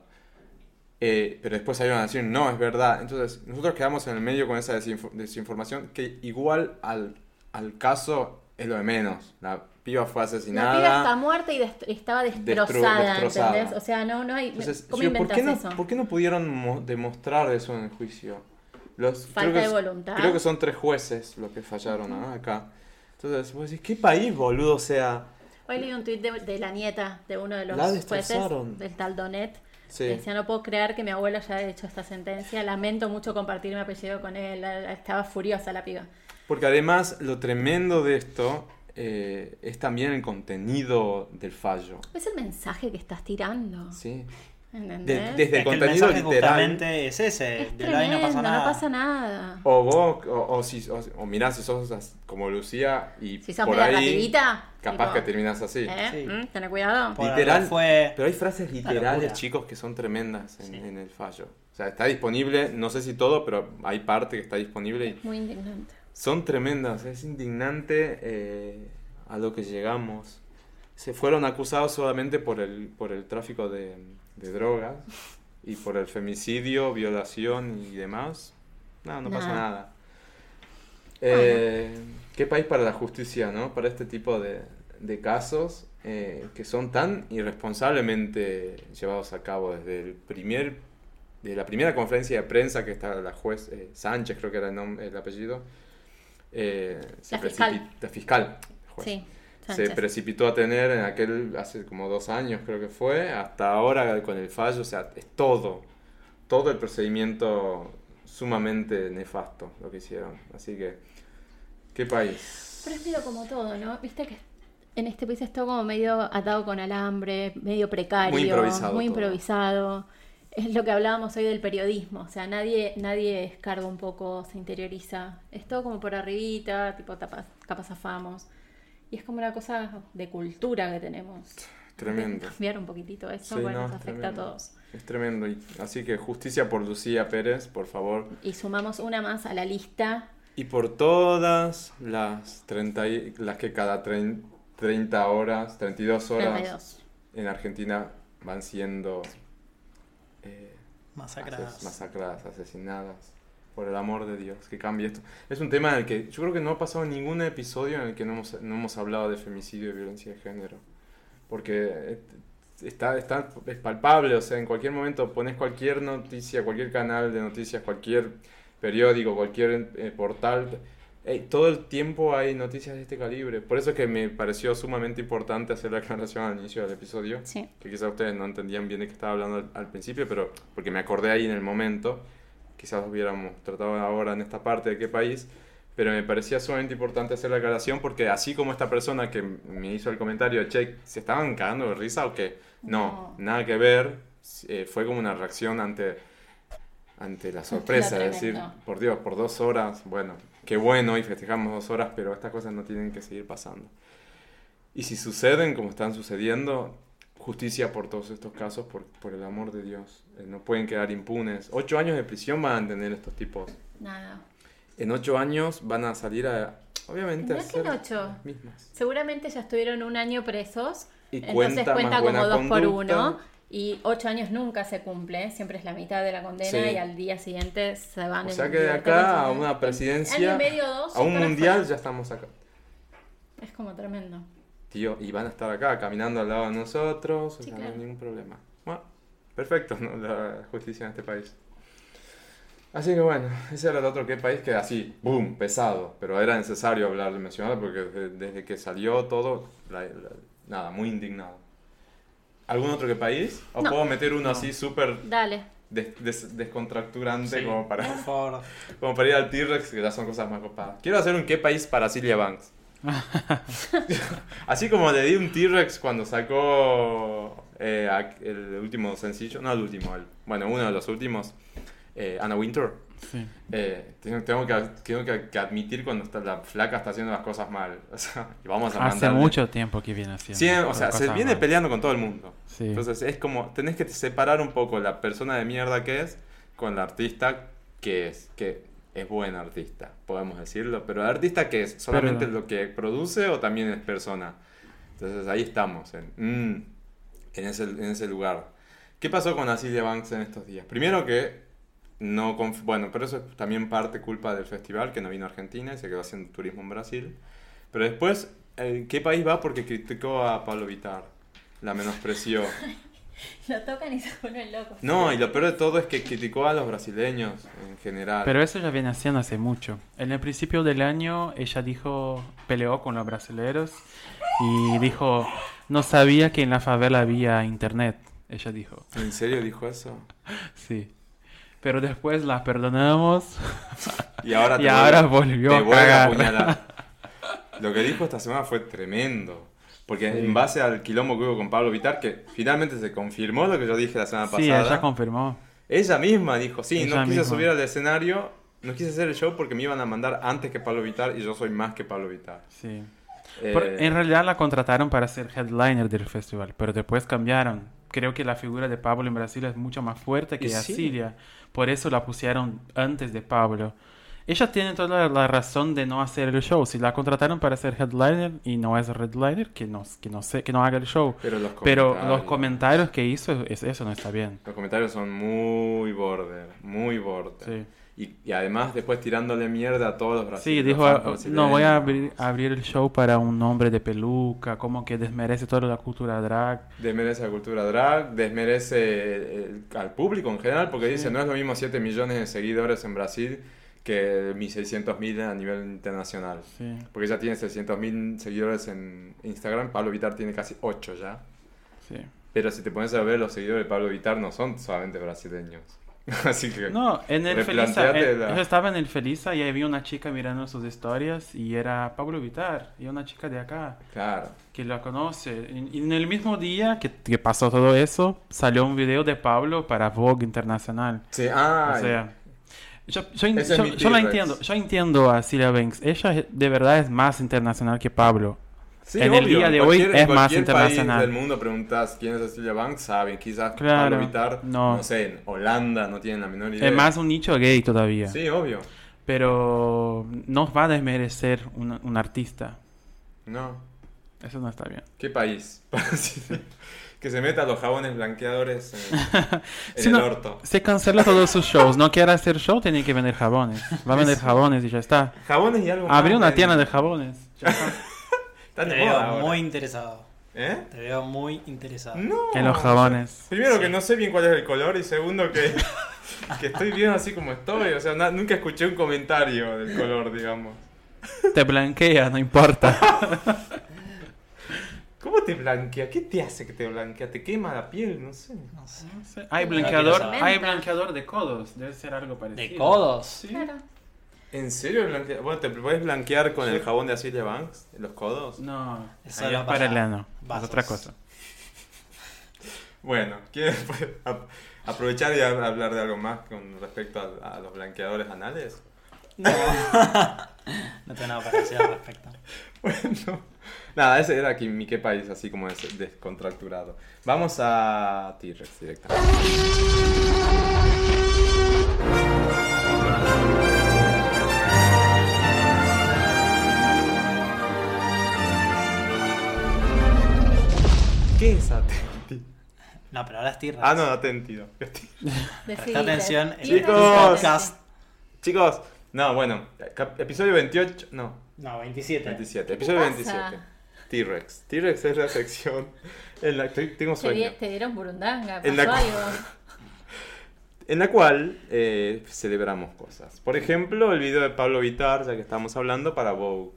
Eh, pero después salieron a decir, no, es verdad. Entonces, nosotros quedamos en el medio con esa desinfo- desinformación que igual al, al caso es lo de menos. La piba fue La asesinada. piba está muerta y dest- estaba destrozada, destrozada. ¿entendés? O sea, no, no hay. Entonces, ¿Cómo yo digo, ¿por, inventas qué no, eso? por qué no pudieron mo- demostrar eso en el juicio? Los, Falta creo que de es- voluntad. Creo que son tres jueces los que fallaron ¿no? acá. Entonces, vos decís, ¿qué país, boludo? O sea, Hoy leí un tuit de, de la nieta de uno de los La jueces, destrozaron. del tal Donet. Sí. que Decía, no puedo creer que mi abuelo haya hecho esta sentencia. Lamento mucho compartir mi apellido con él. Ah, Estaba furiosa la piba. porque además lo tremendo de esto eh, es también el contenido del fallo. Es el mensaje que estás tirando. ¿sí? ¿Entendés? De- desde Es que el contenido mensaje literal. justamente es ese. es de la tremendo, no pasa nada. nada. O vos, o, o si, o, o mirá si sos as- como Lucía y Si sos por medio ahí, rapidita, capaz tipo, que terminás así. ¿Eh? Sí. Mm, Tené cuidado. Por Literal, algo fue- Pero hay frases literales, locura. chicos, que son tremendas en, Sí. en el fallo. O sea, está disponible, no sé si todo, pero hay parte que está disponible y Muy indignante. son tremendas. Es indignante eh, a lo que llegamos. Se fueron acusados solamente por el, por el tráfico de, de drogas y por el femicidio, violación y demás. No, no pasa Nada. nada. Eh, Qué país para la justicia, ¿no? Para este tipo de, de casos eh, que son tan irresponsablemente llevados a cabo desde el primer de la primera conferencia de prensa que está la juez eh, Sánchez, creo que era el, nom- el apellido. eh, se La fiscal. precipi- La fiscal. juez. Sí. Pues Se Sánchez. precipitó a tener en aquel, hace como dos años creo que fue, hasta ahora con el fallo, o sea, es todo, todo el procedimiento sumamente nefasto lo que hicieron. Así que, ¿Qué país? Pero es medio como todo, ¿no? Viste que en este país está como medio atado con alambre, medio precario, Muy improvisado muy todo. improvisado. Es lo que hablábamos hoy del periodismo, o sea, nadie, nadie escarba un poco, se interioriza. Es todo como por arribita, tipo tapas, capas afamos. Y es como una cosa de cultura que tenemos. Tremendo. Cambiar un poquitito eso, Sí, bueno, no, nos es afecta a tremendo. todos. Es tremendo. y- Así que justicia por Lucía Pérez, por favor. Y sumamos una más a la lista Y por todas las 30 y- las que cada trein- 30 horas, 32 horas 32. en Argentina van siendo eh, Masacradas. ases- masacradas, asesinadas. Por el amor de Dios, que cambie esto. Es un tema en el que yo creo que no ha pasado ningún episodio en el que no hemos, no hemos hablado de femicidio y violencia de género. Porque eh, está, está, es palpable, o sea, en cualquier momento pones cualquier noticia, cualquier canal de noticias, cualquier periódico, cualquier eh, portal. eh, todo el tiempo hay noticias de este calibre. Por eso es que me pareció sumamente importante hacer la aclaración al inicio del episodio Sí. que quizás ustedes no entendían bien de qué estaba hablando al, al principio, pero porque me acordé ahí en el momento, quizás hubiéramos tratado ahora en esta parte de qué país, pero me parecía sumamente importante hacer la aclaración porque así como esta persona que me hizo el comentario, che, ¿se estaban cagando de risa o qué? No, No. nada que ver, eh, fue como una reacción ante, ante [LAUGHS] la sorpresa, Lo es decir, tremendo. por Dios, por dos horas, bueno, qué bueno y festejamos dos horas, pero estas cosas no tienen que seguir pasando. Y si suceden como están sucediendo, justicia por todos estos casos, por, por el amor de Dios. Eh, no pueden quedar impunes. Ocho años de prisión van a tener estos tipos. Nada. En ocho años van a salir a, obviamente, a Mirá que en ser ocho. mismas. Seguramente ya estuvieron un año presos, Y entonces cuenta cuenta, más como buena dos por conducta. uno. Y ocho años nunca se cumple, siempre es la mitad de la condena Sí. y al día siguiente se van O Ah, en sea que de libertad acá a condicional. una Año presidencia, y medio, dos, a un están mundial, afuera. ya estamos acá. Es como tremendo. Tío, y van a estar acá caminando al lado de nosotros, o Sí, sea, no claro. hay ningún problema. Bueno, perfecto, ¿no? la justicia en este país. Así que bueno, ese era el otro que país que así, boom, pesado, pero era necesario hablar, mencionarlo, porque desde, desde que salió todo, la- la- nada, muy indignado. ¿Algún otro que país? ¿O No. puedo meter uno así súper Dale. [LAUGHS] des- des- descontracturante Sí, como, para, Por favor. como para ir al T-Rex, que ya son cosas más copadas? Quiero hacer un qué país para Silvia Banks. [LAUGHS] Así como le di un T-Rex cuando sacó eh, a- el último sencillo, no el último, el- bueno, uno de los últimos, eh, Anna Winter. Sí. eh, tengo, tengo que, tengo que, que admitir cuando está, la flaca está haciendo las cosas mal. [LAUGHS] O sea, y vamos a Hace mandarle- mucho tiempo que viene haciendo. Sí, o las sea, se cosas viene mal. peleando con todo el mundo. Sí. Entonces es como, tenés que separar un poco la persona de mierda que es con la artista que es, que es buena artista, podemos decirlo. Pero la artista que es solamente Pero- lo que produce o también es persona. Entonces ahí estamos, en, mm, en, ese, en ese lugar. ¿Qué pasó con Asilia Banks en estos días? Primero que no... conf- Bueno, pero eso es también parte culpa del festival, que no vino a Argentina y se quedó haciendo turismo en Brasil. Pero después, eh, ¿qué país va? Porque criticó a Pablo Vitar. La menospreció. Lo tocan y se vuelven locos. No, y lo peor de todo es que criticó a los brasileños en general. Pero eso ya viene haciendo hace mucho. En el principio del año ella dijo, peleó con los brasileros y dijo, no sabía que en la favela había internet. Ella dijo, ¿En serio dijo eso? sí. Pero después las perdonamos Y ahora, y te ahora vuelve- volvió te a vuelve a cagar. [LAUGHS] apuñalar. Lo que dijo esta semana fue tremendo. Porque en base al quilombo que hubo con Pablo Vitar, que finalmente se confirmó lo que yo dije la semana Sí, pasada. ella confirmó. Ella misma dijo, sí, no Ella quise misma. subir al escenario, no quise hacer el show porque me iban a mandar antes que Pablo Vitar y yo soy más que Pablo Vitar. Sí. Por- Eh, en realidad la contrataron para ser headliner del festival, pero después cambiaron. Creo que la figura de Pablo en Brasil es mucho más fuerte que Y sí. Asilia. Por eso la pusieron antes de Pablo. Ella tiene toda la razón de no hacer el show. Si la contrataron para ser headliner y no es headliner, que no, que no, sé, que no haga el show. pero los Pero los comentarios que hizo, es, eso no está bien. Los comentarios son muy border, muy border. Sí, Y, y además después tirándole mierda a todos los sí brasileños. dijo, a los "Ah, no brasileños". voy a abrir, abrir el show para un hombre de peluca, como que desmerece toda la cultura drag. Desmerece la cultura drag, desmerece el- el- al público en general, porque dice, no es lo mismo 7 millones de seguidores en Brasil que mis 600 mil a nivel internacional. Sí. Porque ella tiene 600 mil seguidores en Instagram, Pablo Vitar tiene casi 8 ya. Sí. Pero si te pones a ver, los seguidores de Pablo Vitar no son solamente brasileños. [LAUGHS] Así que. No, en el Feliza. Replantéate eh, la- Yo estaba en el Feliza y había una chica mirando sus historias y era Pablo Vitar y una chica de acá Claro. que la conoce. Y y en el mismo día que, que pasó todo eso, salió un video de Pablo para Vogue Internacional. Sí, ah, O sea, yo, yo- Ese es yo- mi yo la T-Rex. entiendo, yo entiendo a Celia Banks. Ella es- de verdad es más internacional que Pablo. sí, en el obvio, día de en hoy cualquier- es en más cualquier internacional. País del mundo preguntas quién es Cecilia Banks, saben, quizás Claro, Pablo Vittar, no. no. sé, en Holanda no tienen la menor idea. Es más un nicho gay todavía. Sí, obvio. Pero no va a desmerecer un, un artista. No. Eso no está bien. ¿Qué país? [LAUGHS] que se meta los jabones blanqueadores en, [LAUGHS] en Si el no- orto. Se cancela todos sus shows. No quiere hacer show, tiene que vender jabones. Va a vender jabones y ya está. Jabones y algo más. Abrió una ven. tienda de jabones. Ya está. Están Te de veo moda ahora. muy interesado. ¿Eh? Te veo muy interesado. No. En los jabones. Primero Sí. que no sé bien cuál es el color y segundo que, [LAUGHS] que estoy bien así como estoy. O sea, na- nunca escuché un comentario del color, digamos. Te blanquea, no importa. ¿Cómo te blanquea? ¿Qué te hace que te blanquea? ¿Te quema la piel? No sé. No sé. Hay Lo blanqueador, quiero saber. hay blanqueador de codos. Debe ser algo parecido. ¿De codos? Sí. Claro. ¿En serio blanquea? Bueno, ¿te puedes blanquear con el jabón de Asilia Banks? ¿En los codos? No. Eso ahí no es pasa. para el ano. Es Vasos. otra cosa. Bueno, ¿quieres [LAUGHS] pues, ap- aprovechar y hab- hablar de algo más con respecto a, a los blanqueadores anales? [LAUGHS] No. no tengo nada para decir al respecto. [LAUGHS] Bueno, nada, ese era aquí mi qué país, así como es descontracturado. Vamos a T-Rex directamente. ¿Qué es Atenti? No, pero ahora es T-Rex. Ah, no, Atentido. Decidite. Presta atención. Tira es Chicos. un atención. podcast. [LAUGHS] Chicos, no, bueno, cap- episodio 28, no, No, 27. 27, ¿Qué episodio pasa? 27. T-Rex. T-Rex es la sección en la que tengo Te, sueño. di- te dieron burundanga, pasó En la cu- algo. en la cual eh, celebramos cosas. Por ejemplo, el video de Pablo Vitar, ya que estábamos hablando, para Vogue,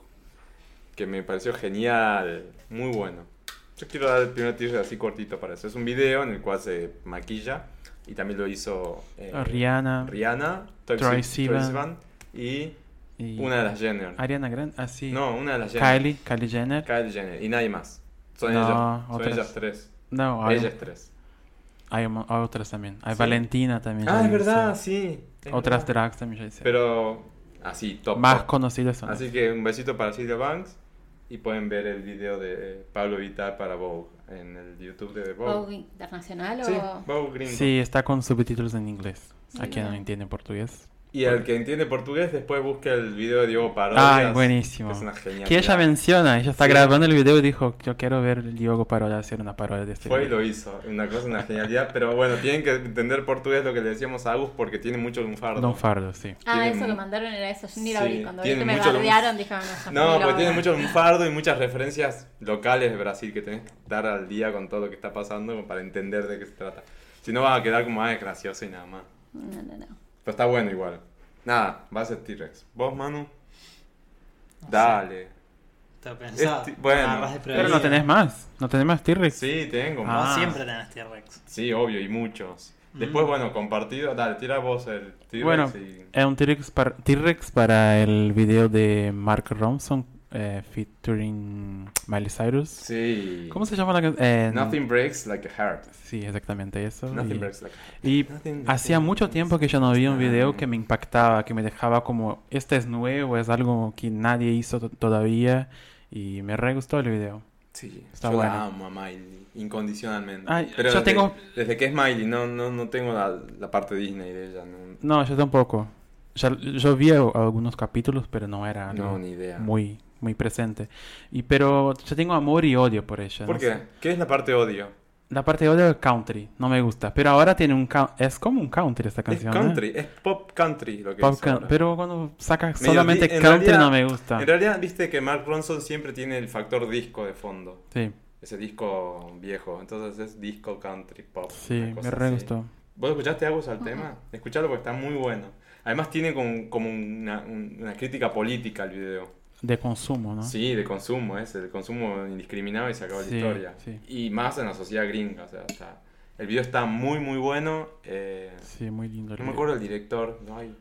que me pareció genial, muy bueno. Yo quiero dar el primer teaser así cortito para eso. Es un video en el cual se maquilla y también lo hizo eh, Rihanna. Rihanna, Troye Troye Sivan, Sivan. Sivan y y una de las Jenner. Ariana Grande. Así. No, una de las Jenner. Kylie. Kylie Jenner. Kylie Jenner y nadie más. Son, No, ellas, son otras. ellas tres. No, hay, Ellas tres. hay mo- otras también. Hay Sí. Valentina también. Ah, ya es verdad, hizo. sí. es Otras verdad. drags también ya hicieron. Pero así, top. Más top. conocidas son. Así esas. que un besito para Silvia Banks y pueden ver el video de eh, Pablo Vitar para Vogue en el YouTube de ¿Vogue Vogue. internacional o...? Oh. Sí, Vogue Gringo. Sí, está con subtítulos en inglés. Sí. A quien no entiende portugués. Y el que entiende portugués después busca el video de Diego Parodias. Ay, buenísimo. que es una genialidad. Que ella menciona, ella está Sí. grabando el video y dijo, yo quiero ver el Diogo parodia hacer una parodia de este Fue y video". lo hizo. Una cosa, una genialidad. Pero bueno, tienen que entender portugués lo que le decíamos a Agus porque tiene mucho lunfardo. Don Fardo, sí. Ah, Tienen- eso que mandaron era eso. Yo ni lo Sí, abrí. Cuando vi que tienen me mucho- bardearon, dije, no, No, ya ni lo porque tiene abro. mucho lunfardo y muchas referencias locales de Brasil que tenés que estar al día con todo lo que está pasando como para entender de qué se trata. Si no, va a quedar como, ah, es gracioso y nada más. No, no, no. Pero está bueno igual. Nada, va a ser T-Rex. ¿Vos, Manu? Dale. Te pensaba. Este- bueno. agarras de Pero no prevenida. tenés más, no tenés más T-Rex. Sí, tengo No, más. Ah. siempre tenés T-Rex. Sí, obvio, y muchos. Después, bueno, compartido. Dale, tira vos el T-Rex Mm. Bueno, eh, y... es un T-Rex par- T-Rex para el video de Mark Ronson eh, featuring Miley Cyrus. Sí. ¿Cómo se llama la canción? Eh, Nothing breaks like a heart. Sí, exactamente eso. Nothing y- breaks like a heart. Y Nothing- hacía mucho tiempo que yo no vi un video que me impactaba, que me dejaba como, este es nuevo, es algo que nadie hizo to- todavía. Y me re gustó el video. Sí, Está yo bueno. la amo a Miley, incondicionalmente. Ay, Pero yo desde, tengo- desde que es Miley, no, no, no tengo la, la parte Disney de ella. No, No, yo tampoco. Ya- yo vi a- algunos capítulos, pero no era no, algo ni idea. muy, muy presente. Y pero yo tengo amor y odio por ella. ¿Por no qué? sé. ¿Qué es la parte odio? La parte de odio es country, no me gusta. Pero ahora tiene un coun- es como un country esta Es canción. ¿eh? country, es pop country lo que Pop es coun- ahora. pero cuando saca Medio solamente di- en country realidad- no me gusta. En realidad, viste que Mark Ronson siempre tiene el factor disco de fondo. Sí, Ese disco viejo. Entonces es disco country pop. sí, una me cosa re así. gustó. ¿Vos escuchaste algo al tema? Escuchalo porque está muy bueno. Además tiene como, como una, un- una crítica política al video. De consumo, ¿no? Sí, de consumo, es el consumo indiscriminado y se acabó Ah. Sí, la historia. sí. Y más en la sociedad gringa, o sea, está- El video está muy, muy bueno. eh, Sí, muy lindo. el no me video. acuerdo el director. no hay-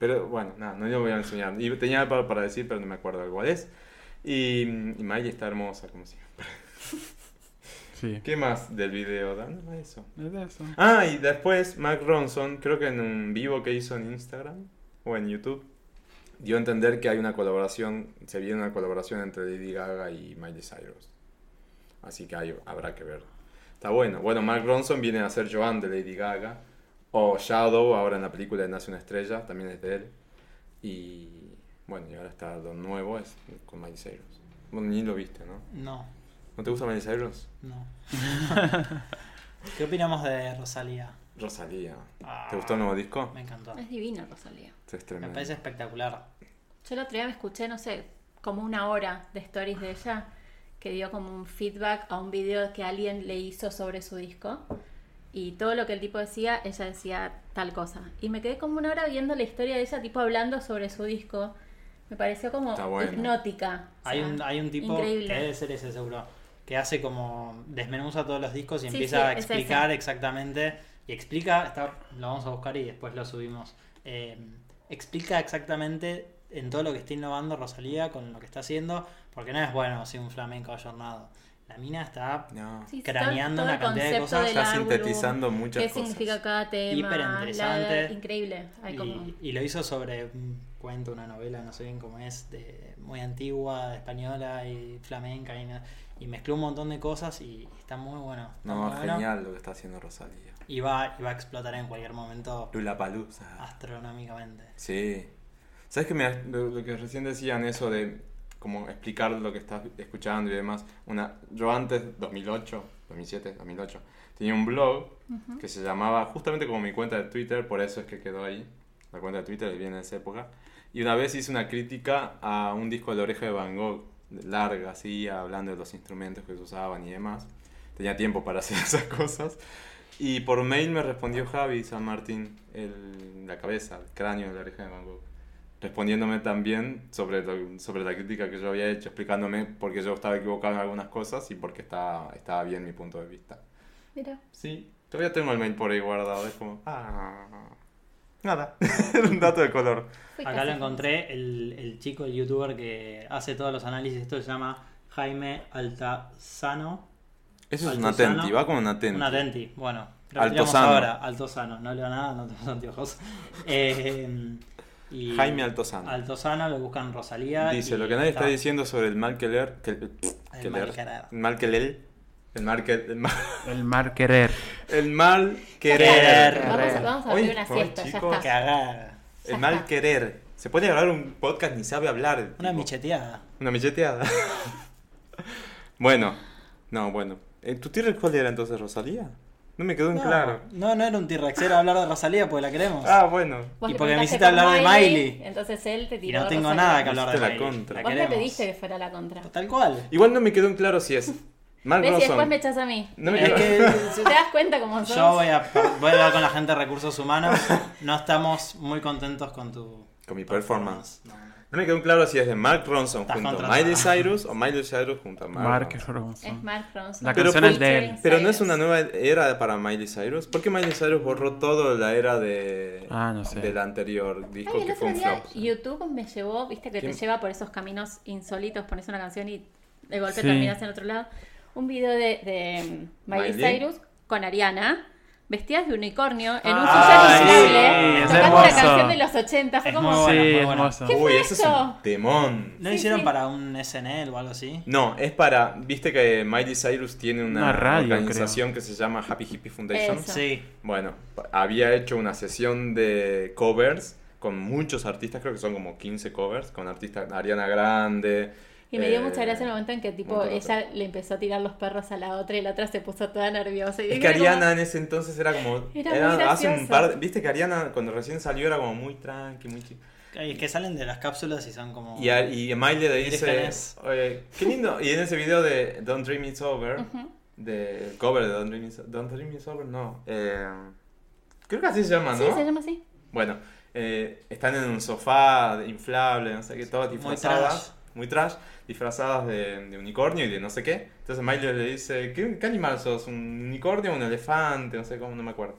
Pero bueno, nada, no lo voy a enseñar. Y tenía algo para, para decir, pero no me acuerdo cuál es. Y, y Maggie está hermosa, como siempre. Sí. ¿Qué más del video, Dan? Nada más Eso. Es de eso. Ah, y después Mac Ronson, creo que en un vivo que hizo en Instagram o en YouTube, dio a entender que hay una colaboración, se viene una colaboración entre Lady Gaga y Miley Cyrus. Así que ahí habrá que ver. Está bueno. Bueno, Mark Ronson viene a ser Joan de Lady Gaga. O Shadow, ahora en la película de Nace una estrella, también es de él. Y bueno, y ahora está lo nuevo, es con Miley Cyrus. Bueno, ni lo viste, ¿no? No, ¿No te gusta Miley Cyrus? [LAUGHS] no. ¿Qué opinamos de Rosalía? Rosalía. Ah. ¿Te gustó el nuevo disco? Me encantó. Es divina Rosalía. Este es Me tremendo. parece espectacular. Yo el otro día me escuché, no sé, como una hora de stories de ella que dio como un feedback a un video que alguien le hizo sobre su disco. Y todo lo que el tipo decía, ella decía tal cosa. Y me quedé como una hora viendo la historia de ella, tipo hablando sobre su disco. Me pareció como Está bueno. hipnótica. O hay, sea, un, hay un tipo increíble. que debe ser ese seguro, que hace como desmenuza todos los discos y Sí, empieza sí, a es explicar ese. exactamente. Y explica, está, lo vamos a buscar y después lo subimos. Eh, explica exactamente en todo lo que está innovando Rosalía con lo que está haciendo, porque no es bueno así un flamenco ayornado. La mina está No. Sí, sí, craneando todo- todo una el cantidad de concepto cosas, del está álbum, sintetizando muchas qué cosas. significa cada tema. Hiperinteresante. la- Increíble. Hay y, como... y lo hizo sobre un cuento, una novela, no sé bien cómo es, de, muy antigua, española y flamenca. Y, no- y mezcló un montón de cosas y está muy bueno. está No, muy bueno. genial lo que está haciendo Rosalía. Y va, y va a explotar en cualquier momento Lula Palusa. astronómicamente. Sí. ¿Sabes que me, lo, lo que recién decían eso de como explicar lo que estás escuchando y demás? Una, yo antes, 2008, 2007, 2008, tenía un blog que se llamaba justamente como mi cuenta de Twitter, por eso es que quedó ahí. La cuenta de Twitter viene de esa época. Y una vez hice una crítica a un disco de la oreja de Van Gogh, larga, así, hablando de los instrumentos que se usaban y demás. Tenía tiempo para [LAUGHS] hacer esas cosas. Y por mail me respondió Javi San Martín, el- la cabeza, el cráneo de la oreja de Van Gogh, respondiéndome también sobre, lo- sobre la crítica que yo había hecho, explicándome por qué yo estaba equivocado en algunas cosas y por qué estaba, estaba bien mi punto de vista. Mira. Sí, todavía tengo el mail por ahí guardado, es como... Ah, nada, [LAUGHS] era un dato de color. fui Acá casi lo famosa. encontré, el, el chico, el youtuber que hace todos los análisis, esto se llama Jaime Altazano. Eso es un Altozano. atenti, va como un atenti. Un atenti, bueno. lo Altozano. tiramos ahora, Altozano, no leo nada, no [LAUGHS] tengo anteojos. Eh, y Jaime Altozano. Altozano, lo buscan Rosalía. Dice, y lo que nadie está diciendo sobre el mal que leer... Que, que mal leer- querer. El mal que leer... El mal que... El mal, El mar querer. el mal querer. Querer. Vamos a, vamos a abrir Hoy una por hoy, siesta, ya chicos, está. Cagar. El mal querer. Se puede grabar un podcast ni sabe hablar. el Una tipo. micheteada. Una micheteada. [LAUGHS] bueno, no, bueno. Eh, ¿Tu tierra cuál era entonces, Rosalía? No me quedó en No, Mm, claro. No, no era un T-Rexero hablar de Rosalía porque la queremos. Ah, bueno. Vos Y le porque me preguntaste hiciste por hablar de Miley. Entonces él te y tiró no tengo Rosalía. nada que hablar de Hiciste la Miley. contra. Vos me queremos. pediste que fuera la contra. Tal cual. Igual no me quedó en claro si es Mark ¿Ves? Y después Ronson. me echas a mí. No me Es quedó- [LAUGHS] ¿Te que das cuenta cómo sos? yo voy a, voy a hablar con la gente de recursos [LAUGHS] humanos. No estamos muy contentos con tu. Con mi performance. performance. No. No me quedó en claro si es de Mark Ronson Estás junto a contratada. Miley Cyrus o Miley Cyrus junto a Mark. Mark Ronson. Ronson. Es Mm. Mark Ronson. La Pero canción por- es de él. Featuring Pero no es Cyrus. una nueva era para Miley Cyrus. ¿Por qué Miley Cyrus borró toda la era de Ah, no sé. del anterior disco Ay, el que fue otro un día flop? YouTube me llevó, viste que ¿Quién? te lleva por esos caminos insólitos, pones una canción y de golpe Sí. terminas en otro lado. Un video de, de mm, Miley Miley. Cyrus con Ariana, vestidas de unicornio, en un Ah, sillón sí, inflable, es tocando una hermoso. canción de los 80. Fue Es como, muy Sí, buena, muy buena. hermoso. ¿Qué Uy, fue ese es eso? un temón. ¿No Sí, hicieron sí. para un SNL o algo así? No, es para. Viste que Miley Cyrus tiene una, Una radio, organización que se llama Happy Hippie Foundation. Eso. Sí. Bueno, pa- había hecho una sesión de covers con muchos artistas, creo que son como 15 covers, con artistas Ariana Grande. Y me dio eh, mucha gracia el momento en que tipo montón de ella le empezó a tirar los perros a la otra y la otra se puso toda nerviosa. Y Es dije, que como, Ariana en ese entonces era como. Era muy hace un gracioso. par. Viste que Ariana cuando recién salió era como muy tranqui, muy chica. Ay, Es que salen de las cápsulas y son como. Y, a- y Miley le dice, Vírgenes. "Oye, qué lindo. Y en ese video de Don't Dream It's Over, de el cover de Don't Dream It's, Don't Dream It's Over, no. eh, creo que así se llama, ¿no? Sí, se llama así. Bueno, eh, están en un sofá inflable, no sé qué, todas Muy disfrazadas. trash. muy trash, disfrazadas de, de unicornio y de no sé qué. Entonces Miles le dice, ¿qué, qué animal sos? ¿Un unicornio o un elefante? No sé cómo, no me acuerdo.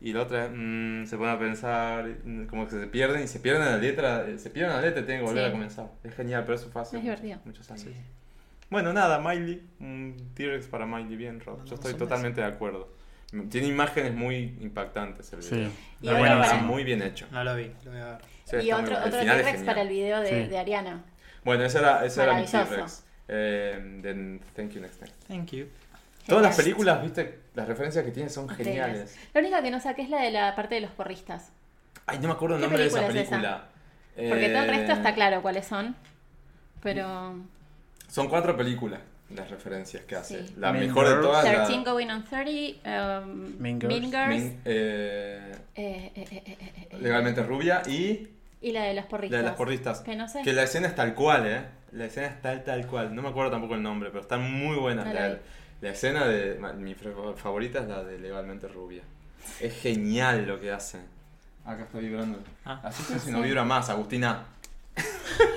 Y la otra mm, se pone a pensar, mm, como que se pierden y se pierden la letra, eh, se pierden la letra y tienen que volver Sí. a comenzar. Es genial, pero eso fue hace Es divertido. muchos años. Bueno, nada, Miley, un T-Rex para Miley, bien, Rob. Mandamos Yo estoy un totalmente de acuerdo. Tiene imágenes muy impactantes el Sí. video. Y Está ahora Bueno, buenísimo. para- muy bien hecho. No lo vi, lo voy a ver. Sí, y está muy otro, bueno. El otro final es T-Rex para el genial. video de, Sí. de Ariana. Bueno, ese era, ese era mi Maravilloso. T-Rex. Eh, de Thank You Next Time. Thank you. Todas las películas, viste, las referencias que tiene son geniales. La única que no saqué es la de la parte de los porristas. Ay, no me acuerdo el ¿Qué nombre de esa película es esa? película. Porque todo el resto Eh, está claro cuáles son. Pero. Son cuatro películas las referencias que hace. Sí. La Mean mejor de Girls. todas. la- 13 Going on 30, um, Mean Mean Girls. Girls. Mean- eh, eh, eh, eh, eh, eh, eh, legalmente rubia y Y la de los porristas. la de las porristas. Que no sé. Que la escena es tal cual, ¿eh? La escena es tal, tal cual. No me acuerdo tampoco el nombre, pero están muy buenas. No la La, vi. la escena de. ma- Mi fa- favorita es la de Legalmente Rubia. Es genial lo que hace. Acá está vibrando. Ah. Así que si no vibra más, Agustina.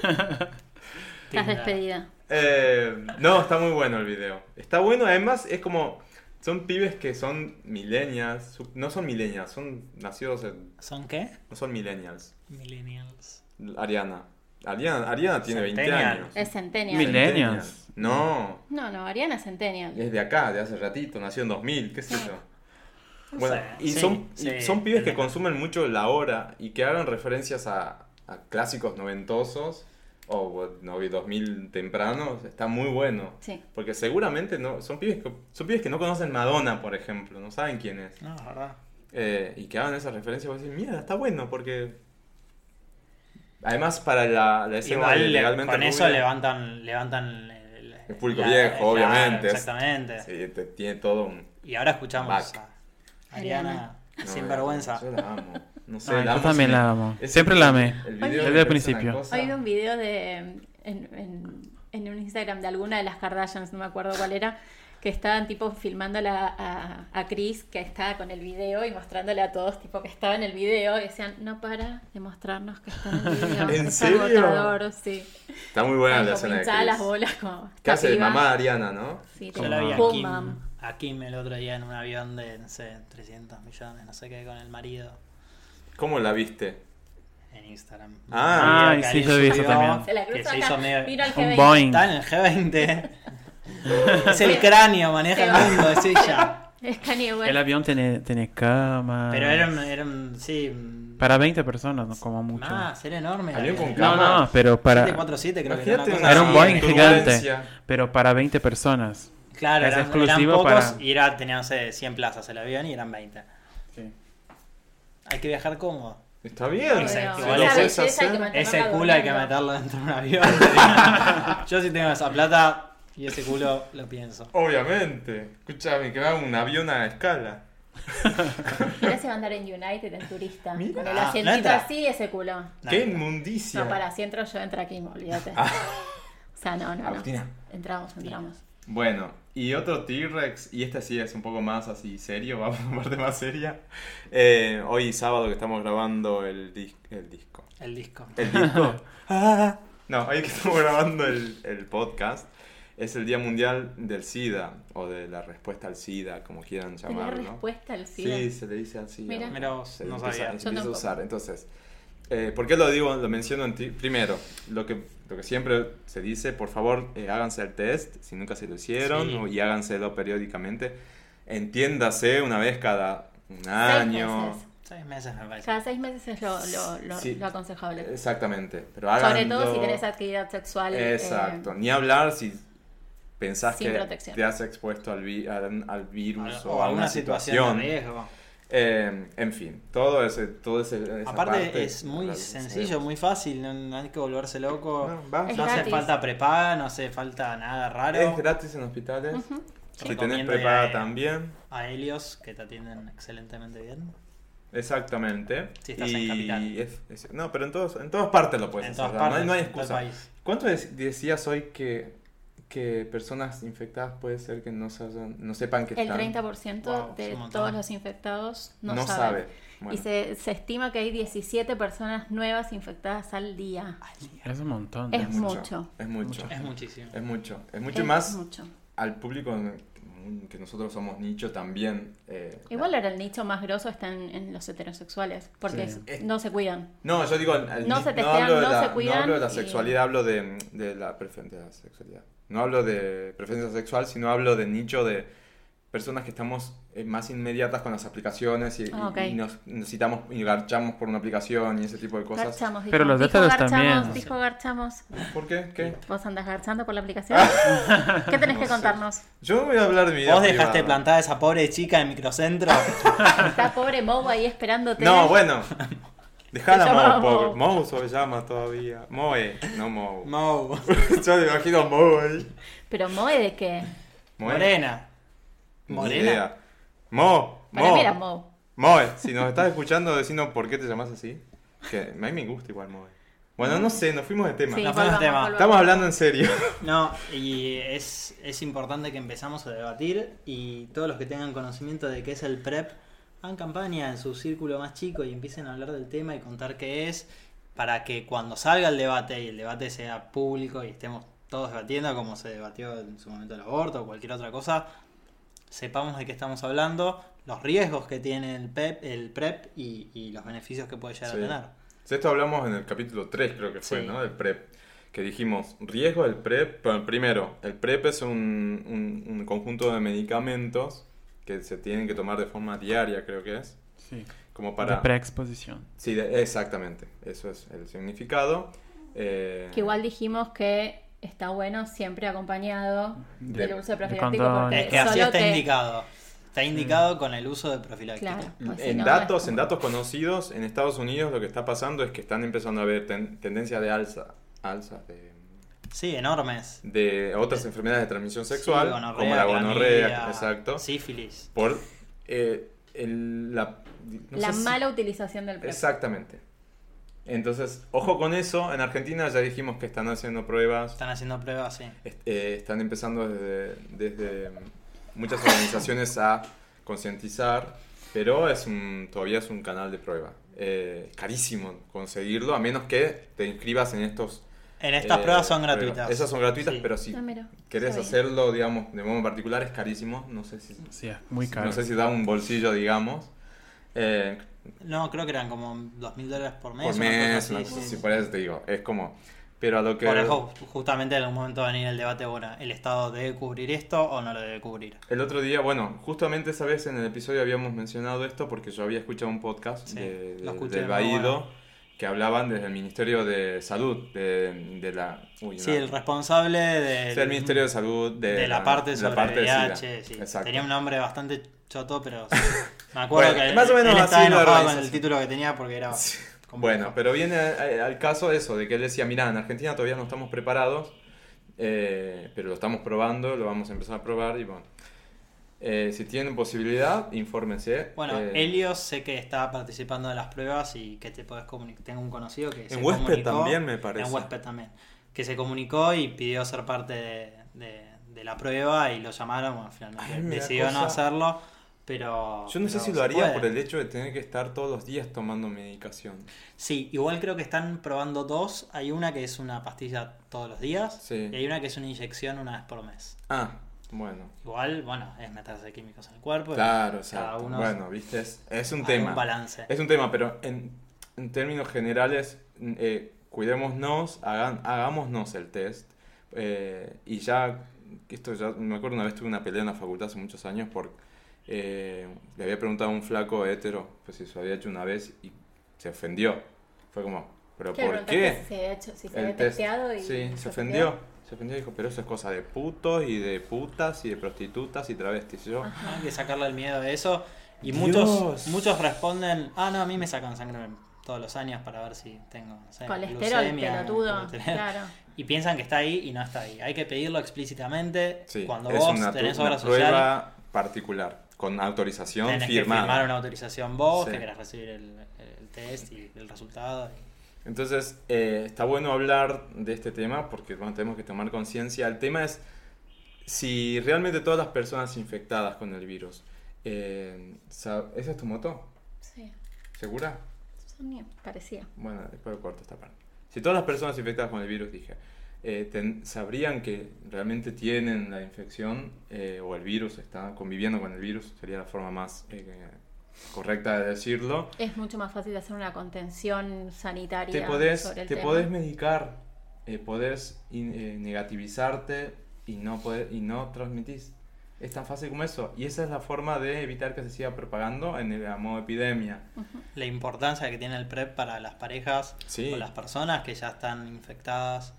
Estás despedida. Eh, no, está muy bueno el video. Está bueno, además es como. Son pibes que son millennials. sub- No son millennials, son nacidos en. ¿Son qué? No son millennials. Millennials. Ariana. Ariana, Ariana tiene 20 Centennial. años. Es Centennial. Mil- Millennials. No. No, no, Ariana es Centennial. Es de acá, de hace ratito, nació en 2000, qué sé yo. Bueno, Sí, y sí, son, y sí, son pibes que entiendo. consumen mucho la hora y que hagan referencias a, a clásicos noventosos o bueno, no, 2000 tempranos, está muy bueno. Sí. Porque seguramente no, son, pibes que, son pibes que no conocen Madonna, por ejemplo, no saben quién es. No, es verdad. Eh, y que hagan esas referencias, vos decís, mira, está bueno, porque... Además, para la, la escena de Igual le- legalmente con eso Rubia- levantan, levantan el, El público viejo, claro, obviamente. Exactamente. Sí, te- tiene todo un... Y ahora escuchamos Back. a Ariana No, sin no, vergüenza. Yo la amo. No sé, Ay, la yo amo también sin- la amo. Es- Siempre la amé. el video Hoy- Desde el me parece una principio. cosa- Hoy vi un video de en, en- en un Instagram de alguna de las Kardashians, no me acuerdo cuál era, que estaban tipo filmando a la- a, a Chris que estaba con el video y mostrándole a todos tipo que estaba en el video y decían, no para de mostrarnos que está en el [LAUGHS] video. ¿En es serio? agotador, sí. Está muy buena la Ay, como escena de hinchada Chris. las bolas como. ¿Qué hace de piba. mamá de Ariana, no? Sí, Yo tipo, la vi a "Pum, Kim, mam". a Kim el otro día en un avión de, no sé, 300 millones, no sé qué, con el marido ¿Cómo la viste? en Instagram. Ah. Un video Ay, sí, que yo vi alguien eso subió, también. Se la que cruza se acá, hizo medio... mira al Un jefe. Boeing. Está en el [LAUGHS] G20. es el cráneo, maneja Se va. el mundo, [LAUGHS] es ella. Es Kanye West. El avión tiene, tiene cama. Pero eran, eran sí... Para 20 personas, no como mucho. Más, era enorme. Avión con no, no, más. pero para... 747 creo que era Imagínate una una cosa Era un Boeing turbulencia. gigante. Pero para 20 personas. Claro, Es eran, exclusivo eran pocos para- y era, tenía, no sé, 100 plazas el avión y eran 20. Sí. Hay que viajar cómodo. Está bien. Obvio. Si Exacto. lo puedes Esa belleza hay que hacer- mantener. Ese Mantenerlo culo hay que durmiendo. meterlo dentro de un avión. [LAUGHS] Yo si tengo esa plata y ese culo lo pienso. Obviamente. Escúchame, que va un avión a escala. Mira, se va a andar en United, en turista. Mira. Con Ah, el no asientito entra. así y ese culo. No, ¡Qué no. inmundicia! No, para, si entro yo, entra Kim, olvídate. O sea, no, no, no. Ah. Agustina. Entramos, entramos. Bueno, y otro T-Rex, y este sí es un poco más así serio, [LAUGHS] vamos a una parte más seria. Eh, hoy sábado que estamos grabando el, dis- el disco. El disco. El disco. Ah. no, hoy que estamos grabando el, el podcast es el Día Mundial del SIDA, o de la respuesta al SIDA, como quieran ¿Tenés llamarlo. respuesta al SIDA? Sí, se le dice así. Mira. Mira vos, no empieza, sabía. se Yo empieza a tampoco. usar. Entonces, eh, ¿por qué lo digo? Lo menciono en ti. Primero, lo que, lo que siempre se dice, por favor, eh, háganse el test si nunca se lo hicieron Sí. o- y háganselo periódicamente. Entiéndase una vez cada un año. meses. Seis meses me parece. Cada seis meses es lo, lo, lo, Sí. lo aconsejable. Exactamente. Pero Sobre háganlo. todo si tenés actividad sexual. eh, Exacto. Ni hablar si pensás sin que protección. te has expuesto al, vi- al, al virus o, O a alguna una situación situación. de riesgo. Eh, en fin, todo ese... Todo ese esa Aparte parte, es muy la- sencillo, muy fácil, no, no hay que volverse loco. No, va. Es No hace gratis. falta prepaga, no hace falta nada raro. Es gratis en hospitales. Si tenés Recomiendo ir prepaga a- también. a Helios, que te atienden excelentemente bien. Exactamente. Si estás en Capital. es- es- no, pero en, todos, en todas partes lo puedes en hacer. todas Pues no hay- partes. no hay en todo el excusa. país. ¿Cuánto de- decías hoy que, que personas infectadas puede ser que no, saben- no sepan que El están? 30% Wow, es de un montón. todos los infectados no, No saben. sabe. Bueno. Y se, se estima que hay 17 personas nuevas infectadas al día. Es un montón. Es ¿no? mucho. Es mucho. [LAUGHS] Es muchísimo. Es mucho. Es mucho Es más mucho. al público que nosotros somos nicho también. eh, Igual era el nicho más grosso está en, en los heterosexuales, porque Sí. Eh. es- no se cuidan. No, yo digo, al- al- No se testean, hablo de no la, se cuidan hablo de la y- sexualidad, hablo de, de la preferencia de la sexualidad. No hablo de preferencia sexual, sino hablo de nicho de personas que estamos eh, más inmediatas con las aplicaciones y, y- Ah, ok. y nos necesitamos y garchamos por una aplicación y ese tipo de cosas. Garchamos, dijo. Pero los Dijo héteros garchamos, también. dijo garchamos. ¿Por qué? ¿Qué? ¿Vos andás garchando por la aplicación? ¿Qué tenés No que sé. contarnos? Yo no voy a hablar de mi vida ¿Vos dejaste privada. plantada a esa pobre chica [LAUGHS] en microcentro? Está pobre Moe ahí esperándote. No, bueno. Se Dejala llama Mo, pobre. Mo se llama todavía. Moe, no Mo. Mau. [LAUGHS] Yo me imagino Mo ahí. Pero Moe de qué? Moe. Morena. Ni Morena. idea. Mo, Para Mo. mí era Moe. Moe, si nos estás escuchando, decinos por qué te llamas así. Que a mí me gusta igual Moe. Bueno, no sé, nos fuimos de tema. Sí, No, fue volvamos, un tema. volvamos. Estamos hablando en serio. No, y es, es importante que empezamos a debatir y todos los que tengan conocimiento de qué es el PrEP hagan campaña en su círculo más chico y empiecen a hablar del tema y contar qué es para que cuando salga el debate y el debate sea público y estemos todos debatiendo como se debatió en su momento el aborto o cualquier otra cosa, sepamos de qué estamos hablando, los riesgos que tiene el, PEP, el PrEP y, y los beneficios que puede llegar Sí. a tener. Si esto hablamos en el capítulo 3, creo que fue, Sí. ¿no? Del PrEP. Que dijimos, riesgo del PrEP. Bueno, primero, el PrEP es un, un- un conjunto de medicamentos que se tienen que tomar de forma diaria, creo que es. Sí. Como De para. preexposición. Sí, de- exactamente. Eso es el significado. Eh, Que igual dijimos que está bueno siempre acompañado De- del uso de de profiláctico. condón. porque Es que así solo está te- indicado. Está indicado con el uso de profiláctico. Claro. pues si en no, datos, es- en datos conocidos, en Estados Unidos lo que está pasando es que están empezando a ver ten- tendencia de alza, alza de, Sí, enormes. de otras enfermedades de transmisión sexual, Sí, gonorrea, como la gonorrea, clamidia, exacto, Sífilis. por eh, el- la, no la sé si- mala utilización del PrEP. exactamente. Entonces, ojo con eso. En Argentina ya dijimos que están haciendo pruebas, Están haciendo pruebas, sí. est- eh, están empezando desde, desde mm, muchas organizaciones a concientizar, pero es un, todavía es un canal de prueba. Eh, carísimo conseguirlo, a menos que te inscribas en estos... En estas eh, pruebas son pruebas. gratuitas. Esas son gratuitas, Sí. pero si Ah, mira, querés sabía. hacerlo, digamos, de modo particular, es carísimo. No sé si, Sí, es muy caro. no sé si da un bolsillo, digamos. Eh, No, creo que eran como dos mil dólares por mes. por una cosa mes, así, una sí, cosa sí. así, por eso te digo, es como... Pero a lo que... Por eso, justamente en algún momento va a venir el debate, bueno, ¿el Estado debe cubrir esto o no lo debe cubrir? El otro día, bueno, justamente esa vez en el episodio habíamos mencionado esto porque yo había escuchado un podcast Sí, de, lo de- escuché, del muy Baído bueno. que hablaban desde el Ministerio de Salud, de, de la... uy, Sí, no. el responsable Sí, del, el Ministerio de Salud de, de la parte de sobre SIDA. VIH, sí. Exacto. Tenía un nombre bastante choto, pero [LAUGHS] sí. me acuerdo Bueno, que más o menos él así estaba lo enojado con organizas. el título que tenía porque era complejo. Bueno, pero viene a- a- al caso eso, de que él decía, mira, en Argentina todavía no estamos preparados, eh, pero lo estamos probando, lo vamos a empezar a probar y bueno. Eh, si tienen posibilidad, infórmense. Bueno, Eh, Helios sé que está participando de las pruebas y que te podés comunicar. Tengo un conocido que se En Huésped comunicó- también, me parece. En Huésped también. Que se comunicó y pidió ser parte de, de- de la prueba y lo llamaron. Bueno, finalmente Ay, me da decidió no cosa. hacerlo, pero. Yo no sé pero si se lo haría puede. por el hecho de tener que estar todos los días tomando medicación. Sí, igual creo que están probando dos. Hay una que es una pastilla todos los días Sí. y hay una que es una inyección una vez por mes. Ah, bueno. Igual, bueno, es meterse químicos en el cuerpo. y Claro, o cada sea, uno bueno, viste, es, es un haga tema. un balance. Es un tema, pero en, en términos generales, eh, cuidémonos, hagan- hagámonos el test. eh, y ya, esto ya, me acuerdo una vez tuve una pelea en la facultad hace muchos años por, eh, le había preguntado a un flaco hetero, pues si se lo había hecho una vez y se ofendió. Fue como, ¿pero Claro, por preguntaste qué? si se había hecho- si se el había test. testeado y Sí, se fue ofendió. testeado. Se ofendió y dijo, pero eso es cosa de putos y de putas y de prostitutas y travestis. Y Yo, Hay que sacarle el miedo de eso. Y Dios. muchos muchos responden, ah, no, a mí me sacan sangre todos los años para ver si tengo no sé, Colesterol, Eh, glucemia, pelotudo. colesterol". Claro. Y piensan que está ahí y no está ahí. Hay que pedirlo explícitamente. sí, Cuando es vos una, tenés una obra social, prueba particular, con autorización tenés firmada. que firmar una autorización vos, Sí. que querés recibir el, el test y el resultado. Entonces, eh, está bueno hablar de este tema porque bueno, tenemos que tomar conciencia. El tema es si realmente todas las personas infectadas con el virus, eh, sa- ¿esa es tu moto? Sí, ¿Segura? Sonia, parecía. Bueno, después corto esta parte. Si todas las personas infectadas con el virus, dije, eh, ten- sabrían que realmente tienen la infección eh, o el virus, están conviviendo con el virus, sería la forma más eh, correcta de decirlo. Es mucho más fácil hacer una contención sanitaria. Te podés, sobre el te tema. podés medicar, eh, podés in- eh, negativizarte y no, poder, y no transmitís. Es tan fácil como eso. Y esa es la forma de evitar que se siga propagando en el a modo epidemia. La importancia que tiene el PrEP para las parejas Sí. o las personas que ya están infectadas,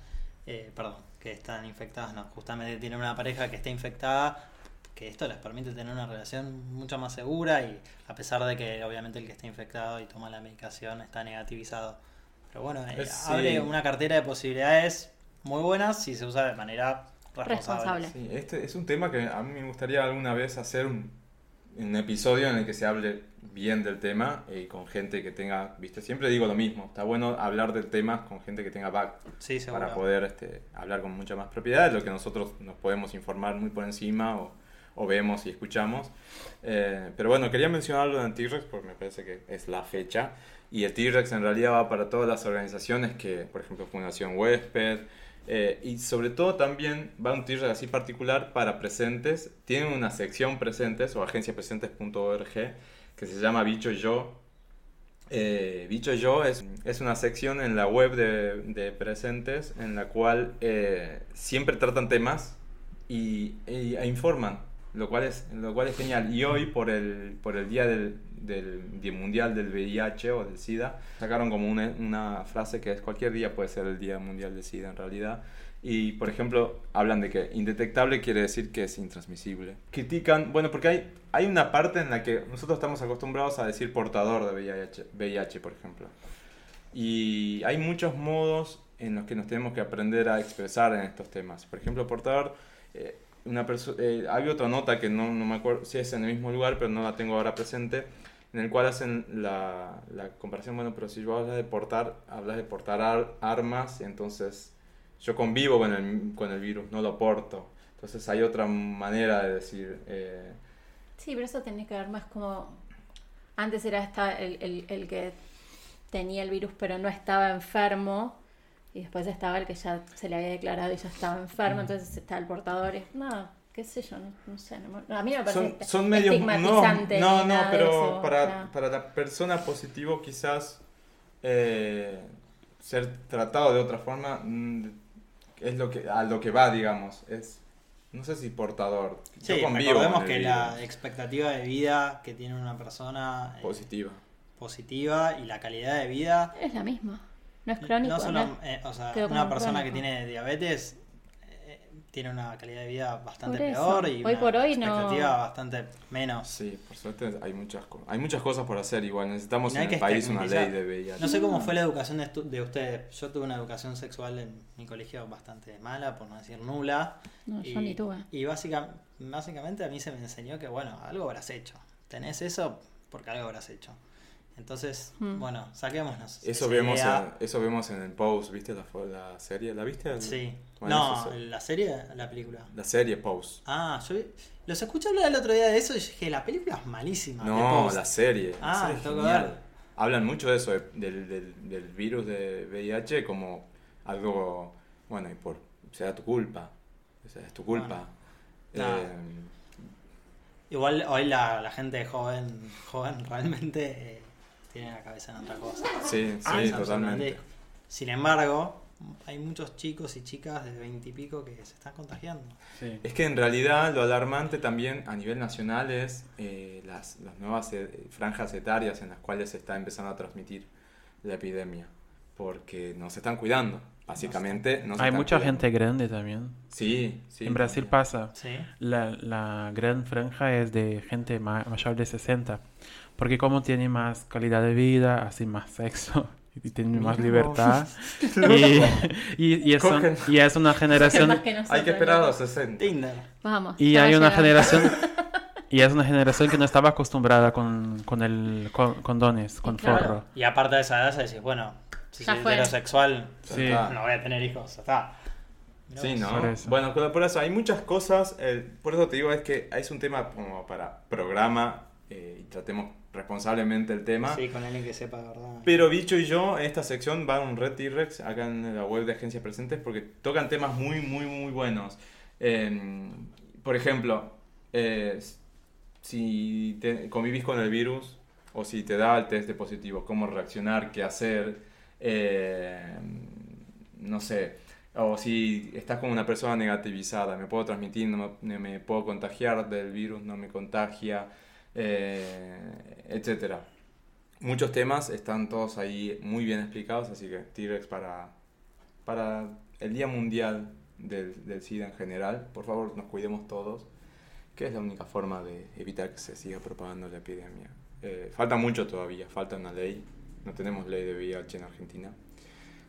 eh, perdón, que están infectadas, no, justamente tienen una pareja que está infectada, que esto les permite tener una relación mucho más segura y a pesar de que obviamente el que está infectado y toma la medicación está negativizado. Pero bueno, eh, Es- sí. abre una cartera de posibilidades muy buenas si se usa de manera responsable. Responsable. Sí, este es un tema que a mí me gustaría alguna vez hacer un, un episodio en el que se hable bien del tema y con gente que tenga, viste, siempre digo lo mismo, está bueno hablar del tema con gente que tenga back Sí, seguro. para poder este, hablar con mucha más propiedad de lo que nosotros nos podemos informar muy por encima o, o vemos y escuchamos. Eh, pero bueno, quería mencionarlo en T-Rex porque me parece que es la fecha. Y el T-Rex en realidad va para todas las organizaciones que, por ejemplo, Fundación Huésped. eh, y sobre todo también va un T-Rex así particular para presentes. Tiene una sección presentes o agenciapresentes.org que se llama Bicho y Yo, eh, Bicho Yo es, es una sección en la web de, de Presentes en la cual eh, siempre tratan temas y, y- e informan, lo cual, es, lo cual es genial. Y hoy, por el, por el Día del, del- Día Mundial del VIH o del SIDA, sacaron como una, una frase que es cualquier día puede ser el Día Mundial del SIDA en realidad. Y, por ejemplo, hablan de que indetectable quiere decir que es intransmisible. Critican, bueno, porque hay, hay una parte en la que nosotros estamos acostumbrados a decir portador de VIH, VIH, por ejemplo. Y hay muchos modos en los que nos tenemos que aprender a expresar en estos temas. Por ejemplo, portador, eh, una perso- eh, hay otra nota que no, no me acuerdo si es en el mismo lugar, pero no la tengo ahora presente, en el cual hacen la, la comparación, bueno, pero si vos hablas de portar, hablas de portar ar- armas, entonces yo convivo con el, con el virus, no lo porto. Entonces hay otra manera de decir... eh, Sí, pero eso tiene que ver más como. Antes era esta, el, el- el que tenía el virus pero no estaba enfermo. Y después estaba el que ya se le había declarado y ya estaba Mm. enfermo. Entonces está el portador. y- no, qué sé yo, no, no sé. no me- a mí me parece son, est- son medios no estigmatizante no ni no nada de pero eso, para, o sea. para la persona positivo quizás eh, ser tratado de otra forma mm, es lo que a lo que va digamos es no sé si portador Sí, yo convivo recordemos con el que virus. la expectativa de vida que tiene una persona eh, positiva positiva y la calidad de vida Es la misma. No es crónico. no solo, ¿no? eh, o sea, Quedó como una persona que crónico. tiene diabetes eh, tiene una calidad de vida bastante Por eso. peor y Hoy una por hoy no- expectativa bastante menos. sí por suerte hay muchas co- hay muchas cosas por hacer igual necesitamos Y no hay en que el país una estigmatizar. ley de VIH No sé cómo fue la educación de, estu- de ustedes. Yo tuve una educación sexual en mi colegio bastante mala, por no decir nula. No, y, yo ni tuve. Y básica- básicamente a mí se me enseñó que, bueno, algo habrás hecho. Tenés eso porque algo habrás hecho. Entonces, Mm. bueno, saquémonos. eso esa vemos en, idea. eso vemos en el post viste la, fo- la serie la viste Sí. Bueno, no, eso es- la serie, la película. la serie post Ah, yo los escuché hablar el otro día de eso y dije, la película es malísima. de No, Post". la serie. la Ah, serie es tengo que genial. ver. Hablan mucho de eso, de- del, del- del virus de VIH como algo, bueno, y por será tu culpa. O sea, es tu culpa. No, no. Eh, Igual hoy la, la gente joven, joven realmente eh, tiene la cabeza en otra cosa. sí, sí, Es totalmente. absolutamente- Sin embargo, hay muchos chicos y chicas de 20 y pico que se están contagiando. Sí. Es que en realidad lo alarmante también a nivel nacional es eh, las, las nuevas eh, franjas etarias en las cuales se está empezando a transmitir la epidemia. Porque no se están cuidando, básicamente. No se Hay están mucha cuidando. gente grande también. Sí, sí. en Brasil también. pasa. Sí. La, la gran franja es de gente ma- mayor de 60. Porque como tiene más calidad de vida, así más sexo [LAUGHS] y tiene más Loco. libertad. y, y- y es un- Cogen. y es una generación... Más que Hay nosotros, que esperar a ¿no? los 60. Tinder. Vamos. Y ya va hay una llegando. generación... [LAUGHS] Y es una generación que no estaba acostumbrada con, con el con, con dones, con claro. forro. Y aparte de esa edad, decís, bueno, si Ya soy fue. heterosexual, Sí. Ya está. no voy a tener hijos, ya está. Mirá Sí, vos. ¿no? Por eso. Bueno, pero por eso hay muchas cosas. el- por eso te digo, es que es un tema como para programa eh, y tratemos responsablemente el tema. Sí, con alguien que sepa, de verdad. Pero Bicho y yo, esta sección va a un Red T-Rex acá en la web de Agencias Presentes porque tocan temas muy, muy, muy buenos. Eh, por ejemplo, eh, si te- convivís con el virus o si te da el test de positivo, cómo reaccionar, qué hacer, eh, no sé. O si estás con una persona negativizada, me puedo transmitir, no me, no me puedo contagiar del virus, no me contagia, eh, etcétera. Muchos temas están todos ahí muy bien explicados, así que T-Rex para, para el Día Mundial del, del SIDA en general, por favor nos cuidemos todos, que es la única forma de evitar que se siga propagando la epidemia. Eh, falta mucho todavía, falta una ley, no tenemos ley de VIH en Argentina,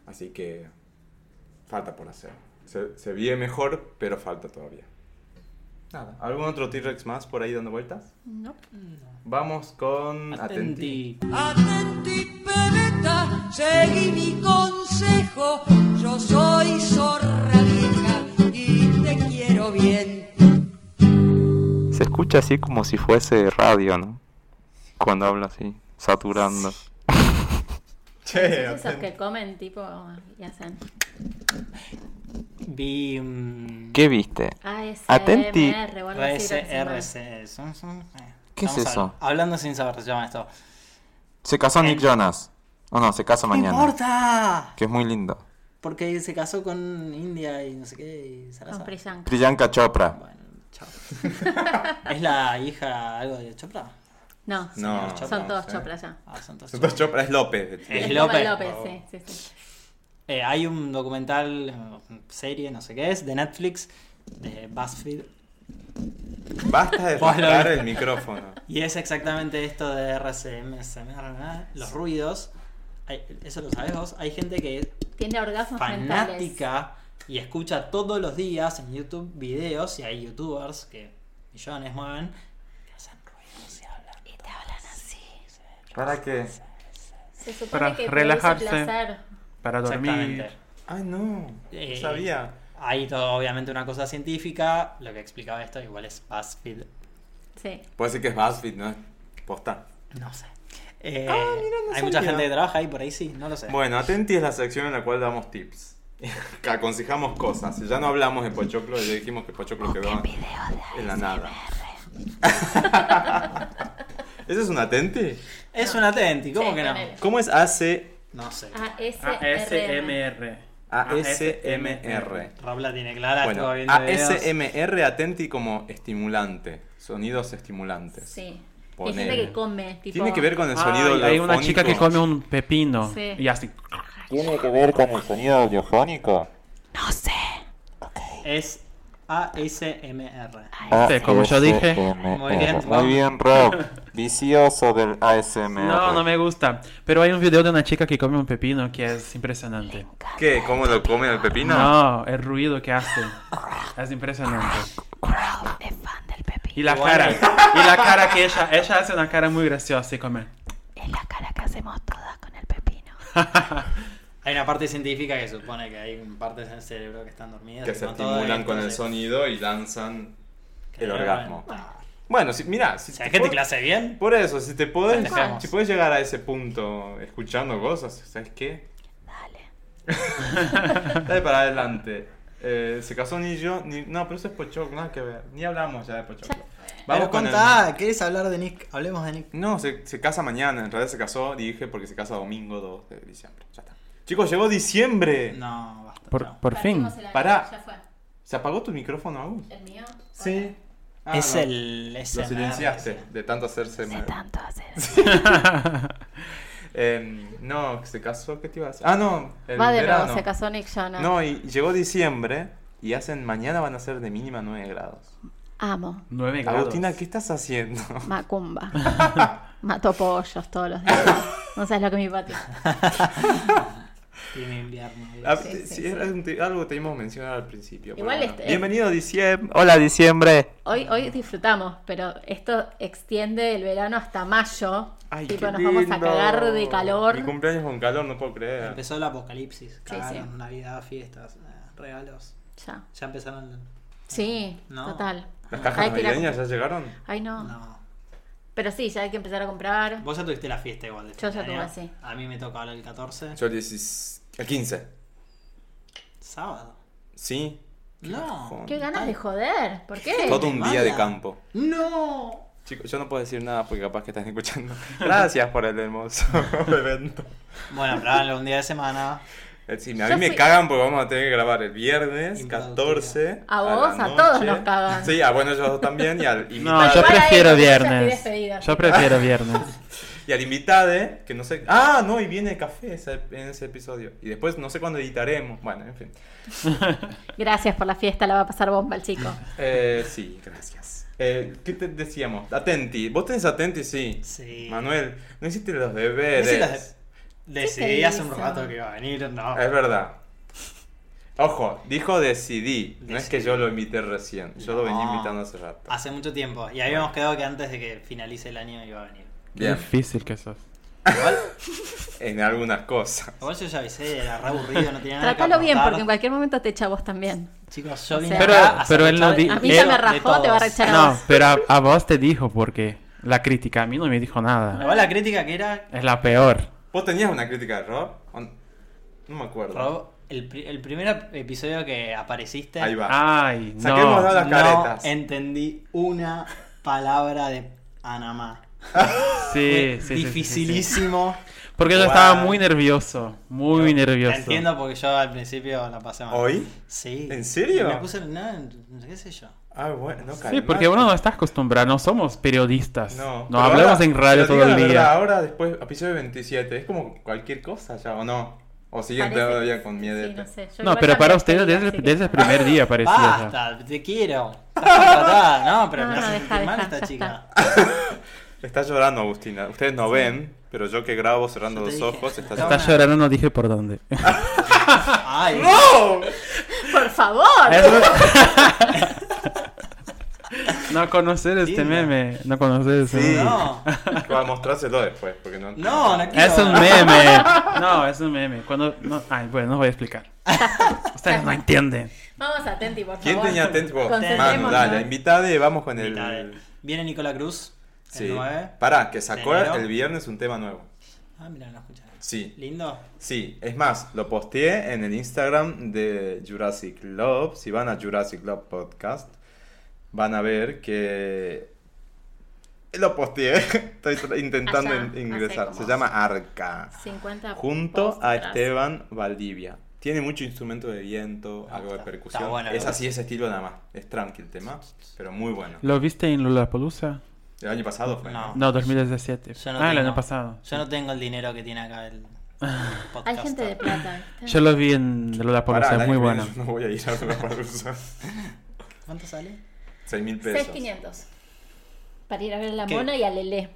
así que falta por hacer. Se, se vive mejor, pero falta todavía. Nada, ¿algún otro T-Rex más por ahí dando vueltas? No. Eh, Vamos con Atenti. Atenti. Atenti, pebeta, seguí mi consejo. Yo soy zorra vieja y te quiero bien. Se escucha así como si fuese radio, ¿no? Cuando habla así, saturando. Che, Esos que comen tipo y hacen. Vi. mm, ¿Qué viste? ASMR, Atenti. o algo así, creo que se llama. RSRC. son- son- eh. ¿Qué es Estamos eso? hab- Hablando sin saber se llama esto. Se casó Eh. Nick Jonas. O no, se casa ¡No mañana. importa! Que es muy lindo. Porque se casó con India y no sé qué. Y Con Sarasa. Priyanka. Priyanka Chopra. Bueno, chao. [LAUGHS] ¿Es la hija algo de Chopra? No, No, son Chopra, todos Eh. sí. choplas ya. Ah, son todos Son todos Chopra, es López. Es Chopra López. sí, sí, sí. Eh, hay un documental, eh, serie, no sé qué es, de Netflix, de BuzzFeed. Basta de Vos lo rascar viste. el micrófono. Y es exactamente esto de RCM, los ruidos. Hay- eso lo sabes vos. Hay gente que es Tiene orgasmos mentales. fanática y escucha todos los días en YouTube videos y hay youtubers que millones mueven que hacen ruidos y hablan. Y te hablan así. ¿Para qué? Se supone Para que relajarse. Te produce placer. Para dormir. Exactamente. Ay, no. Eh, no sabía. Hay todo, obviamente una cosa científica, lo que explicaba esto igual es BuzzFeed. Sí. Puede ser que es BuzzFeed, ¿no? Posta. No sé. Eh, Ah, no hay mucha sabía. gente que trabaja ahí por ahí, sí, no lo sé. Bueno, Atenti es la sección en la cual damos tips. [LAUGHS] Que aconsejamos cosas. Ya no hablamos de Pochoclo, ya dijimos que Oh, Pochoclo quedó en- en la nada. [LAUGHS] ¿Ese es un Atenti? es un atenti, ¿cómo Sí, que no? ponele. ¿Cómo es AC? No sé. Ah. ASMR. ASMR. Rabla tiene clara, Bueno, estuvo viendo videos. ASMR Atenti como estimulante. Sonidos estimulantes. Sí. Hay Ponele. gente que come, tipo. Tiene que ver con el sonido Ay, hay una chica que audiofónico. come un pepino Sí. y así. ¿Tiene que ver con el sonido audiofónico? Es ASMR. Ah, Este, como yo dije. Muy bien, Muy bien, Rob. [LAUGHS] Vicioso del ASMR. pues. No, no me gusta. Pero hay un video de una chica que come un pepino que es impresionante. ¿Qué? ¿Cómo lo comen el pepino? No, el ruido que hace. Es impresionante. Y la cara, y la cara que ella, ella hace una cara muy graciosa y come. Hay una parte científica que supone que hay partes en el cerebro que están dormidas. que y se no todas, estimulan con el entonces- sonido y lanzan que el no- orgasmo. Ah. Bueno, si, mira, si O te sea, hay gente pod- que lo hace bien. por eso, si te podés, Dejemos. si podés llegar a ese punto escuchando cosas, ¿sabes qué? Dale. [LAUGHS] Dale para adelante. Eh, se casó ni yo, ni, no, pero eso es Pochoclo, nada que ver. Ni hablamos ya de Pochoclo. Vamos con el- contá, ¿querés hablar de Nick? Hablemos de Nick. No, se, se casa mañana, en realidad se casó, dije, porque se casa domingo 2 de diciembre. Ya está. Chicos, llegó diciembre. No, basta. Por, chao. por fin. Partimos el avión, Pará. Ya fue. ¿Se apagó tu micrófono aún? El mío. Sí. Ah, es no. el. Es Lo el- silenciaste sí. de tanto hacerse mal. Em, no, se casó, ¿qué te iba a decir? Ah, no, el Va de verano. nuevo, se casó Nick Jonas. No, y llegó diciembre y hacen mañana van a ser de mínima 9 grados. Amo. 9 grados. Agustina, ¿qué estás haciendo? Macumba. Mato pollos todos los días. [LAUGHS] No sabes lo que es mi patio. Tiene invierno. [LAUGHS] Ah, sí, sí, sí. era un te- algo que te íbamos a mencionar al principio. pero Igual bueno. este- Bienvenido a diciembre. Hola, diciembre. Hoy, hoy disfrutamos, pero esto extiende el verano hasta mayo. Ay, tipo, qué nos vamos a lindo. cagar de calor. Mi cumpleaños con calor, no puedo creer. Empezó el apocalipsis. Sí, Cagaron sí. Navidad, fiestas, eh, regalos. Ya. Ya empezaron. Sí, No. total. ¿Las cajas Hay que ir a- navideñas ya llegaron? Ay, no. No. Pero sí, ya hay que empezar a comprar. Vos ya tuviste la fiesta igual. de Yo fin ya de tuve, año. sí. A mí me toca ahora el 14. Yo el 16 el 15. Sábado. Sí. No. Qué ganas de joder. ¿Por qué? Todo un día de mala. campo. No. Chicos, yo no puedo decir nada porque capaz que están escuchando. [LAUGHS] Gracias por el hermoso [LAUGHS] evento. Bueno, pero háganlo un día de semana. Es decir, a mí Yo me fui- cagan porque vamos a tener que grabar el viernes Improductiva. 14. A la vos, a todos noche. nos cagan. Sí, a bueno, ellos dos también y [LAUGHS] al No, invitado. yo Igual ahí prefiero ya estoy viernes. despedida. Yo prefiero viernes. Y al invitado, que no sé. Ah, no, y viene café ese- en ese episodio. Y después no sé cuándo editaremos. Bueno, en fin. Gracias por la fiesta, la va a pasar bomba el chico. Eh, sí, gracias. Eh, ¿Qué te decíamos? Atenti. ¿Vos tenés atenti? Sí. Sí. Manuel, no hiciste los No deberes. sé las- Decidí te hace un hizo? rato que iba a venir. No. Es verdad. Ojo, dijo decidí. No es que Decidí. yo lo invité recién. Yo lo venía No. invitando hace rato. Hace mucho tiempo. Y habíamos quedado que antes de que finalice el año iba a venir. [LAUGHS] Qué Bien, difícil que sos. [LAUGHS] Igual, en algunas cosas. igual yo ya avisé, era re aburrido, no tenía nada que Trátalo bien, aportar. porque en cualquier momento te echa vos también. Chicos, yo O vine sea- acá Pero- a pero él no sacar di- de A mí ya me todos. rajó, te va a rechazar a No, vos. pero a, a vos te dijo porque la crítica a mí no me dijo nada. Igual la crítica que era Es la peor. ¿Vos tenías una crítica de Rob? ¿O No No me acuerdo. Rob, el, pri- el primer episodio que apareciste, Ahí va. Ay, Saquemos no. la- las no caretas. entendí una palabra de Panamá. Sí, sí, sí, sí, sí. Dificilísimo. Porque yo Wow. estaba muy nervioso, muy nervioso. La entiendo porque yo al principio la pasé mal. ¿Hoy? Sí. ¿En serio? Me puse no, no, qué sé yo. Ah, bueno, no Sí, calmate. porque uno no está acostumbrado, no somos periodistas. No, No, pero hablamos ahora- en pero radio todo diga el la día. verdad, ahora, después, episodio 27, es como cualquier cosa ya, ¿o no? O siguen Parece- todavía con miedo. este. Sí, no sé. Yo no, igual pero ya para me ustedes despedí, desde, así ¿eh? que- desde el primer día parecía. ya. Basta, te quiero. Estás contratada. No, pero No, me no, hace deja, sentir mal deja, esta ya chica. Está llorando Agustina, ustedes no ven, pero yo que grabo cerrando Yo te los dije. ojos, está Está Está llorando, no dije por dónde. [LAUGHS] Ay, ¡No! [LAUGHS] Por favor. no conocer este Lindo. meme, no conocer ese Sí. meme. no. [LAUGHS] Para mostrárselo después, porque no... No, no quiero. Es un meme. No, es un meme. Cuando no, ay, bueno, no voy a [LAUGHS] explicar. Ustedes no entienden. Vamos a Tenti, por favor. ¿Quién tenía atento? Vos, Manu, Concentrémonos. dale, invitada y vamos con el... Mitad. Viene Nicola Cruz, Sí. el 9. Pará, que sacó de enero. el viernes un tema nuevo. Ah, mira, no escuché. Sí, Lindo. Sí, es más, lo posteé en el Instagram de Jurassic Love. Si van a Jurassic Love Podcast, van a ver que lo posteé. [LAUGHS] Estoy tra- intentando Allá, in- ingresar. hace Se como- llama Arca. 50 Junto posts a este atrás. Esteban Valdivia. Tiene mucho instrumento de viento, Ah, algo de está- percusión. está bueno, es lo así, ese estilo nada más. Es tranqui el tema, pero muy bueno. ¿Lo viste en Lollapalooza? El año pasado fue. No. No, 2017. Yo no ah, el tengo- año pasado. Yo no tengo el dinero que tiene acá el podcast. Hay gente [LAUGHS] de plata. ¿viste? Yo lo vi en Pará, Lollapalooza, el es año muy que bueno. viene yo No voy a ir a una palusa. [LAUGHS] ¿Cuánto sale? 6 mil pesos. 6500. Para ir a ver a la ¿Qué? mona y [LAUGHS] a Lele.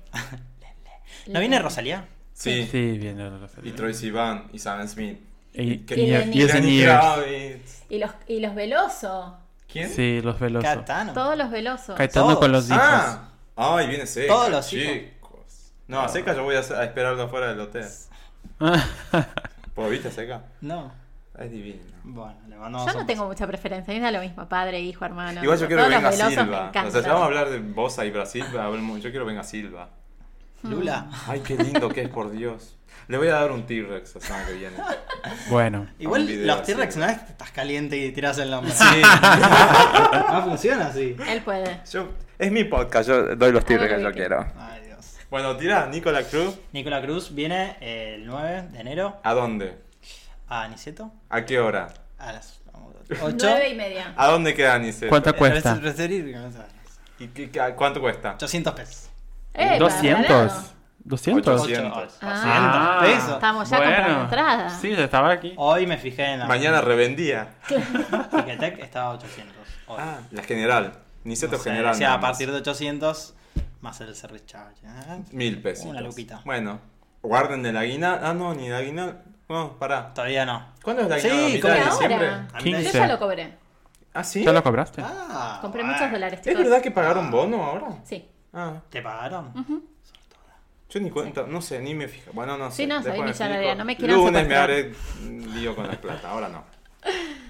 ¿No viene Rosalía? Sí. Sí, bien. lo- lo- Y Troy Sivan y Sam Smith. Y, que- y- Lenny. y es en Lenny Years. Kravitz. Y los, y los Veloso. ¿Quién? Sí, los velosos. Catano. Todos los Velosos. Caetano con los hijos. Ah, ay, viene seca. Todos los chicos. No, a seca yo voy a, a esperarlo afuera del hotel. Ah. ¿Vos viste a seca? No. Es divino. Bueno, le mandamos Yo no un tengo mucha preferencia. A mí me da lo mismo. Padre, hijo, hermano. Igual yo quiero que Todos venga los Velosos me Silva. O sea, encantan. ya vamos a hablar de Bosa y Brasil, pero hablemos- yo quiero que venga Silva. Lula. Mm. Ay, qué lindo que es, por Dios. Le voy a dar un T-Rex la semana que viene. [LAUGHS] [LAUGHS] Bueno. Un video Igual los así. T-Rex no es que estás caliente y tiras el nombre. [LAUGHS] Sí. No funciona así. Él puede. Yo, es mi podcast, yo doy los T-Rex Ah, que yo ok. quiero. Ay, Dios. Bueno, tira, Nicola Cruz. Nicola Cruz viene eh, el 9 de enero ¿A dónde? a Niceto ¿A qué hora? a las 8. Nueve y media. ¿A dónde queda Niceto? ¿Cuánto cuesta? ¿Y qué- qué- cuánto cuesta? 800 pesos. Eh, 200. cuadrado. 200. 800. 800 Ah. pesos. Estamos ya comprando entrada. Sí, ya estaba aquí. ¿Oh, Hoy me fijé en la. Mañana revendía. Ticketek estaba a 800. Hoy. Ah, la general. Niceto No sé, general. decía, nada a más. partir de 800 más el service charge. ¿eh? Mil pesos. Una luquita. Bueno, guarden el aguinal. Ah, no, ni el aguinal. No, pará. Todavía no. ¿Cuándo es el Sí, aguinal? ¿A mitad ¿cómo de que diciembre? ahora? A mí me- Yo 15. ya lo cobré. ¿Ah, sí? ¿Ya lo cobraste? Ah, Compré bueno. muchos dólares, ¿Es chicos. verdad que pagaron bono ahora? Sí. Ah, ¿Te pagaron? yo ni cuenta, no sé, ni me fijo. Bueno, no sé. Sí, no, soy después me millonaria, fijo. no me quieran Lunes me secuestrar. haré lío con la plata, ahora no.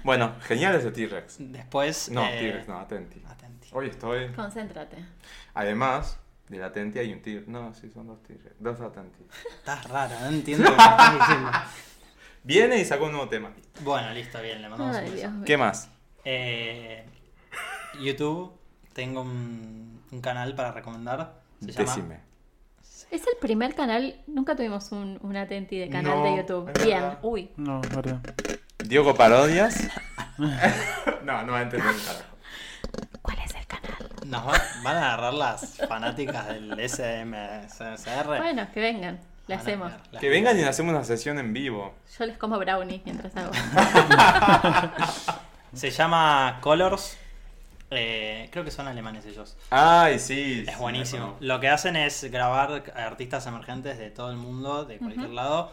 Bueno, genial ese T-Rex. Después. No, eh, T-Rex, no, Atenti. Atenti. Hoy estoy. Concéntrate. Además del Atenti hay un T-Rex. No, sí, son dos T-Rex. Dos Atenti. Estás rara, no entiendo lo que estás diciendo. Viene y sacó un nuevo tema. Bueno, listo, bien, le mandamos Ay, un Dios beso. mío. ¿Qué más? Eh, YouTube, tengo un, un canal para recomendar. Se llama- Decime. Es el primer canal, nunca tuvimos un, un atenti de canal No, de YouTube. es Bien, verdad. uy. No, verdad. Diogo Parodias. no, no va a entender un carajo. ¿Cuál es el canal? Nos va- van a agarrar las fanáticas del SMSR. Bueno, que vengan, le Van a hacemos. agarrar las- Que vengan y hacemos una sesión en vivo. Yo les como brownies mientras [LAUGHS] hago. Se llama Colors. eh, creo que son alemanes ellos. Ay, sí. Es sí, me buenísimo. acuerdo. Lo que hacen es grabar artistas emergentes de todo el mundo, de cualquier lado.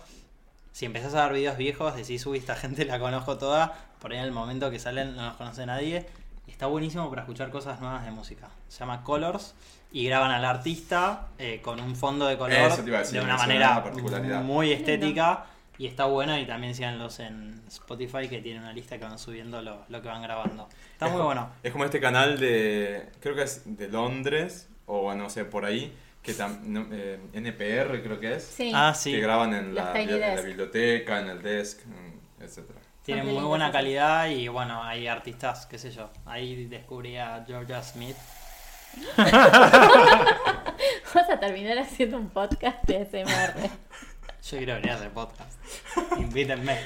Si empezás a ver videos viejos, decís, uy, esta gente la conozco toda. Por ahí en el momento que salen no los conoce nadie. Y está buenísimo para escuchar cosas nuevas de música. Se llama Colors y graban al artista eh, con un fondo de color Eso te iba a decir, de una es una manera particularidad. muy estética. Y está buena y también síganlos en Spotify que tienen una lista que van subiendo lo, lo que van grabando. Está muy bueno. Es como este canal de. Creo que es de Londres. O bueno, no sé, por ahí. Que tam- no, eh, NPR creo que es. Sí. Ah, sí. Que graban en Los la, Tiny en la Desk. biblioteca, en el desk, mm, etcétera. Tiene Son de muy lindas buena cosas. calidad y bueno, hay artistas, qué sé yo. Ahí descubrí a Georgia Smith. Vas a terminar haciendo un podcast de [LAUGHS] SMR. Yo quiero venir a [LAUGHS] hacer podcast. Invítenme.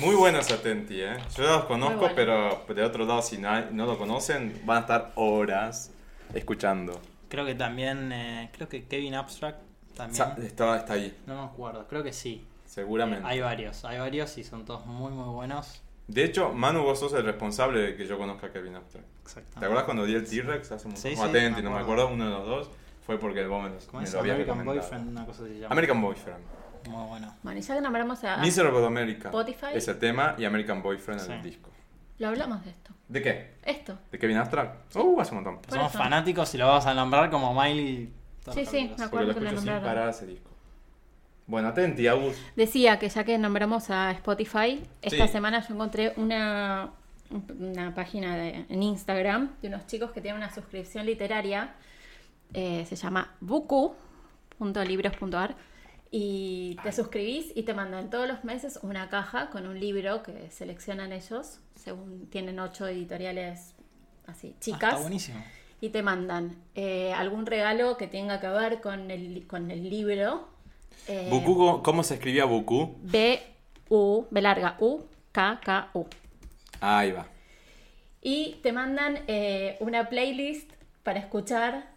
Muy buenas Atenti, ¿eh? Yo los conozco, Muy pero de otro lado, si na- no lo conocen, van a estar horas escuchando. Creo que también, eh, creo que Kevin Abstract O también. sea, está, está ahí, No me acuerdo, creo que sí. seguramente. Hay varios, hay varios y son todos muy muy buenos. De hecho, Manu, vos sos el responsable de que yo conozca a Kevin Abstract. Exactamente. ¿Te acuerdas cuando di el T-Rex hace mucho Ah. Sí, tiempo? sí, Atenti, me no me acuerdo. acuerdo, uno de los dos. Fue porque vos me, lo- ¿Cómo me es? lo había American recomendado. Boyfriend, una cosa así se llama. American Boyfriend. Muy bueno. Bueno, y ya que nombramos a... Miserable America. Ah. Spotify. Ese tema y American Boyfriend en Sí. el disco. Lo hablamos de esto. ¿De qué? Esto. ¿De Kevin Abstract? Uh, hace un montón. Por Somos eso. fanáticos y lo vamos a nombrar como Miley. todos Sí, los sí, capítulos. me acuerdo. Porque lo que lo escucho sin nombraron. parar ese disco. Bueno, atenti, Agus. Decía que ya que nombramos a Spotify, esta Sí. semana yo encontré una, una página de- en Instagram de unos chicos que tienen una suscripción literaria. eh, se llama buku.libros.ar y te suscribís y te mandan todos los meses una caja con un libro que seleccionan ellos, según tienen ocho editoriales así Ah, chicas está buenísimo. y te mandan eh, algún regalo que tenga que ver con el, con el libro. eh, Buku, ¿cómo se escribía Buku? B, U, B larga, U, K, K, U. Ahí va. Y te mandan eh, una playlist para escuchar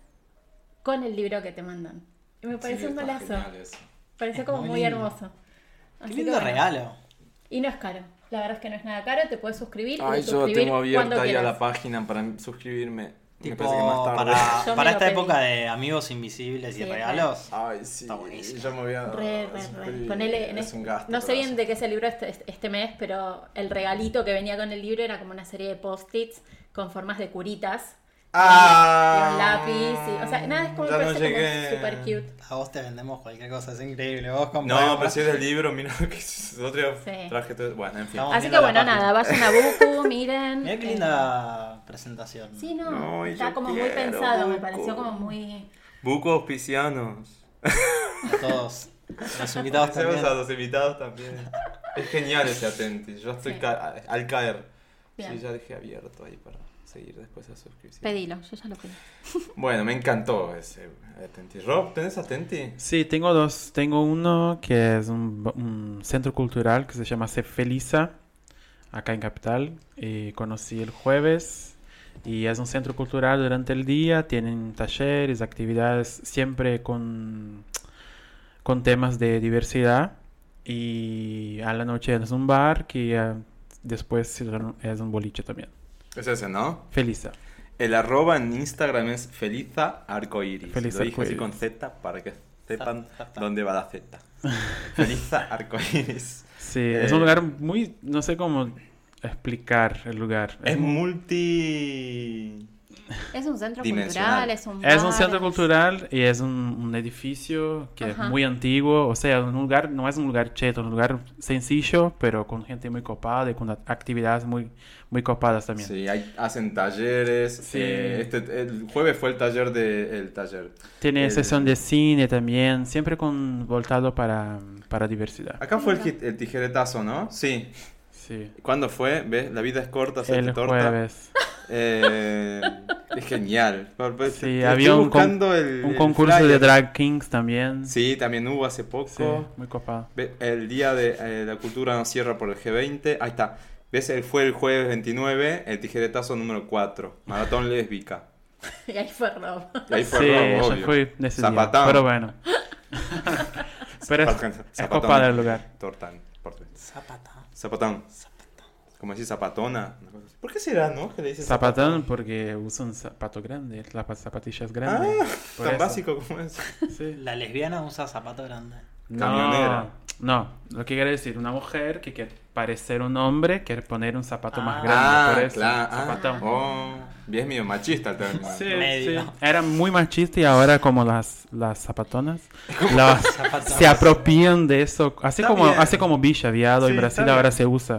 con el libro que te mandan. Y me pareció un golazo. Pareció Es como muy muy, lindo. hermoso. Qué Así lindo que bueno. regalo. Y no es caro. La verdad es que no es nada caro. Te puedes suscribir. Ay, y yo suscribir tengo abierta cuando ahí a la quieras. página para suscribirme. Me Tipo, parece que más tarde. Yo me para, para lo esta pedí. época de amigos invisibles y Sí, re. regalos, Ay, sí. Está buenísimo. Yo me voy a. Re, re, re. suscribir. Ponele en es este- un gasto. no sé pero bien de qué es el libro este, este mes, pero el regalito que venía con el libro era como una serie de post-its con formas de curitas. Ah. Y un lápiz. y- o sea, nada, es como, Ya me no parece llegué. como super cute. a vos te vendemos cualquier cosa, es increíble. Vos comprás- No, pero si es del libro, mira lo que es. El otro día Sí. traje todo. Bueno, en fin. Estamos- Así viendo que la bueno, página. nada, vayan a [LAUGHS] Buku, miren. Mirá qué Eh, linda presentación. Sí, no, No, y está yo como muy quiero pensado, me Buku. pareció como muy... Buku auspicianos. A todos. [LAUGHS] Los invitados Hacemos a también. los invitados también. Es genial ese Atenti. Yo estoy Sí. ca- al caer. Bien. Sí, ya dejé abierto ahí para seguir después la suscripción. Pedilo, yo ya lo pedí. Bueno, me encantó ese Atenti. Rob, ¿tenés Atenti? Sí, tengo dos. Tengo uno que es un, ba- un centro cultural que se llama Sé Felisa, acá en Capital. Y conocí el jueves y es un centro cultural durante el día. Tienen talleres, actividades, siempre con, con temas de diversidad. Y a la noche es un bar que ah, después es un boliche también. Es ese, ¿no? Felisa. El arroba en Instagram es Feliza Arcoiris. Feliza Lo dije así Arcoiris. con Z para que sepan Ta, ta, ta. dónde va la [LAUGHS] Z. Feliza Arcoiris. Sí, es Eh, un lugar muy, no sé cómo explicar el lugar. Es muy multi... Es un centro Dimensional. cultural, es un Es bar, un centro es- cultural y es un, un edificio que Ajá. es muy antiguo, o sea, un lugar, no es un lugar cheto, es un lugar sencillo, pero con gente muy copada y con act- actividades muy, muy copadas también. Sí, hay- hacen talleres. Sí. eh, este, el jueves fue el taller de el taller. Tiene El- sesión de cine también, siempre con voltado para, para diversidad. Acá fue el, ji- el tijeretazo, ¿no? Sí. Sí. ¿Cuándo fue? ¿Ves? La vida es corta, se El torta. jueves. Eh, es genial. Por- por- Sí, estoy había un, con- buscando el- un el concurso de flyer. drag kings también. Sí, también hubo hace poco. Sí, muy copado. Ve- El día de eh, la cultura no cierra por el G20. Ahí está. ¿Ves? El- Fue el jueves 29, el tijeretazo número 4. Maratón lésbica. [LAUGHS] Y ahí fue Rob. Y ahí fue sí, robo, yo obvio. fui de ese día, Zapatón. [LAUGHS] pero bueno. pero es, Zapatón. es copado el lugar. Tortán. por- Zapata. Zapatón. Como decir zapatona. una cosa así. ¿Por qué será, no? Que le dicen Zapatón porque usa un zapato grande, las pa- zapatillas Ah, grandes. por tan eso. básico como es. Sí. La lesbiana usa zapato grande. No, Camionera. no, lo que quiere decir, una mujer que quiere parecer un hombre quiere poner un zapato más Ah, grande. por Ah, eso, claro. ah, zapatón. oh, bien medio machista el término. Sí, Medio. sí. Era muy machista y ahora como las, las [LAUGHS] zapatonas las- Zapatonas. se apropian de eso. Así Está como, bien. así como Villa, Viado Sí, en Brasil está ahora bien. se usa.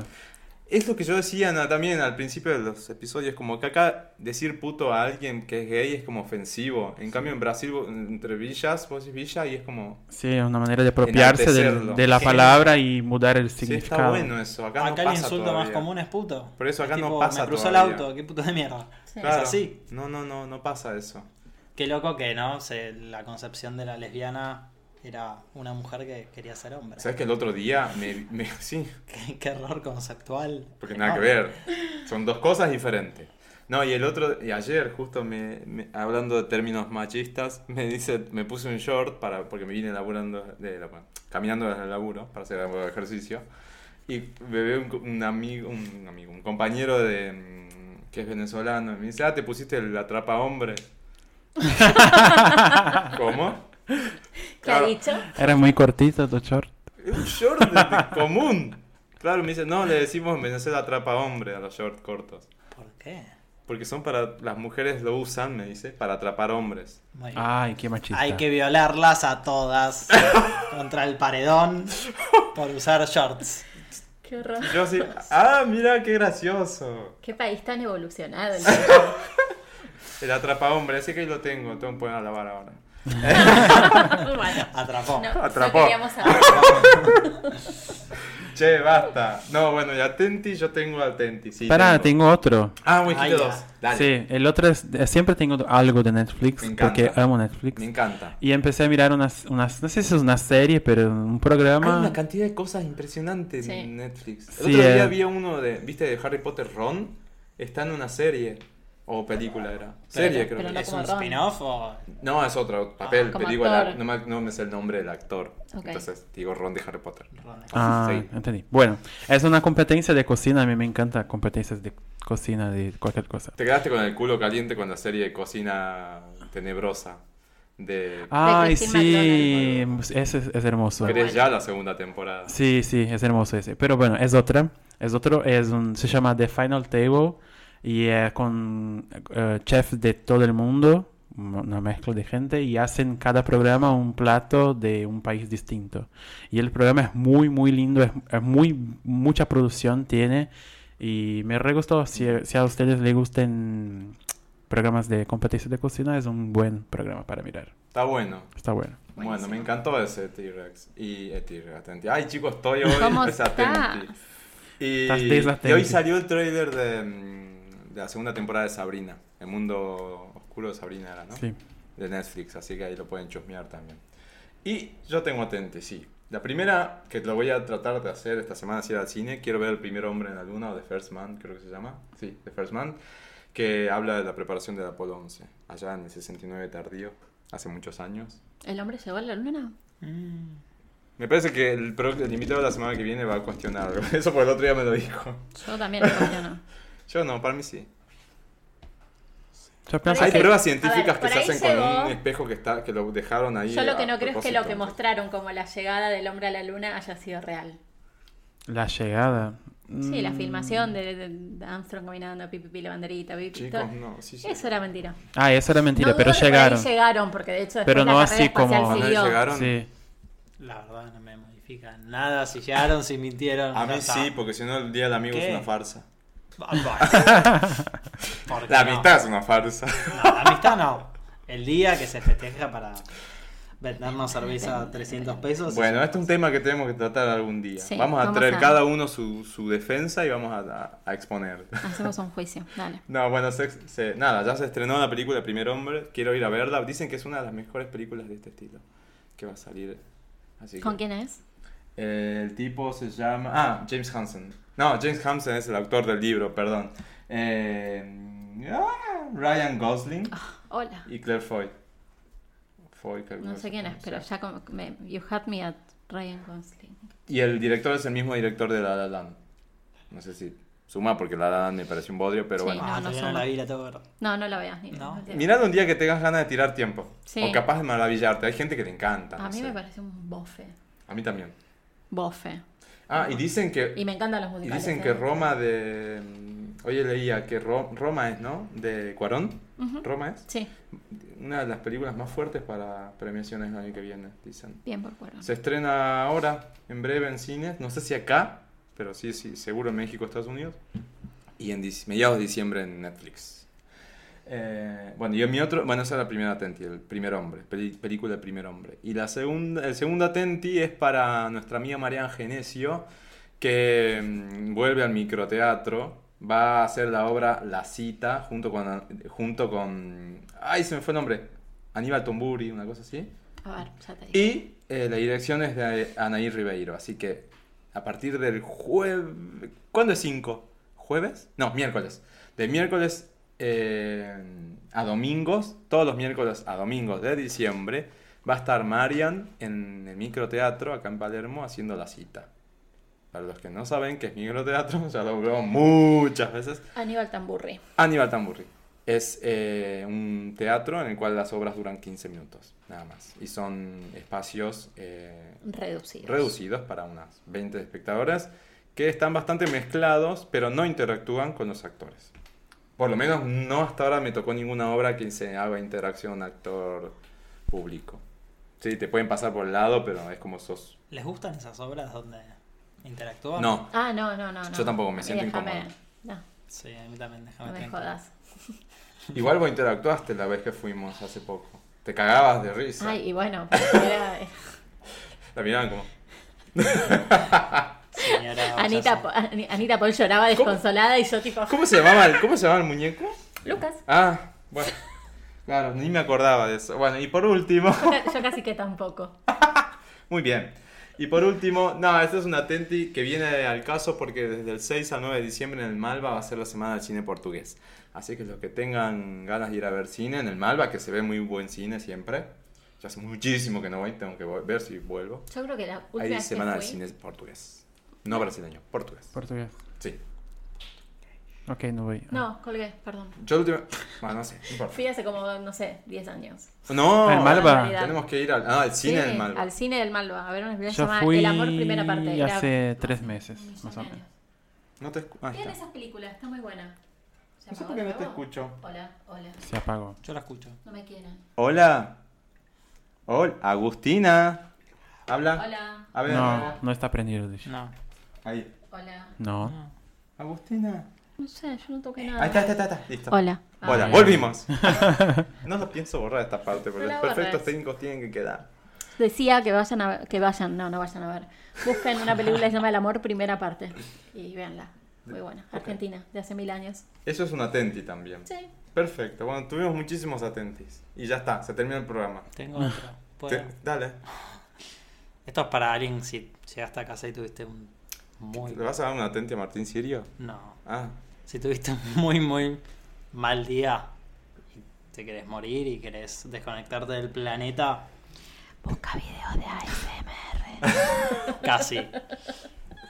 Es lo que yo decía na- también al principio de los episodios, como que acá decir puto a alguien que es gay es como ofensivo. En cambio en Brasil, vos- entre villas, vos decís villa y es como... Sí, es una manera de apropiarse del- de, Enaltecerlo. la Sí. palabra y mudar el Sí, está significado. bueno eso. Acá, Acá, no el pasa insulto más todavía. común es puto. Por eso acá Es no tipo, pasa Me cruzó todavía. el auto, qué puto de mierda. Sí. Claro. Es así. No, no, no, no pasa eso. Qué loco que, ¿no? Se- la concepción de la lesbiana era una mujer que quería ser hombre. ¿Sabes que el otro día me... me- [LAUGHS] sí, [LAUGHS] Qué, qué error conceptual. porque nada que ver. Son dos cosas diferentes. No, y el otro, y ayer justo me, me- hablando de términos machistas, [LAUGHS] me dice, me puse un short para, porque me vine laburando, de, la- caminando desde el laburo para hacer algo de ejercicio. Y me ve un, co- un amigo, un amigo, un compañero de mm, que es venezolano, y me dice, ah, te pusiste la trapa hombre. [LAUGHS] ¿Cómo? ¿Qué ha Claro. [LAUGHS] dicho? Era muy cortito tu short. Es un short de- de común. Claro, me dice, no, le decimos en Venezuela trapa hombre a los shorts cortos. ¿Por qué? Porque son para. Las mujeres lo usan, me dice, para atrapar hombres. Muy bien. Ay, qué machista. Hay que violarlas a [LAUGHS] todas contra el paredón por usar shorts. Qué horror. Y yo así, ¡ah, mira qué gracioso! Qué país tan evolucionado. [LAUGHS] el El atrapa hombre, así que ahí lo tengo, tengo que poner a lavar ahora. mundo. bueno, Atrapó. no, no Atrapó. queríamos saber. Che, basta. No, bueno, y Atenti, yo tengo Atenti, sí. Pará, tengo otro. Ah, bueno, Ay, dijiste ya. dos. Dale. Sí, el otro es, eh, siempre tengo algo de Netflix Me encanta. porque amo Netflix. Me encanta. Y empecé a mirar unas, unas, no sé si es una serie, pero un programa. Hay una cantidad de cosas impresionantes Sí. en Netflix. El Sí, otro día eh. había uno de, ¿viste? De Harry Potter Ron. Está en una serie. O película era. Serie, creo pero que no ¿Es como un Ron. spin-off o.? No, es otro papel, Ah, como película. actor. No me, no me sé el nombre del actor. Ok. Entonces digo Ron de Harry Potter. Ron, es- Ah, Sí. entendí. Bueno, es una competencia de cocina. A mí me encanta competencias de cocina, de cualquier cosa. Te quedaste con el culo caliente con la serie de Cocina Tenebrosa. De... Ay, Christine sí, ese es, es hermoso. ¿Querés ya la segunda temporada? Sí, sí, es hermoso ese. Pero bueno, es otra. Es otro, es un, se llama The Final Table y es con eh, chefs de todo el mundo, una mezcla de gente, y hacen cada programa un plato de un país distinto. Y el programa es muy, muy lindo, es, es muy, mucha producción tiene y me re gustó. Si, si a ustedes les gusten programas de competencia de cocina, es un buen programa para mirar. Está bueno. Está bueno. Bueno, me encantó ese T-Rex. Y eh, T-Rex, Atenti. Ay, chicos, estoy hoy ¿Cómo es estás? Atenti. Y, Estás desatenti. y hoy salió el trailer de, mm, de la segunda temporada de Sabrina. El mundo oscuro de Sabrina era, ¿no? Sí. de Netflix, así que ahí lo pueden chusmear también. Y yo tengo atente, sí. La primera que lo voy a tratar de hacer esta semana es ir al cine. Quiero ver El primer hombre en la luna, o The First Man, creo que se llama. Sí, The First Man, que habla de la preparación del Apolo 11, allá en el 69 tardío, hace muchos años. ¿El hombre llegó a la luna? Mm. Me parece que el, pro- el invitado de la semana que viene va a cuestionar algo. [LAUGHS] Eso por el otro día me lo dijo. Yo también lo cuestiono. Yo no, para mí sí. Yo Por pienso ahí Hay se- que... pruebas a ver, científicas por que se ahí hacen llegó- con un espejo que, está, que lo dejaron ahí. Yo lo que a no creo es que lo que propósito. mostraron como la llegada del hombre a la luna haya sido real. La llegada. mm, Sí, la filmación de, de Armstrong caminando, pipipi, la banderita, pi, pi, todo. Chicos, no, sí, sí. Eso era mentira. Ah, eso era mentira, No pero dudo que por ahí llegaron. llegaron, porque de hecho después Pero la no carrera así espacial como- Cuando siguió. llegaron, Sí. La verdad no me modifica nada si llegaron, si mintieron. a ya mí está. sí, porque si no el Día del Amigo ¿Qué? es una farsa. Ah, bueno. [LAUGHS] ¿Por qué La no? amistad es una [LAUGHS] farsa. No, la amistad no. El día que se festeja para vendernos cerveza a 300 pesos. Bueno, este es un tema que tenemos que tratar algún día. Sí, vamos a vamos traer a- cada uno su, su defensa y vamos a, a- a exponer. [LAUGHS] Hacemos un juicio, dale. No, bueno, se- se- nada, ya se estrenó la película Primer Hombre, quiero ir a verla. Dicen que es una de las mejores películas de este estilo que va a salir. Así que- ¿Con quién es? El tipo se llama... Ah, James Hansen. No, James Hansen es el autor del libro, perdón. Eh, ah, Ryan Gosling Hola. y Claire Foy. Foy, creo que No sé quién es, cómo se pero llama. ya como me- you had me at Ryan Gosling. Y el director es el mismo director de La La Land. No sé si suma porque La La Land me pareció un bodrio, pero Sí, bueno. Ah, No, no todavía no, suma. la vi, la tengo que ver. No, no la veas ni No. te- Miralo un día que tengas ganas de tirar tiempo. Sí. O capaz de maravillarte. Hay gente que le encanta. A no mí sé. me parece un bofe. A mí también. Bofe. Ah, y dicen que... Y me encantan los Y musicales. dicen ¿eh? que Roma de... Oye, leía que Ro- Roma es, ¿no? De Cuarón. Ujú. Roma es. Sí, Una de las películas más fuertes para premiaciones el año que viene, dicen. bien por cuero. Se estrena ahora, en breve, en cines. No sé si acá, pero sí, sí, seguro en México, Estados Unidos. Y en dic- mediados de diciembre en Netflix. Eh, bueno, y en mi otro... Bueno, esa es la primera Atenti, el primer hombre. peli- película El primer hombre. Y la segunda... El segundo Atenti es para nuestra amiga Marian Genesio, que mm, vuelve al microteatro. Va a hacer la obra La Cita junto con... Junto con ay, se me fue el nombre. Aníbal Tomburi, una cosa así. A ver, ya te digo. Y eh, la dirección es de Anaí Ribeiro, así que a partir del jueves... ¿Cuándo es 5? ¿Jueves? No, miércoles. De miércoles eh, a domingos, todos los miércoles a domingos de diciembre, va a estar Marian en el microteatro acá en Palermo haciendo la cita. Para los que no saben qué es microteatro, [LAUGHS] ya lo veo muchas veces, Aníbal Tamburri. Aníbal Tamburri. Es eh, un teatro en el cual las obras duran 15 minutos, nada más. Y son espacios eh, Reducido. reducidos para unas 20 espectadoras que están bastante mezclados, pero no interactúan con los actores. Por lo menos no hasta ahora me tocó ninguna obra que se haga interacción actor-público. Sí, te pueden pasar por el lado, pero es como sos. ¿Les gustan esas obras donde interactúan? No, Ah, no, no, no. no. Yo tampoco me A mí siento déjame- incómodo. No, Sí, a mí también, déjame no me tranquilo. jodas. igual vos interactuaste la vez que fuimos hace poco. Te cagabas de risa. Ay, y bueno, porque era- eh, [LAUGHS] Ah, La miraban como. Señora, vos Anita, haces- Po- Ani- Anita Paul lloraba desconsolada y yo tipo... ¿Cómo se llamaba el, cómo se llamaba el muñeco? Lucas. Ah, bueno. Claro, ni me acordaba de eso. Bueno, y por último. [LAUGHS] Yo ca- Yo casi que tampoco. Muy bien. Y por último, no, este es un atenti que viene al caso porque desde el 6 al 9 de diciembre en el Malva va a ser la semana del cine portugués. Así que los que tengan ganas de ir a ver cine en el Malva, que se ve muy buen cine siempre. Ya hace muchísimo que no voy, tengo que vo- ver si vuelvo. Yo creo que la última Hay vez que semana del fui- cine portugués. No brasileño, portugués. Portugués. Sí. Ok, no voy. No, colgué, perdón. Yo la última... Bueno, no sé, no importa. Fui hace como, no sé, 10 años. No, eh, Al Malva. Tenemos que ir al, ah, al cine Sí, del Malva. Al cine del Malva. A ver, una película que se Yo llama fui El amor primera parte. Era- hace tres meses, más o Millonario. menos. No te escu- ahí Vean está. esas películas, está muy buena. ¿Se No sé apagó por qué de no te nuevo? escucho. Hola, hola. Se apagó. Yo la escucho. No me quieran. Hola. Hola, Agustina. Habla. Hola, A ver. No, no está prendido, dice. No. Ahí. hola. No. Agustina. No sé, yo no toqué nada. Ahí está, ahí está, ahí está. Listo. Ah. Hola. Hola, Ah. [LAUGHS] volvimos. no lo pienso borrar esta parte, pero No la los perfectos borres. técnicos tienen que quedar. Decía que vayan a ver, que vayan, no, no vayan a ver. Busquen una película que se llama El amor primera parte y véanla. Muy buena. Argentina, de hace mil años. Eso es un atenti también. Sí. Perfecto. Bueno, tuvimos muchísimos atentis. Y ya está, se termina el programa. Tengo otra. ¿Puedo? Te- dale. Esto es para alguien si llegaste a casa y tuviste un muy... ¿Le vas a dar un atenti a Martín Sirio? No. Ah. Si tuviste un muy, muy mal día y te querés morir y querés desconectarte del planeta, Busca videos de ASMR. [LAUGHS] casi.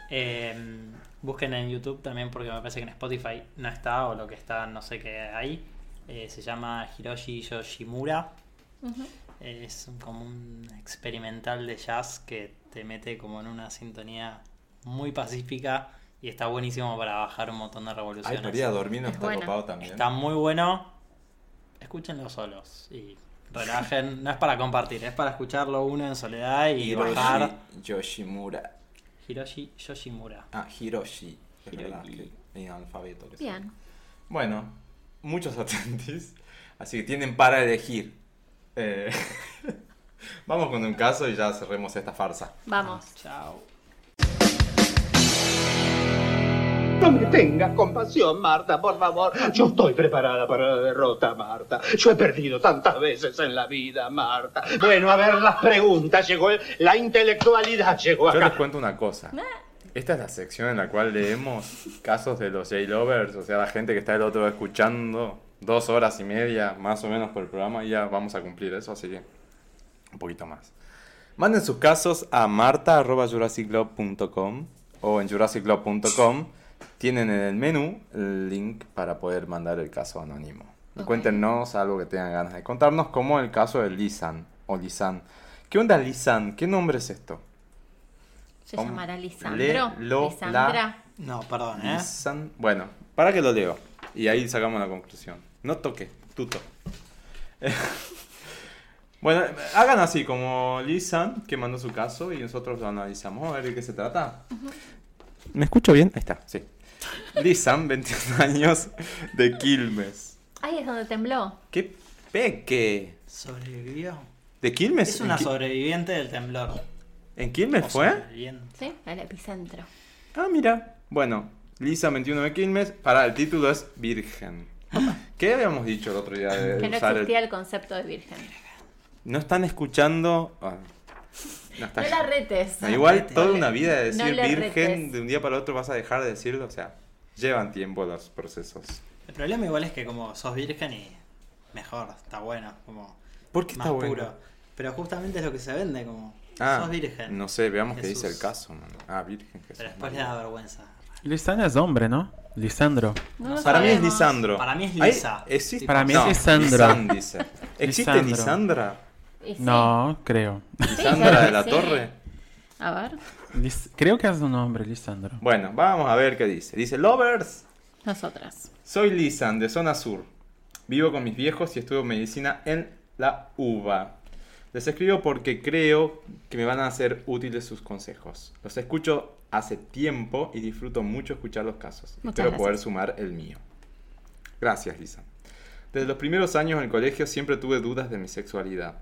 Eh, busquen en YouTube también porque me parece que en Spotify no está o lo que está, no sé qué hay. Eh, se llama Hiroshi Yoshimura. Ujú. Es un- como un experimental de jazz que te mete como en una sintonía muy pacífica Y está buenísimo para bajar un montón de Ay, revoluciones. paría, dormir no Es está buena. copado también. Está muy bueno. Escúchenlo solos y relajen. No es para compartir, es para escucharlo uno en soledad y Hiroshi bajar. Yoshimura. Hiroshi Yoshimura. Ah, Hiroshi. Es Hiroki. verdad que inalfabeto que soy. Bien. Bueno, muchos [LAUGHS] Atlantis. Así que tienen para elegir. Eh, [LAUGHS] Vamos con un caso y ya cerremos esta farsa. Vamos. Chao. No me tengas compasión, Marta, por favor. Yo estoy preparada para la derrota, Marta. Yo he perdido tantas veces en la vida, Marta. Bueno, a ver las preguntas. Llegó el- la intelectualidad, llegó [LAUGHS] Yo les acá. cuento una cosa. Esta es la sección en la cual leemos casos de los J-Lovers, o sea, la gente que está del otro lado escuchando dos horas y media más o menos por el programa y ya vamos a cumplir eso, así que un poquito más. Manden sus casos a marta.jurassicglobe.com o en jurassicglobe.com tienen en el menú el link para poder mandar el caso anónimo. Y Ok. Cuéntenos algo que tengan ganas de contarnos, como el caso de Lisan o Lisan. ¿Qué onda Lisan? ¿Qué nombre es esto? Se Om- llamará le- Lisandro. lo- Lisandra. No, perdón, ¿eh? Lisan- Bueno, para que lo leo. Y ahí sacamos la conclusión. No toque, tuto. [LAUGHS] Eh, bueno, hagan así, como Lisan, que mandó su caso y nosotros lo analizamos. Vamos a ver de qué se trata. ¿Me escucho bien? Ahí está, sí. Lisan, 21 años, de Quilmes. Ahí es donde tembló. ¡Qué peque! ¿Sobrevivió? ¿De Quilmes? Es una ¿En, Qui- sobreviviente del temblor. en Quilmes O fue? sobreviviente. ¿Sí? Al epicentro. Ah, mira. Bueno, Lisa 21 de Quilmes. Para, el título es Virgen. ¿Qué habíamos dicho el otro día de Que no usar el- existía el concepto de virgen. No están escuchando. Ah, no No está- la retes. No, igual retes. toda una vida de No decir la virgen, retes. de un día para otro vas a dejar de decirlo. O sea, llevan tiempo los procesos. El problema igual es que como sos virgen y mejor, está bueno, como ¿Por qué más está bueno? puro. Pero justamente es lo que se vende, como Ah, sos virgen. No sé, veamos qué dice el Jesús. caso, mano. Ah, virgen, Jesús. Pero después le da [LAUGHS] vergüenza. Lisandro es hombre, ¿no? Lisandro. No lo Para mí es sabemos. Lisandro. Para mí es Ay, Lisa. existe- Para mí es No, Lisandra. Lisan dice. ¿Existe Lisandro. Lisandra? Y sí. No, creo. [LAUGHS] Sí, ¿Lisandra de la sí. Torre? A ver. Lis- Creo que es un hombre, Lisandro. Bueno, vamos a ver qué dice. Dice, Lovers, Nosotras. soy Lisan, de zona sur. Vivo con mis viejos y estudio medicina en la UBA. Les escribo porque creo que me van a ser útiles sus consejos. Los escucho hace tiempo y disfruto mucho escuchar los casos. Muchas Espero gracias. poder sumar el mío. Gracias, Lisan. Desde los primeros años en el colegio siempre tuve dudas de mi sexualidad.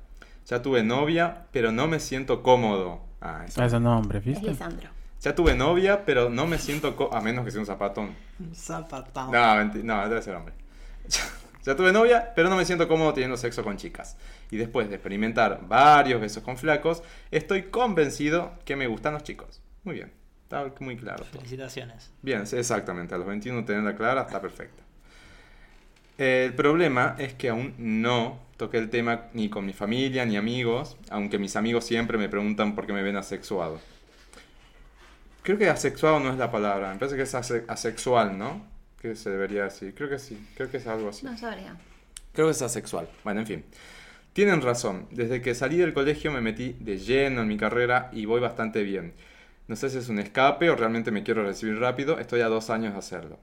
Ya tuve novia, pero no me siento cómodo. Ah, eso Es un hombre, Es ¿viste? Lisandro. ya tuve novia, pero no me siento co- a menos que sea un zapatón. Un Zapatón. No, menti- no, debe ser hombre. [LAUGHS] Ya, ya tuve novia, pero no me siento cómodo teniendo sexo con chicas. Y después de experimentar varios besos con flacos, estoy convencido que me gustan los chicos. Muy bien, está muy claro. todo. Felicitaciones. Bien, sí, exactamente. A los 21 tenerla clara está perfecta. El problema es que aún no toqué el tema ni con mi familia ni amigos, aunque mis amigos siempre me preguntan por qué me ven asexuado. Creo que asexuado no es la palabra, me parece que es ase- asexual, ¿no? Que se debería decir. Creo que sí, creo que es algo así. No sabría. Creo que es asexual. Bueno, en fin. Tienen razón. Desde que salí del colegio me metí de lleno en mi carrera y voy bastante bien. No sé si es un escape o realmente me quiero recibir rápido. Estoy a dos años de hacerlo.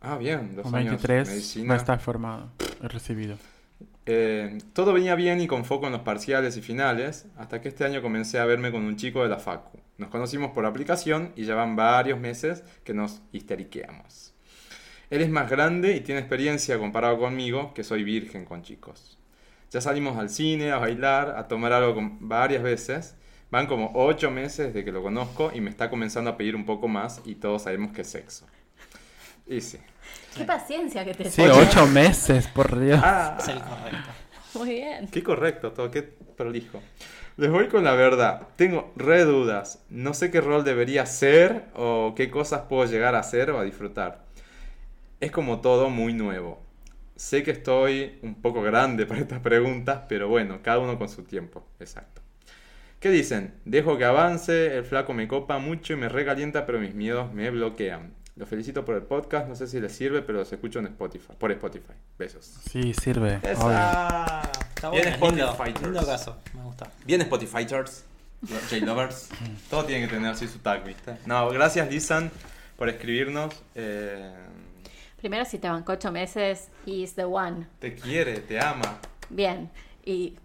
Ah, bien, dos Con años. 23 Medicina. va a estar formado, recibido. Eh, todo venía bien y con foco en los parciales y finales, hasta que este año comencé a verme con un chico de la Facu. Nos conocimos por aplicación y ya van varios meses que nos histeriqueamos. Él es más grande y tiene experiencia comparado conmigo, que soy virgen con chicos. Ya salimos al cine, a bailar, a tomar algo con- varias veces. Van como ocho meses desde que lo conozco y me está comenzando a pedir un poco más y todos sabemos que es sexo. Y sí. Qué paciencia que te Sí, tenés. ocho meses, por Dios. Ah. Es el correcto. [LAUGHS] Muy bien. Qué correcto todo, qué prolijo. Les voy con la verdad. Tengo re dudas. No sé qué rol debería ser o qué cosas puedo llegar a hacer o a disfrutar. Es como todo muy nuevo. Sé que estoy un poco grande [LAUGHS] para estas preguntas, pero bueno, cada uno con su tiempo. Exacto. ¿Qué dicen? Dejo que avance, el flaco me copa mucho y me recalienta, pero mis miedos me bloquean. Los felicito por el podcast, no sé si les sirve, pero los escucho en Spotify, por Spotify. Besos. Sí, sirve. Esa. obvio. Bien, Está bueno, es lindo, Spotify Fighters. lindo caso. Me gusta. Bien [LAUGHS] Spotifyers, J-Lovers. Todo tiene que tener así su tag, ¿viste? No, gracias, Lisan. por escribirnos. Eh, Primero, si te bancó ocho meses, is the one. te quiere, te ama. Bien. Y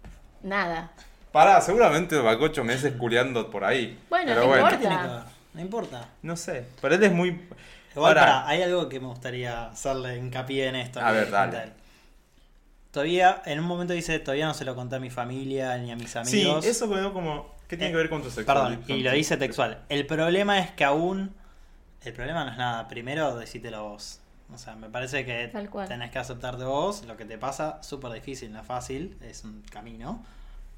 nada. Pará, seguramente va ocho meses culeando por ahí. Bueno, pero no bueno, importa. Tiene que ver, No importa. no sé. Pero él es muy. Igual, Ahora- pará, hay algo que me gustaría hacerle hincapié en esto. A que ver, dijo dale. él. Todavía, en un momento dice, todavía no se lo conté a mi familia ni a mis Sí, amigos. eso quedó como. ¿Qué tiene Eh, que ver con tu sexualidad? Perdón, y lo dice textual. El problema es que aún... El problema no es nada. Primero, decítelo vos. O sea, me parece que Tal cual. tenés que aceptarte vos. Lo que te pasa, súper difícil, no es fácil. Es un camino.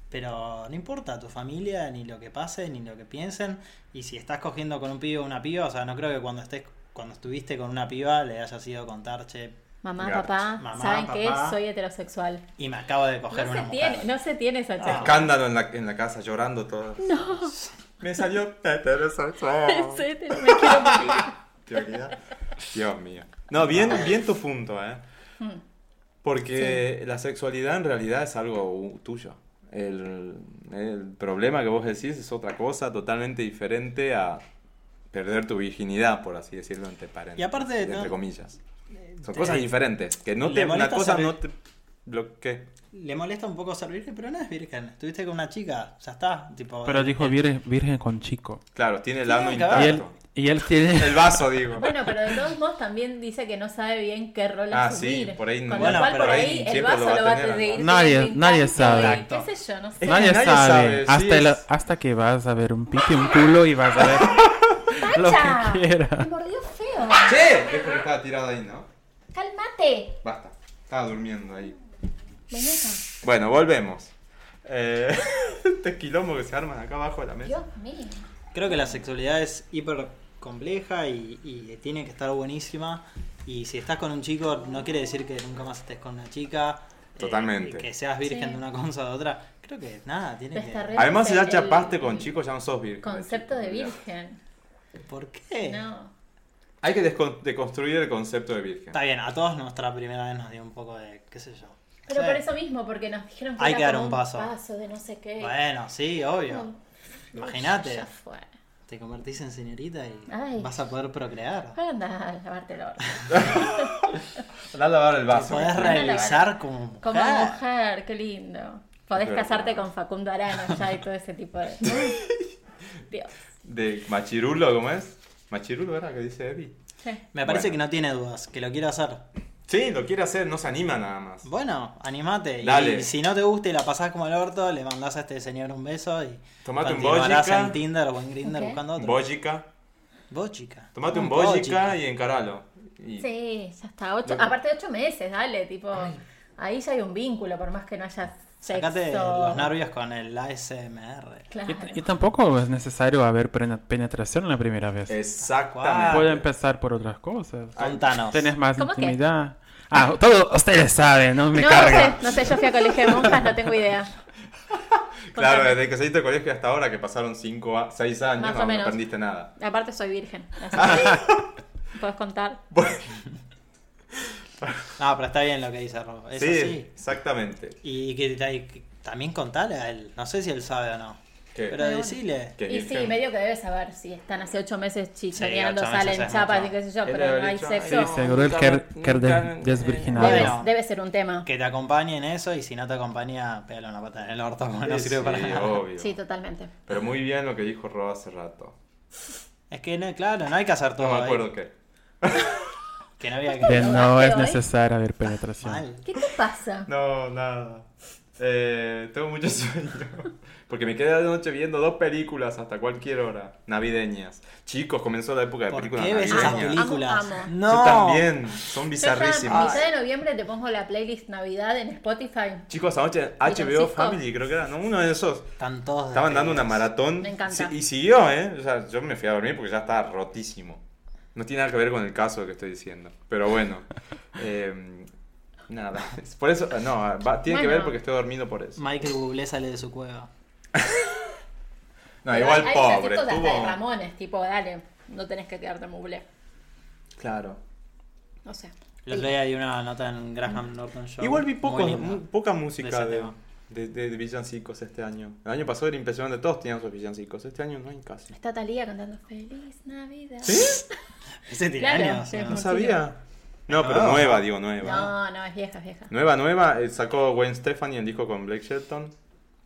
Pero no importa tu familia, ni lo que pase, ni lo que piensen. Y si estás cogiendo con un pibe o una piba, o sea, no creo que cuando estés cuando estuviste con una piba le hayas ido a contar, che, Mamá, Gracias. papá, Mamá, ¿saben qué? papá. Soy heterosexual. y me acabo de coger No una se, mujer. Ah. tiene, no se tiene esa [LAUGHS] charla. Escándalo en la, en la casa, llorando todo. No. Me salió [LAUGHS] heterosexual. Soy hetero, me quiero morir. Teoría. Dios mío. No, bien, bien tu punto, ¿eh? Hmm. Porque la sexualidad en realidad es algo u- tuyo. El, el problema que vos decís es otra cosa totalmente diferente a perder tu virginidad, por así decirlo, entre paréntesis. Y aparte, entre ¿no? comillas. Son Te- cosas diferentes. Que no le te, una molesta cosa saber- no te. Lo que. Le molesta un poco ser virgen, pero no es virgen. Estuviste con una chica, ya está. Tipo, Pero dijo el- virgen, virgen con chico. Claro, tiene el ano Tiene que haber- Y él, intacto. y él tiene... El vaso, [LAUGHS] digo. Bueno, pero de todos modos también dice que no sabe bien qué rol Ah, asumir. sí, por ahí no. Con Bueno, lo cual, pero por ahí ahí el siempre vaso lo va a tener. tener, ¿no? Nadie- tener nadie intacto sabe. y Exacto. ¿Qué sé yo? No sé. Es que Eh, Nadie, nadie sabe, sabe. sí hasta, el- es- hasta que vas a ver un pique, un culo y vas [LAUGHS] a ver lo ¡Pacha! que Me quieras. mordió feo. ¡Che! Es porque estaba tirado ahí, ¿no? ¡Cálmate! Basta. Estaba durmiendo ahí. Vení acá. Bueno, volvemos. Eh, [LAUGHS] este quilombo que se arman acá abajo de la mesa. Dios mío. Creo que la sexualidad es hiper compleja y, y tiene que estar buenísima. Y si estás con un chico, no quiere decir que nunca más estés con una chica. eh, Totalmente. que seas virgen Sí. de una cosa o de otra. Creo que nada, tiene Pero está que. re- Además, si ya El- chapaste con chicos, ya no sos virgen. Concepto de chico, virgen. ¿Por qué? No. Hay que descon- deconstruir el concepto de virgen. Está bien, a todos nuestra primera vez nos dio un poco de. qué sé yo. Pero Sí. por eso mismo, porque nos dijeron que Hay era que dar como un paso. de no sé qué. Bueno, sí, obvio. Uy, Imagínate, Ya fue. te convertís en señorita y Ay. vas a poder procrear. Anda a lavarte el [LAUGHS] orto. Da a lavar el Te vaso. Este, podés la realizar como mujer. Como mujer, qué lindo. Podés Pero- casarte con Facundo Arana ya y todo ese tipo [LAUGHS] de. Dios. De machirulo, ¿cómo es? Machirulo era que dice Evi. Sí. Me parece Bueno. que no tiene dudas, que lo quiero hacer. Sí, lo quiere hacer, no se anima nada más. Bueno, animate. Dale. Y si no te gusta y la pasás como el orto, le mandás a este señor un beso y Tomate un continuarás bojica. en Tinder o en Grindr Ok. buscando otro. Bojica. Bojica. Tomate un bojica y encaralo. Y- Sí, ya está. Ocho, Lo que- aparte de ocho meses, dale, tipo. Ahí ya hay un vínculo, por más que no haya sexo. Sacate los nervios con el ASMR. Claro. Y, t- y tampoco es necesario haber prena- penetración la primera vez. Eh, Exactamente. Puede empezar por otras cosas. ah, Contanos. Tienes más ¿Cómo qué? intimidad. Ah, todo ustedes saben, no me no, no sé, cargan. no sé, yo fui a colegio de monjas, no tengo idea. Claro, Contame. desde que saliste del colegio hasta ahora, que pasaron 5 6 años, Más o no, no menos. aprendiste nada. Aparte soy virgen. así que Puedes contar. Bueno, No, pero está bien lo que dice Rob. [LAUGHS] Es sí, así. exactamente. Y que, y que también contale a él. No sé si él sabe o no. ¿Qué? Pero decile. ¿Qué y virgen? sí, medio que debes saber si están hace ocho meses chichoneando, Sí, ocho meses salen es chapas mucho. y qué sé yo, Él pero debe no hay haber dicho, sexo. Sí, seguro el quer, quer [LAUGHS] des- Ah, desvirginado. Debe, Bueno. debe ser un tema. Que te acompañe en eso y si no te acompaña, pégale una pata en el orto. porque Ah, no Sí, sirve para sí, nada. obvio. Sí, totalmente. Pero muy bien lo que dijo Rob hace rato. Es que, no, claro, no hay que hacer todo. No me ¿eh? acuerdo qué. Que no había De que. no es Pero, ¿eh? necesario haber penetración. Mal. ¿Qué te pasa? No, nada. Eh, tengo mucho [LAUGHS] sueño. Porque me quedé anoche viendo dos películas hasta cualquier hora. Navideñas. Chicos, comenzó la época de ¿Por películas qué ves esas navideñas. películas? películas? Amo, amo. No. Yo también. Son Yo ya a bizarrísimas. mitad de noviembre te pongo la playlist Navidad en Spotify. Chicos, anoche Villancico. HBO Family, creo que era, ¿no? Uno de esos. Están todos. Estaban dando una despedidos. maratón. Me encanta. Sí, Y siguió, ¿eh? O sea, yo me fui a dormir porque ya estaba rotísimo. No tiene nada que ver con el caso que estoy diciendo. Pero bueno. [LAUGHS] eh, nada. Por eso, no, va- tiene que Bueno. ver porque estoy dormido por eso. Michael Bublé sale de su cueva. No, Ah, igual Hay pobre. conciertos hasta de Estuvo... Ramones, tipo, dale, no tenés que quedarte en buble. Claro. No sé. El otro día di una nota en Graham Norton Show. Igual vi muy pocos- linda, mu- poca de música ese de, tema. de, de- de villancicos este año. El año pasado era impresionante, todos tenían sus villancicos. Este año no hay [LAUGHS] casi. Está Talía cantando Feliz Navidad. ¿Sí? Ese tiene Claro, años. sí, ¿no? No sí. sabía. No, pero No. nueva, digo, nueva. No, no, es vieja, es vieja. Nueva, nueva, eh, sacó Gwen Stefani el disco con Blake Shelton.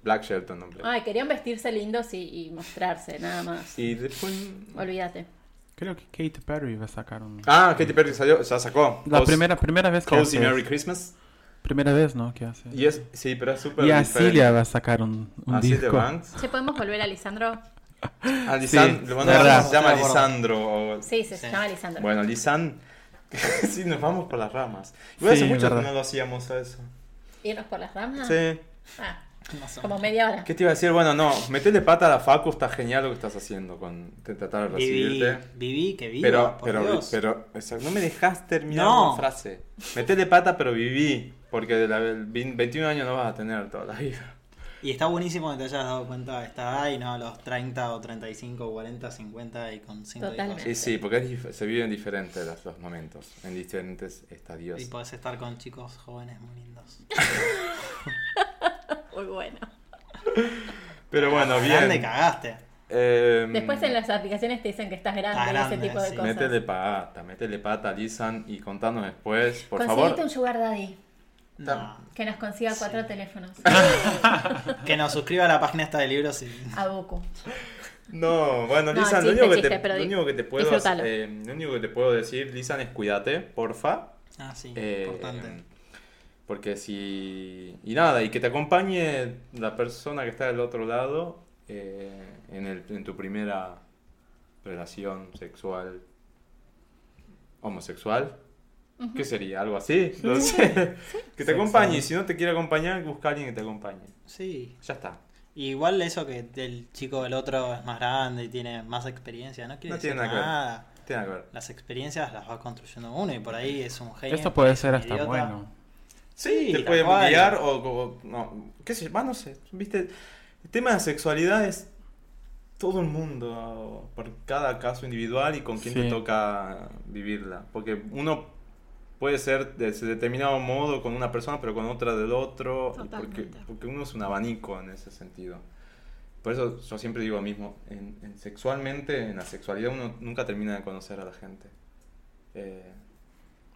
Black Shelton, no Ah. Blake. Ay, querían vestirse lindos y, y mostrarse, nada más. Y después. Olvídate. Creo que Katy Perry va a sacar un... Ah, Katy Perry salió, ya sacó. La Cozy- primera, primera vez que Cozy hace Merry eso. Christmas. Primera vez, ¿no? Que hace. Y es, sí, pero es súper. Y a diferente. Cilia va a sacar un, un A Celia disco. Banks. ¿Se podemos volver a Lisandro? A Lisan, Sí, lo van a verdad. se llama Estoy de acuerdo. Lisandro. o- Sí, se Sí. llama Lisandro. Bueno, Lisan. [LAUGHS] sí, nos vamos por las ramas. Igual Sí, hace mucho que verdad. no lo hacíamos a eso. ¿Irnos por las ramas? Sí. Ah, Más o como media hora. ¿Qué te iba a decir? Bueno, no, metele pata a la Facu, está genial lo que estás haciendo con te- tratar de Viví, recibirte. viví, que viví. Pero, por pero, Dios. pero, o sea, no me dejas terminar No. la frase. Metele pata, pero viví. Porque de la, el vein- 21 años no vas a tener toda la vida. Y está buenísimo que te hayas dado cuenta a esta edad y no a los 30 o 35, 40, 50 y con 5 Totalmente. Y sí, porque es dif- se viven diferentes los, los momentos, en diferentes estadios. Y podés estar con chicos jóvenes muy lindos. Muy bueno. Pero bueno, Grande bien. cagaste. Em, Después en las aplicaciones te dicen que estás grande, Estás y grande, ese tipo de sí. cosas. Métele pata, métele pata, Lisan, y contanos después, por Conseguite favor. un sugar daddy No. que nos consiga cuatro teléfonos. Ah. Que nos suscriba a la página esta de libros y. A Boku. No, bueno, No, Lisan, lo, chiste, único que chiste, te, pero lo di- único que te puedo disfrútalo. eh, lo único que te puedo decir, Lisan, es cuídate, porfa. Ah, sí, Eh, importante. Porque si. Y nada, y que te acompañe la persona que está del otro lado eh, en, el- en tu primera relación sexual homosexual. ¿Qué sería? ¿Algo así? No sé. [LAUGHS] Que te acompañe. Y si no te quiere acompañar, busca a alguien que te acompañe. Sí. Ya está. Igual eso que el chico del otro es más grande y tiene más experiencia, no quiere No tiene nada decir que ver. nada. Tiene que ver. Las experiencias las va construyendo uno y por ahí es un genio. Esto puede es ser un hasta idiota. bueno. Sí, Sí, te tal puede cual. guiar o, o- no, qué sé, va, no sé, viste, el tema de la sexualidad es todo el mundo, por cada caso individual y con quién te Sí. toca vivirla, porque uno puede ser de ese determinado modo con una persona, pero con otra del otro, y porque, Totalmente. porque uno es un abanico en ese sentido. Por eso yo siempre digo lo mismo, en, en sexualmente, en la sexualidad uno nunca termina de conocer a la gente. Eh,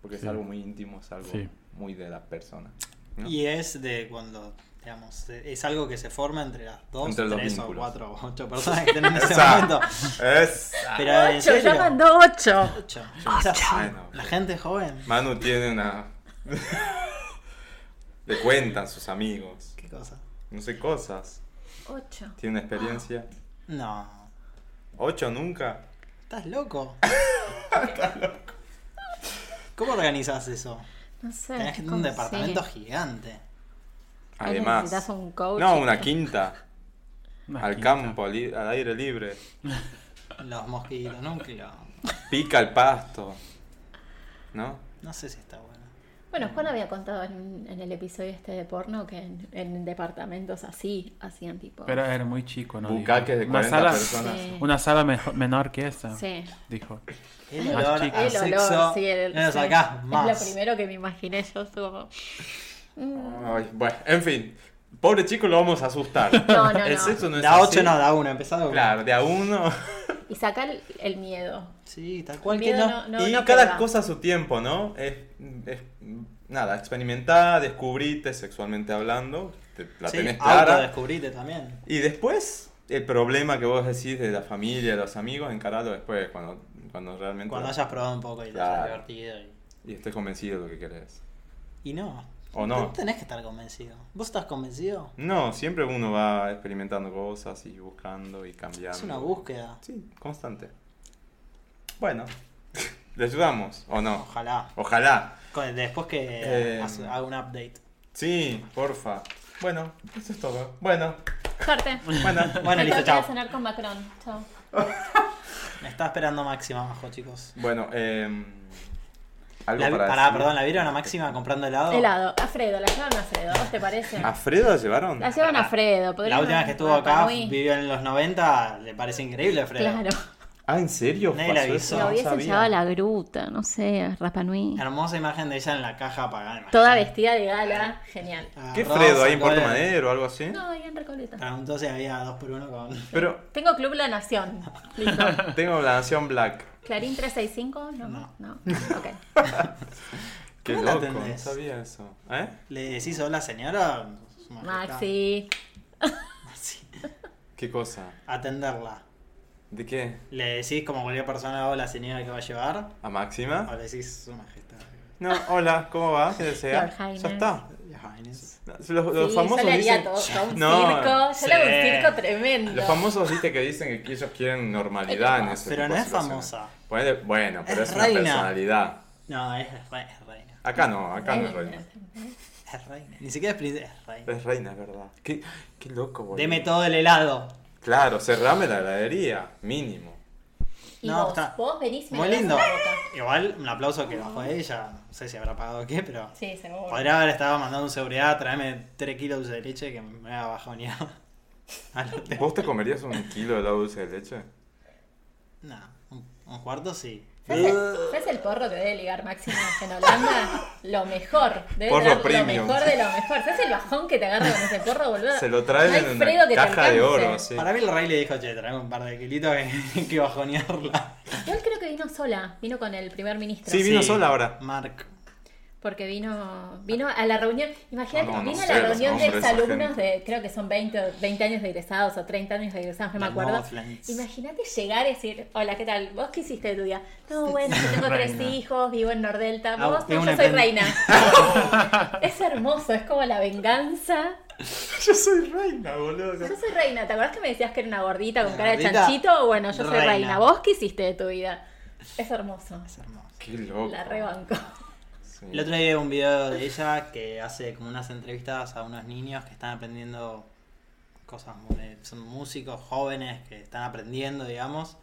porque Sí. es algo muy íntimo, es algo Sí. muy de la persona. ¿no? Y es de cuando, digamos, es algo que se forma entre las dos, Entre los tres o vínculos. cuatro o ocho personas que tienen en [LAUGHS] ese Esa. momento. Es... Pero en Ocho, serio, yo mando ocho. ocho. Es así. Bueno, La sí. gente joven. Manu tiene una... [LAUGHS] Le cuentan sus amigos, ¿Qué cosa? no sé, cosas. Ocho. Tiene una experiencia. No. ¿Ocho nunca? [LAUGHS] ¿Estás loco? ¿Cómo organizas eso? No sé. Tenés que tener un Eh, ¿cómo departamento sigue? gigante. Ahí Además... necesitas un coach. No, una quinta. [LAUGHS] Una al quinta. campo, al, i- al aire libre. Los mosquitos, núcleo. Pica el pasto. ¿No? No sé si está bueno. Bueno, Juan había contado en, en el episodio este de porno que en, en departamentos así hacían tipo. Pero era muy chico, ¿no? Bucaques Dijo. de Una 40 sala, personas. Sí. una sala mejo- menor que esta. Sí. Dijo. El Las olor chicas. a El olor, Ah, sexo. sí, el- no lo sí. sacás Es más. lo primero que me imaginé yo. es como- Ay, bueno, en fin. Pobre chico, lo vamos a asustar. No, no, El no. sexo no es Da así. 8 no, da 1, empezado con- Claro, de a uno. Y sacar el, el miedo. Sí, tal cual que Miedo no. no- no- y no cada queda. cosa a su tiempo, ¿no? Es, es- nada, experimentá, descubrite sexualmente hablando, te- la sí, tenés auto clara. descubriste también. Y después, el problema que vos decís de la familia, de los amigos, encaralo después, cuando, cuando realmente... Cuando hayas probado un poco y te Claro. hayas divertido. Y, Y estés convencido de lo que querés. y no. ¿O no? tenés que estar convencido. ¿Vos estás convencido? No, siempre uno va experimentando cosas y buscando y cambiando. Es una búsqueda. Sí, constante. Bueno, [LAUGHS] ¿le ayudamos o no? Ojalá. Ojalá. Con- Después que Eh, haz- haga un update. Sí, porfa. Bueno, eso es todo. Bueno, Suerte. bueno. Bueno, Me [LAUGHS] tengo que ir listo, chao. a cenar con Macron. Chao. Me está esperando Máxima abajo, chicos. Bueno, eh, algo La vi- para pará, decir? perdón, ¿la vieron a Máxima comprando helado? Helado. A Fredo, la llevan a Fredo. ¿Vos te parece? ¿A Fredo la llevaron? La llevan a Fredo. Ah. La podrían- última vez que estuvo a acá, Rapanui. vivió en los 90, le parece increíble, Fredo. Claro. Ah, ¿en serio? Nadie la ¿Pasó eso? avisó. La La No hubiesen sabía. llevado a la gruta, no sé, a Rapa Nui. Hermosa imagen de ella en la caja apagada. Ah, Toda vestida de gala, genial. ¿Qué Fredo? ¿Hay en Puerto Madero o algo así? No, ahí en Recoleta. Preguntó si había dos por uno con. Pero Tengo Club La [LAUGHS] Nación. Listo. tengo la nación Black. Clarín 365, no, no. [LAUGHS] no. Ok. Qué ¿Cómo la loco, no atendés? sabía eso. ¿Eh? ¿Le decís hola señora? Su majestad. Maxi. Maxi. ¿Qué cosa? Atenderla. ¿De qué? ¿Le decís como cualquier persona hola señora que va a llevar? ¿A ¿O Máxima? le decís su majestad? No, hola, ¿cómo va? ¿Qué desea? Your Highness. Ya está. Your Highness. Los, los sí, famosos yo le haría dicen... todo, todo un No, circo. Yo sí. le hago un circo tremendo. Los famosos viste que dicen que ellos quieren normalidad en ese Pero tipo no de es situaciones. famosa. Ponele- Bueno, pero Es es, una reina. personalidad. No, es, re- es reina. Acá no, acá Eh, no es reina. Es reina. Ni siquiera es princesa. Es reina. Es reina, es verdad. Qué, qué loco, boludo. Deme todo el helado. Claro, cerrame la heladería, mínimo. Y No, vos, está- vos venís y me Muy lo das lindo. en la boca. Igual un aplauso que bajó ella. No sé si habrá pagado o qué, pero. Sí, seguro. Podría haber estado mandando un seguridad, traerme 3 kilos de leche que me había bajoneado. [LAUGHS] Al hotel. ¿Vos te comerías un kilo de helado dulce de leche? no, un, un cuarto sí. ¿Sabes Uh. el, sabes el porro que debe ligar Máximo en Holanda? Lo mejor. Debe Porro dar premium. lo mejor de lo mejor. ¿Sabes el bajón que te agarra con ese porro, boludo? Se lo traen No hay en una Fredo que te caja de alcance. oro, así. Para mí el rey le dijo, che, traeme un par de kilitos que, [LAUGHS] que bajonearla. Igual creo que vino sola. Vino con el primer ministro. Sí, vino sola ahora. Mark. Porque vino, vino a la reunión, imagínate, No, no vino a sé la los reunión de nombres, ex esa alumnos gente. de, creo que son 20, o 20 años de egresados o 30 años de egresados, no me De acuerdo. Northlands. Imagínate llegar y decir, hola, ¿qué tal? ¿Vos qué hiciste de tu día? No, bueno, yo tengo tres Reina. hijos, vivo en Nordelta, Ah, vos tengo no, una yo soy emprend- reina. es hermoso, es como la venganza. Yo soy reina, boludo. Yo soy reina, ¿te acuerdas que me decías que era una gordita con cara de Gordita, chanchito? Bueno, yo soy reina. reina. ¿Vos qué hiciste de tu vida? Es hermoso. Es hermoso. Qué loco. La rebanco. Sí. El otro día vi un video de ella que hace como unas entrevistas a unos niños que están aprendiendo cosas, eh, son músicos jóvenes que están aprendiendo, digamos.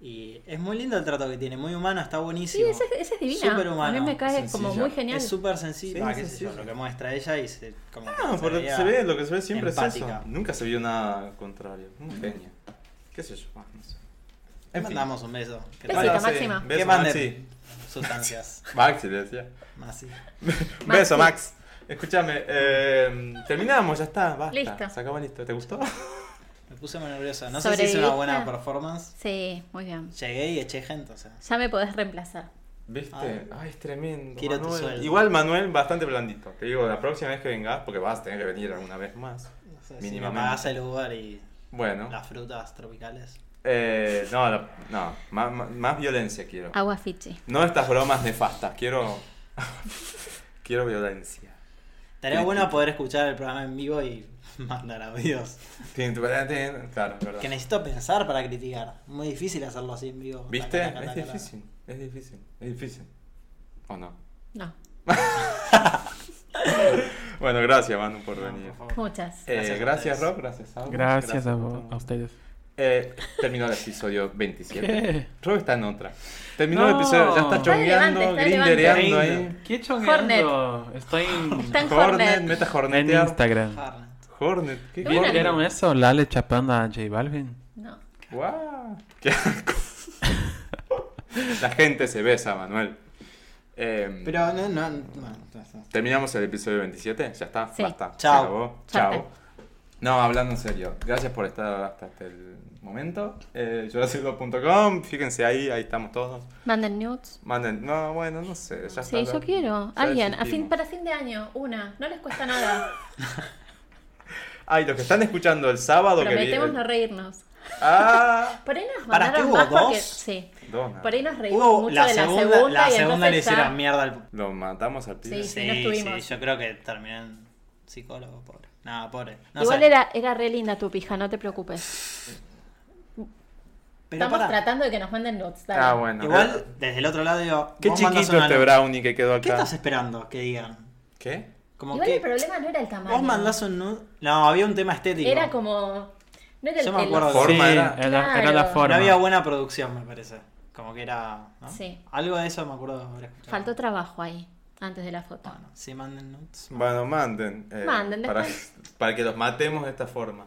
Y es muy lindo el trato que tiene, muy humano, está Sí, buenísimo. esa, es- esa es divina. Súper A mí humano, me cae como sencilla. muy genial. Es súper sencillo, Sí, ah, qué sé sencillo. yo, lo que muestra ella y se, como que No, se pero veía- se ve lo que se ve siempre es empática. eso. Nunca se vio nada contrario. Un genio. ¿Qué sé yo? Ah, no sé. Le mandamos un beso. Que Besito, traiga sí. Máxima. Beso, que mande Maxi. sustancias. Maxi le decía. Maxi. Beso, Max. Escúchame, eh, terminamos, ya está, basta. Listo. Se acabó listo. ¿Te gustó? Me puse muy nervioso. No sé si hice una ¿Sobreviviste? buena performance. Sí, muy bien. Llegué y eché gente, o sea. Ya me podés reemplazar. ¿Viste? Ay. Ay, es tremendo. Quiero tu Manuel. sueldo. Igual Manuel bastante blandito. Te digo, la próxima vez que vengas, porque vas a tener que venir alguna vez más. No sé, si me Mínimamente. pagás el lugar y Bueno. las frutas tropicales. Eh, no, la- no. Más, más- más violencia quiero. Agua Fichi. No estas bromas nefastas. Quiero. [LAUGHS] quiero violencia. Estaría Crítica. bueno poder escuchar el programa en vivo y mandar audios. Tin, tu, para, tin. Claro, es verdad. Que necesito pensar para criticar. Muy difícil hacerlo así en vivo. ¿Viste? Taca, taca, Es taca, taca. difícil. Es difícil. Es difícil. ¿O no? No, Bueno, gracias, Manu, por No, venir. por favor. muchas. Eh, Gracias a Gracias, ustedes. Rob. Gracias, Agus, Gracias a, por vos, todo. a ustedes. Eh, terminó el episodio 27. ¿Qué? Rob está en otra. Terminó el No. episodio, ya está Está chongueando, relevante, está grindereando ahí. Hornet. ¿Qué chongueando? Estoy en, Ah, Está en Hornet, Hornet. meta en Hornetear. Instagram. Harnet. Hornet, ¿qué Bueno. Hornet? ¿Vieron eso? Lale chapando a J Balvin. No. Guau. Qué asco. [LAUGHS] La gente se besa, Manuel. Eh, Pero no, no, no, bueno, no, no. Terminamos el episodio 27, ya está, Sí. basta. se Chao. acabó, Ya Chao. está. No, hablando en serio, gracias por estar hasta el momento. Eh, Jurassic.com, fíjense ahí, ahí estamos todos. Manden nudes. Manden, no, bueno, no sé, ya está. Sí, ya- yo quiero. ya Alguien, a fin, desistimos. para fin de año, una. No les cuesta nada. [LAUGHS] Ay, los que están escuchando el sábado Prometemos que vi- no reírnos. Ah, Por ahí nos Pará, mandaron ¿qué hubo, más porque... dos? Sí. Dona. Por ahí nos reímos Hubo mucho la, de segunda, la segunda. la y segunda le entonces ya- hicieron mierda al. Lo matamos al pibe. Sí, sí, no estuvimos. yo creo que terminó en psicólogo, pobre. Nada, pobre. No Igual sé. era, era re linda tu pija, no te preocupes. Pero Estamos pará. tratando de que nos manden nudes. dale. Ah, bueno. Igual, desde el otro lado digo. Qué vos mandás chiquito una este nu- brownie que quedó acá. ¿Qué estás esperando que digan? ¿Qué? Como Igual que el problema no era el tamaño. vos mandás un nude. No, había un tema estético. Era como... No era el, Yo me el- acuerdo de- Forma sí, era. era, era la Claro. forma. No había buena producción, me parece. Como que era. ¿no? Sí. Algo de eso me acuerdo de haber escuchado. Faltó trabajo ahí, antes de la foto. Bueno, sí, manden nudes. Bueno, manden. eh, [LAUGHS] Manden, para, después. para que los matemos de esta forma.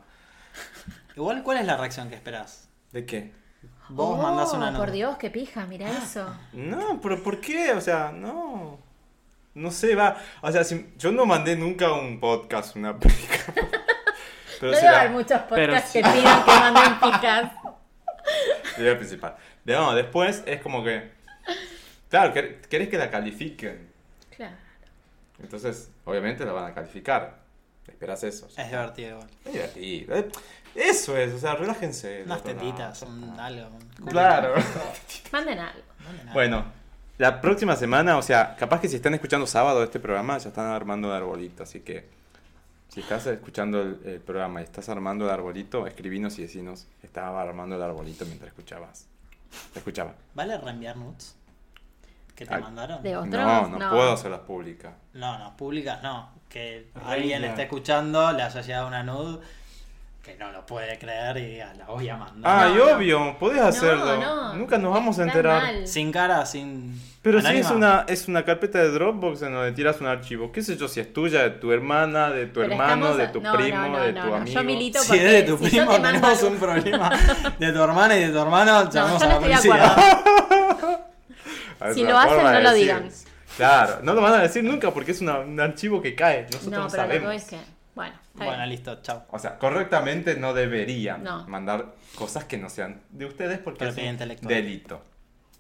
Igual, ¿cuál es la reacción que esperás? ¿De qué? Vos Oh, mandás una nota. Ah. Por Dios, qué pija, mira eso. No, pero ¿por qué? O sea, no. No sé, va. O sea, si- yo no mandé nunca un podcast, una [LAUGHS] [LAUGHS] película. Pero no se debe la- haber muchos podcasts sí. que pidan que manden pijas. Idea principal. De- no, después es como que. Claro, quer- querés que la califiquen. Claro. Entonces, obviamente la van a calificar. Esperas eso. Es divertido igual. Es divertido. Eh, Eso es, o sea, relájense. Unas loco, no. tetitas, un algo. un- [LAUGHS] Claro. [LAUGHS] Manden algo. Bueno, la próxima semana, o sea, capaz que si están escuchando sábado este programa, ya están armando el arbolito. Así que, si estás escuchando el, el programa y estás armando el arbolito, escribinos y decinos. Estaba armando el arbolito mientras escuchabas. Te escuchaba. ¿Vale reenviar nudes? ¿Que te Ay. mandaron? De otro. No, no, puedo hacerlas públicas. No, no, públicas no. Que Reina. alguien esté escuchando, le haya llegado una nude, que no lo puede creer y diga, la voy a mandar. Ay, no. obvio, podés hacerlo. no. Nunca nos vamos a Está enterar. mal. Sin cara, sin. Pero si anónima. es una, es una carpeta de Dropbox en donde tiras un archivo. ¿Qué sé yo si es tuya, de tu hermana, de tu Pero hermano, estamos- de tu no, no, primo, no, de no, tu no. amigo? Yo milito Si porque es de tu si yo primo, te mando tenemos algo- [LAUGHS] un problema. De tu hermana y de tu hermano, llamamos yo a no la estoy de policía. [LAUGHS] acuerdo. Es Si una lo hacen, forma de no lo decir. digan. Claro, no lo van a decir nunca porque es una- un archivo que cae. Nosotros no, No, pero lo sabemos. que es que. Bueno, está Bueno, bien. listo, chao. O sea, correctamente no deberían No. mandar cosas que no sean de ustedes porque Propiedad es un intelectual. delito. [LAUGHS]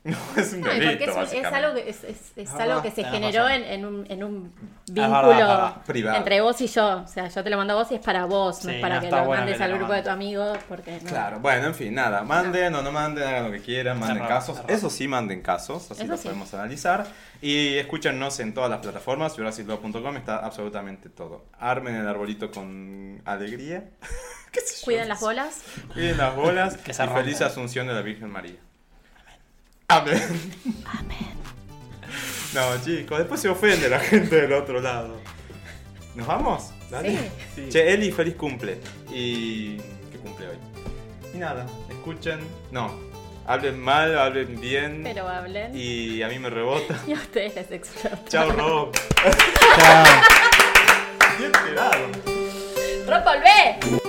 No, es un No, y delito, porque es, un- es básicamente. algo que, es, es- es Ah, algo que se tenés generó razón. en, en un, en un verdad, vínculo es verdad. Privado. entre vos y yo. O sea, yo te lo mando a vos y es para vos, no Sí, es para no que está lo bueno mandes que al lo grupo de mandes. tu amigo. Porque no. Claro, bueno, en fin, nada, manden o no manden, hagan lo que quieran, manden raro, casos, está raro. eso sí manden casos, así Eso lo sí. podemos analizar y escúchenos en todas las plataformas, fioracildo.com está absolutamente todo. Armen el arbolito con alegría, ¿Qué sé yo? Cuiden las bolas. Cuiden las bolas Que se y feliz rompan. asunción de la Virgen María. Amén. Amén. No, chicos, después se ofende la gente del otro lado. ¿Nos vamos? Dale. Che, Eli, feliz cumple. Y. ¿Qué cumple hoy? Y nada, escuchen. No, hablen mal, hablen bien. Pero hablen. [LAUGHS] Y, Y a mí me rebota. a ustedes les explota. Chao, Rob. Chao. Bien esperado. ¡Rob, volvé!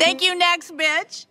Thank you, next bitch.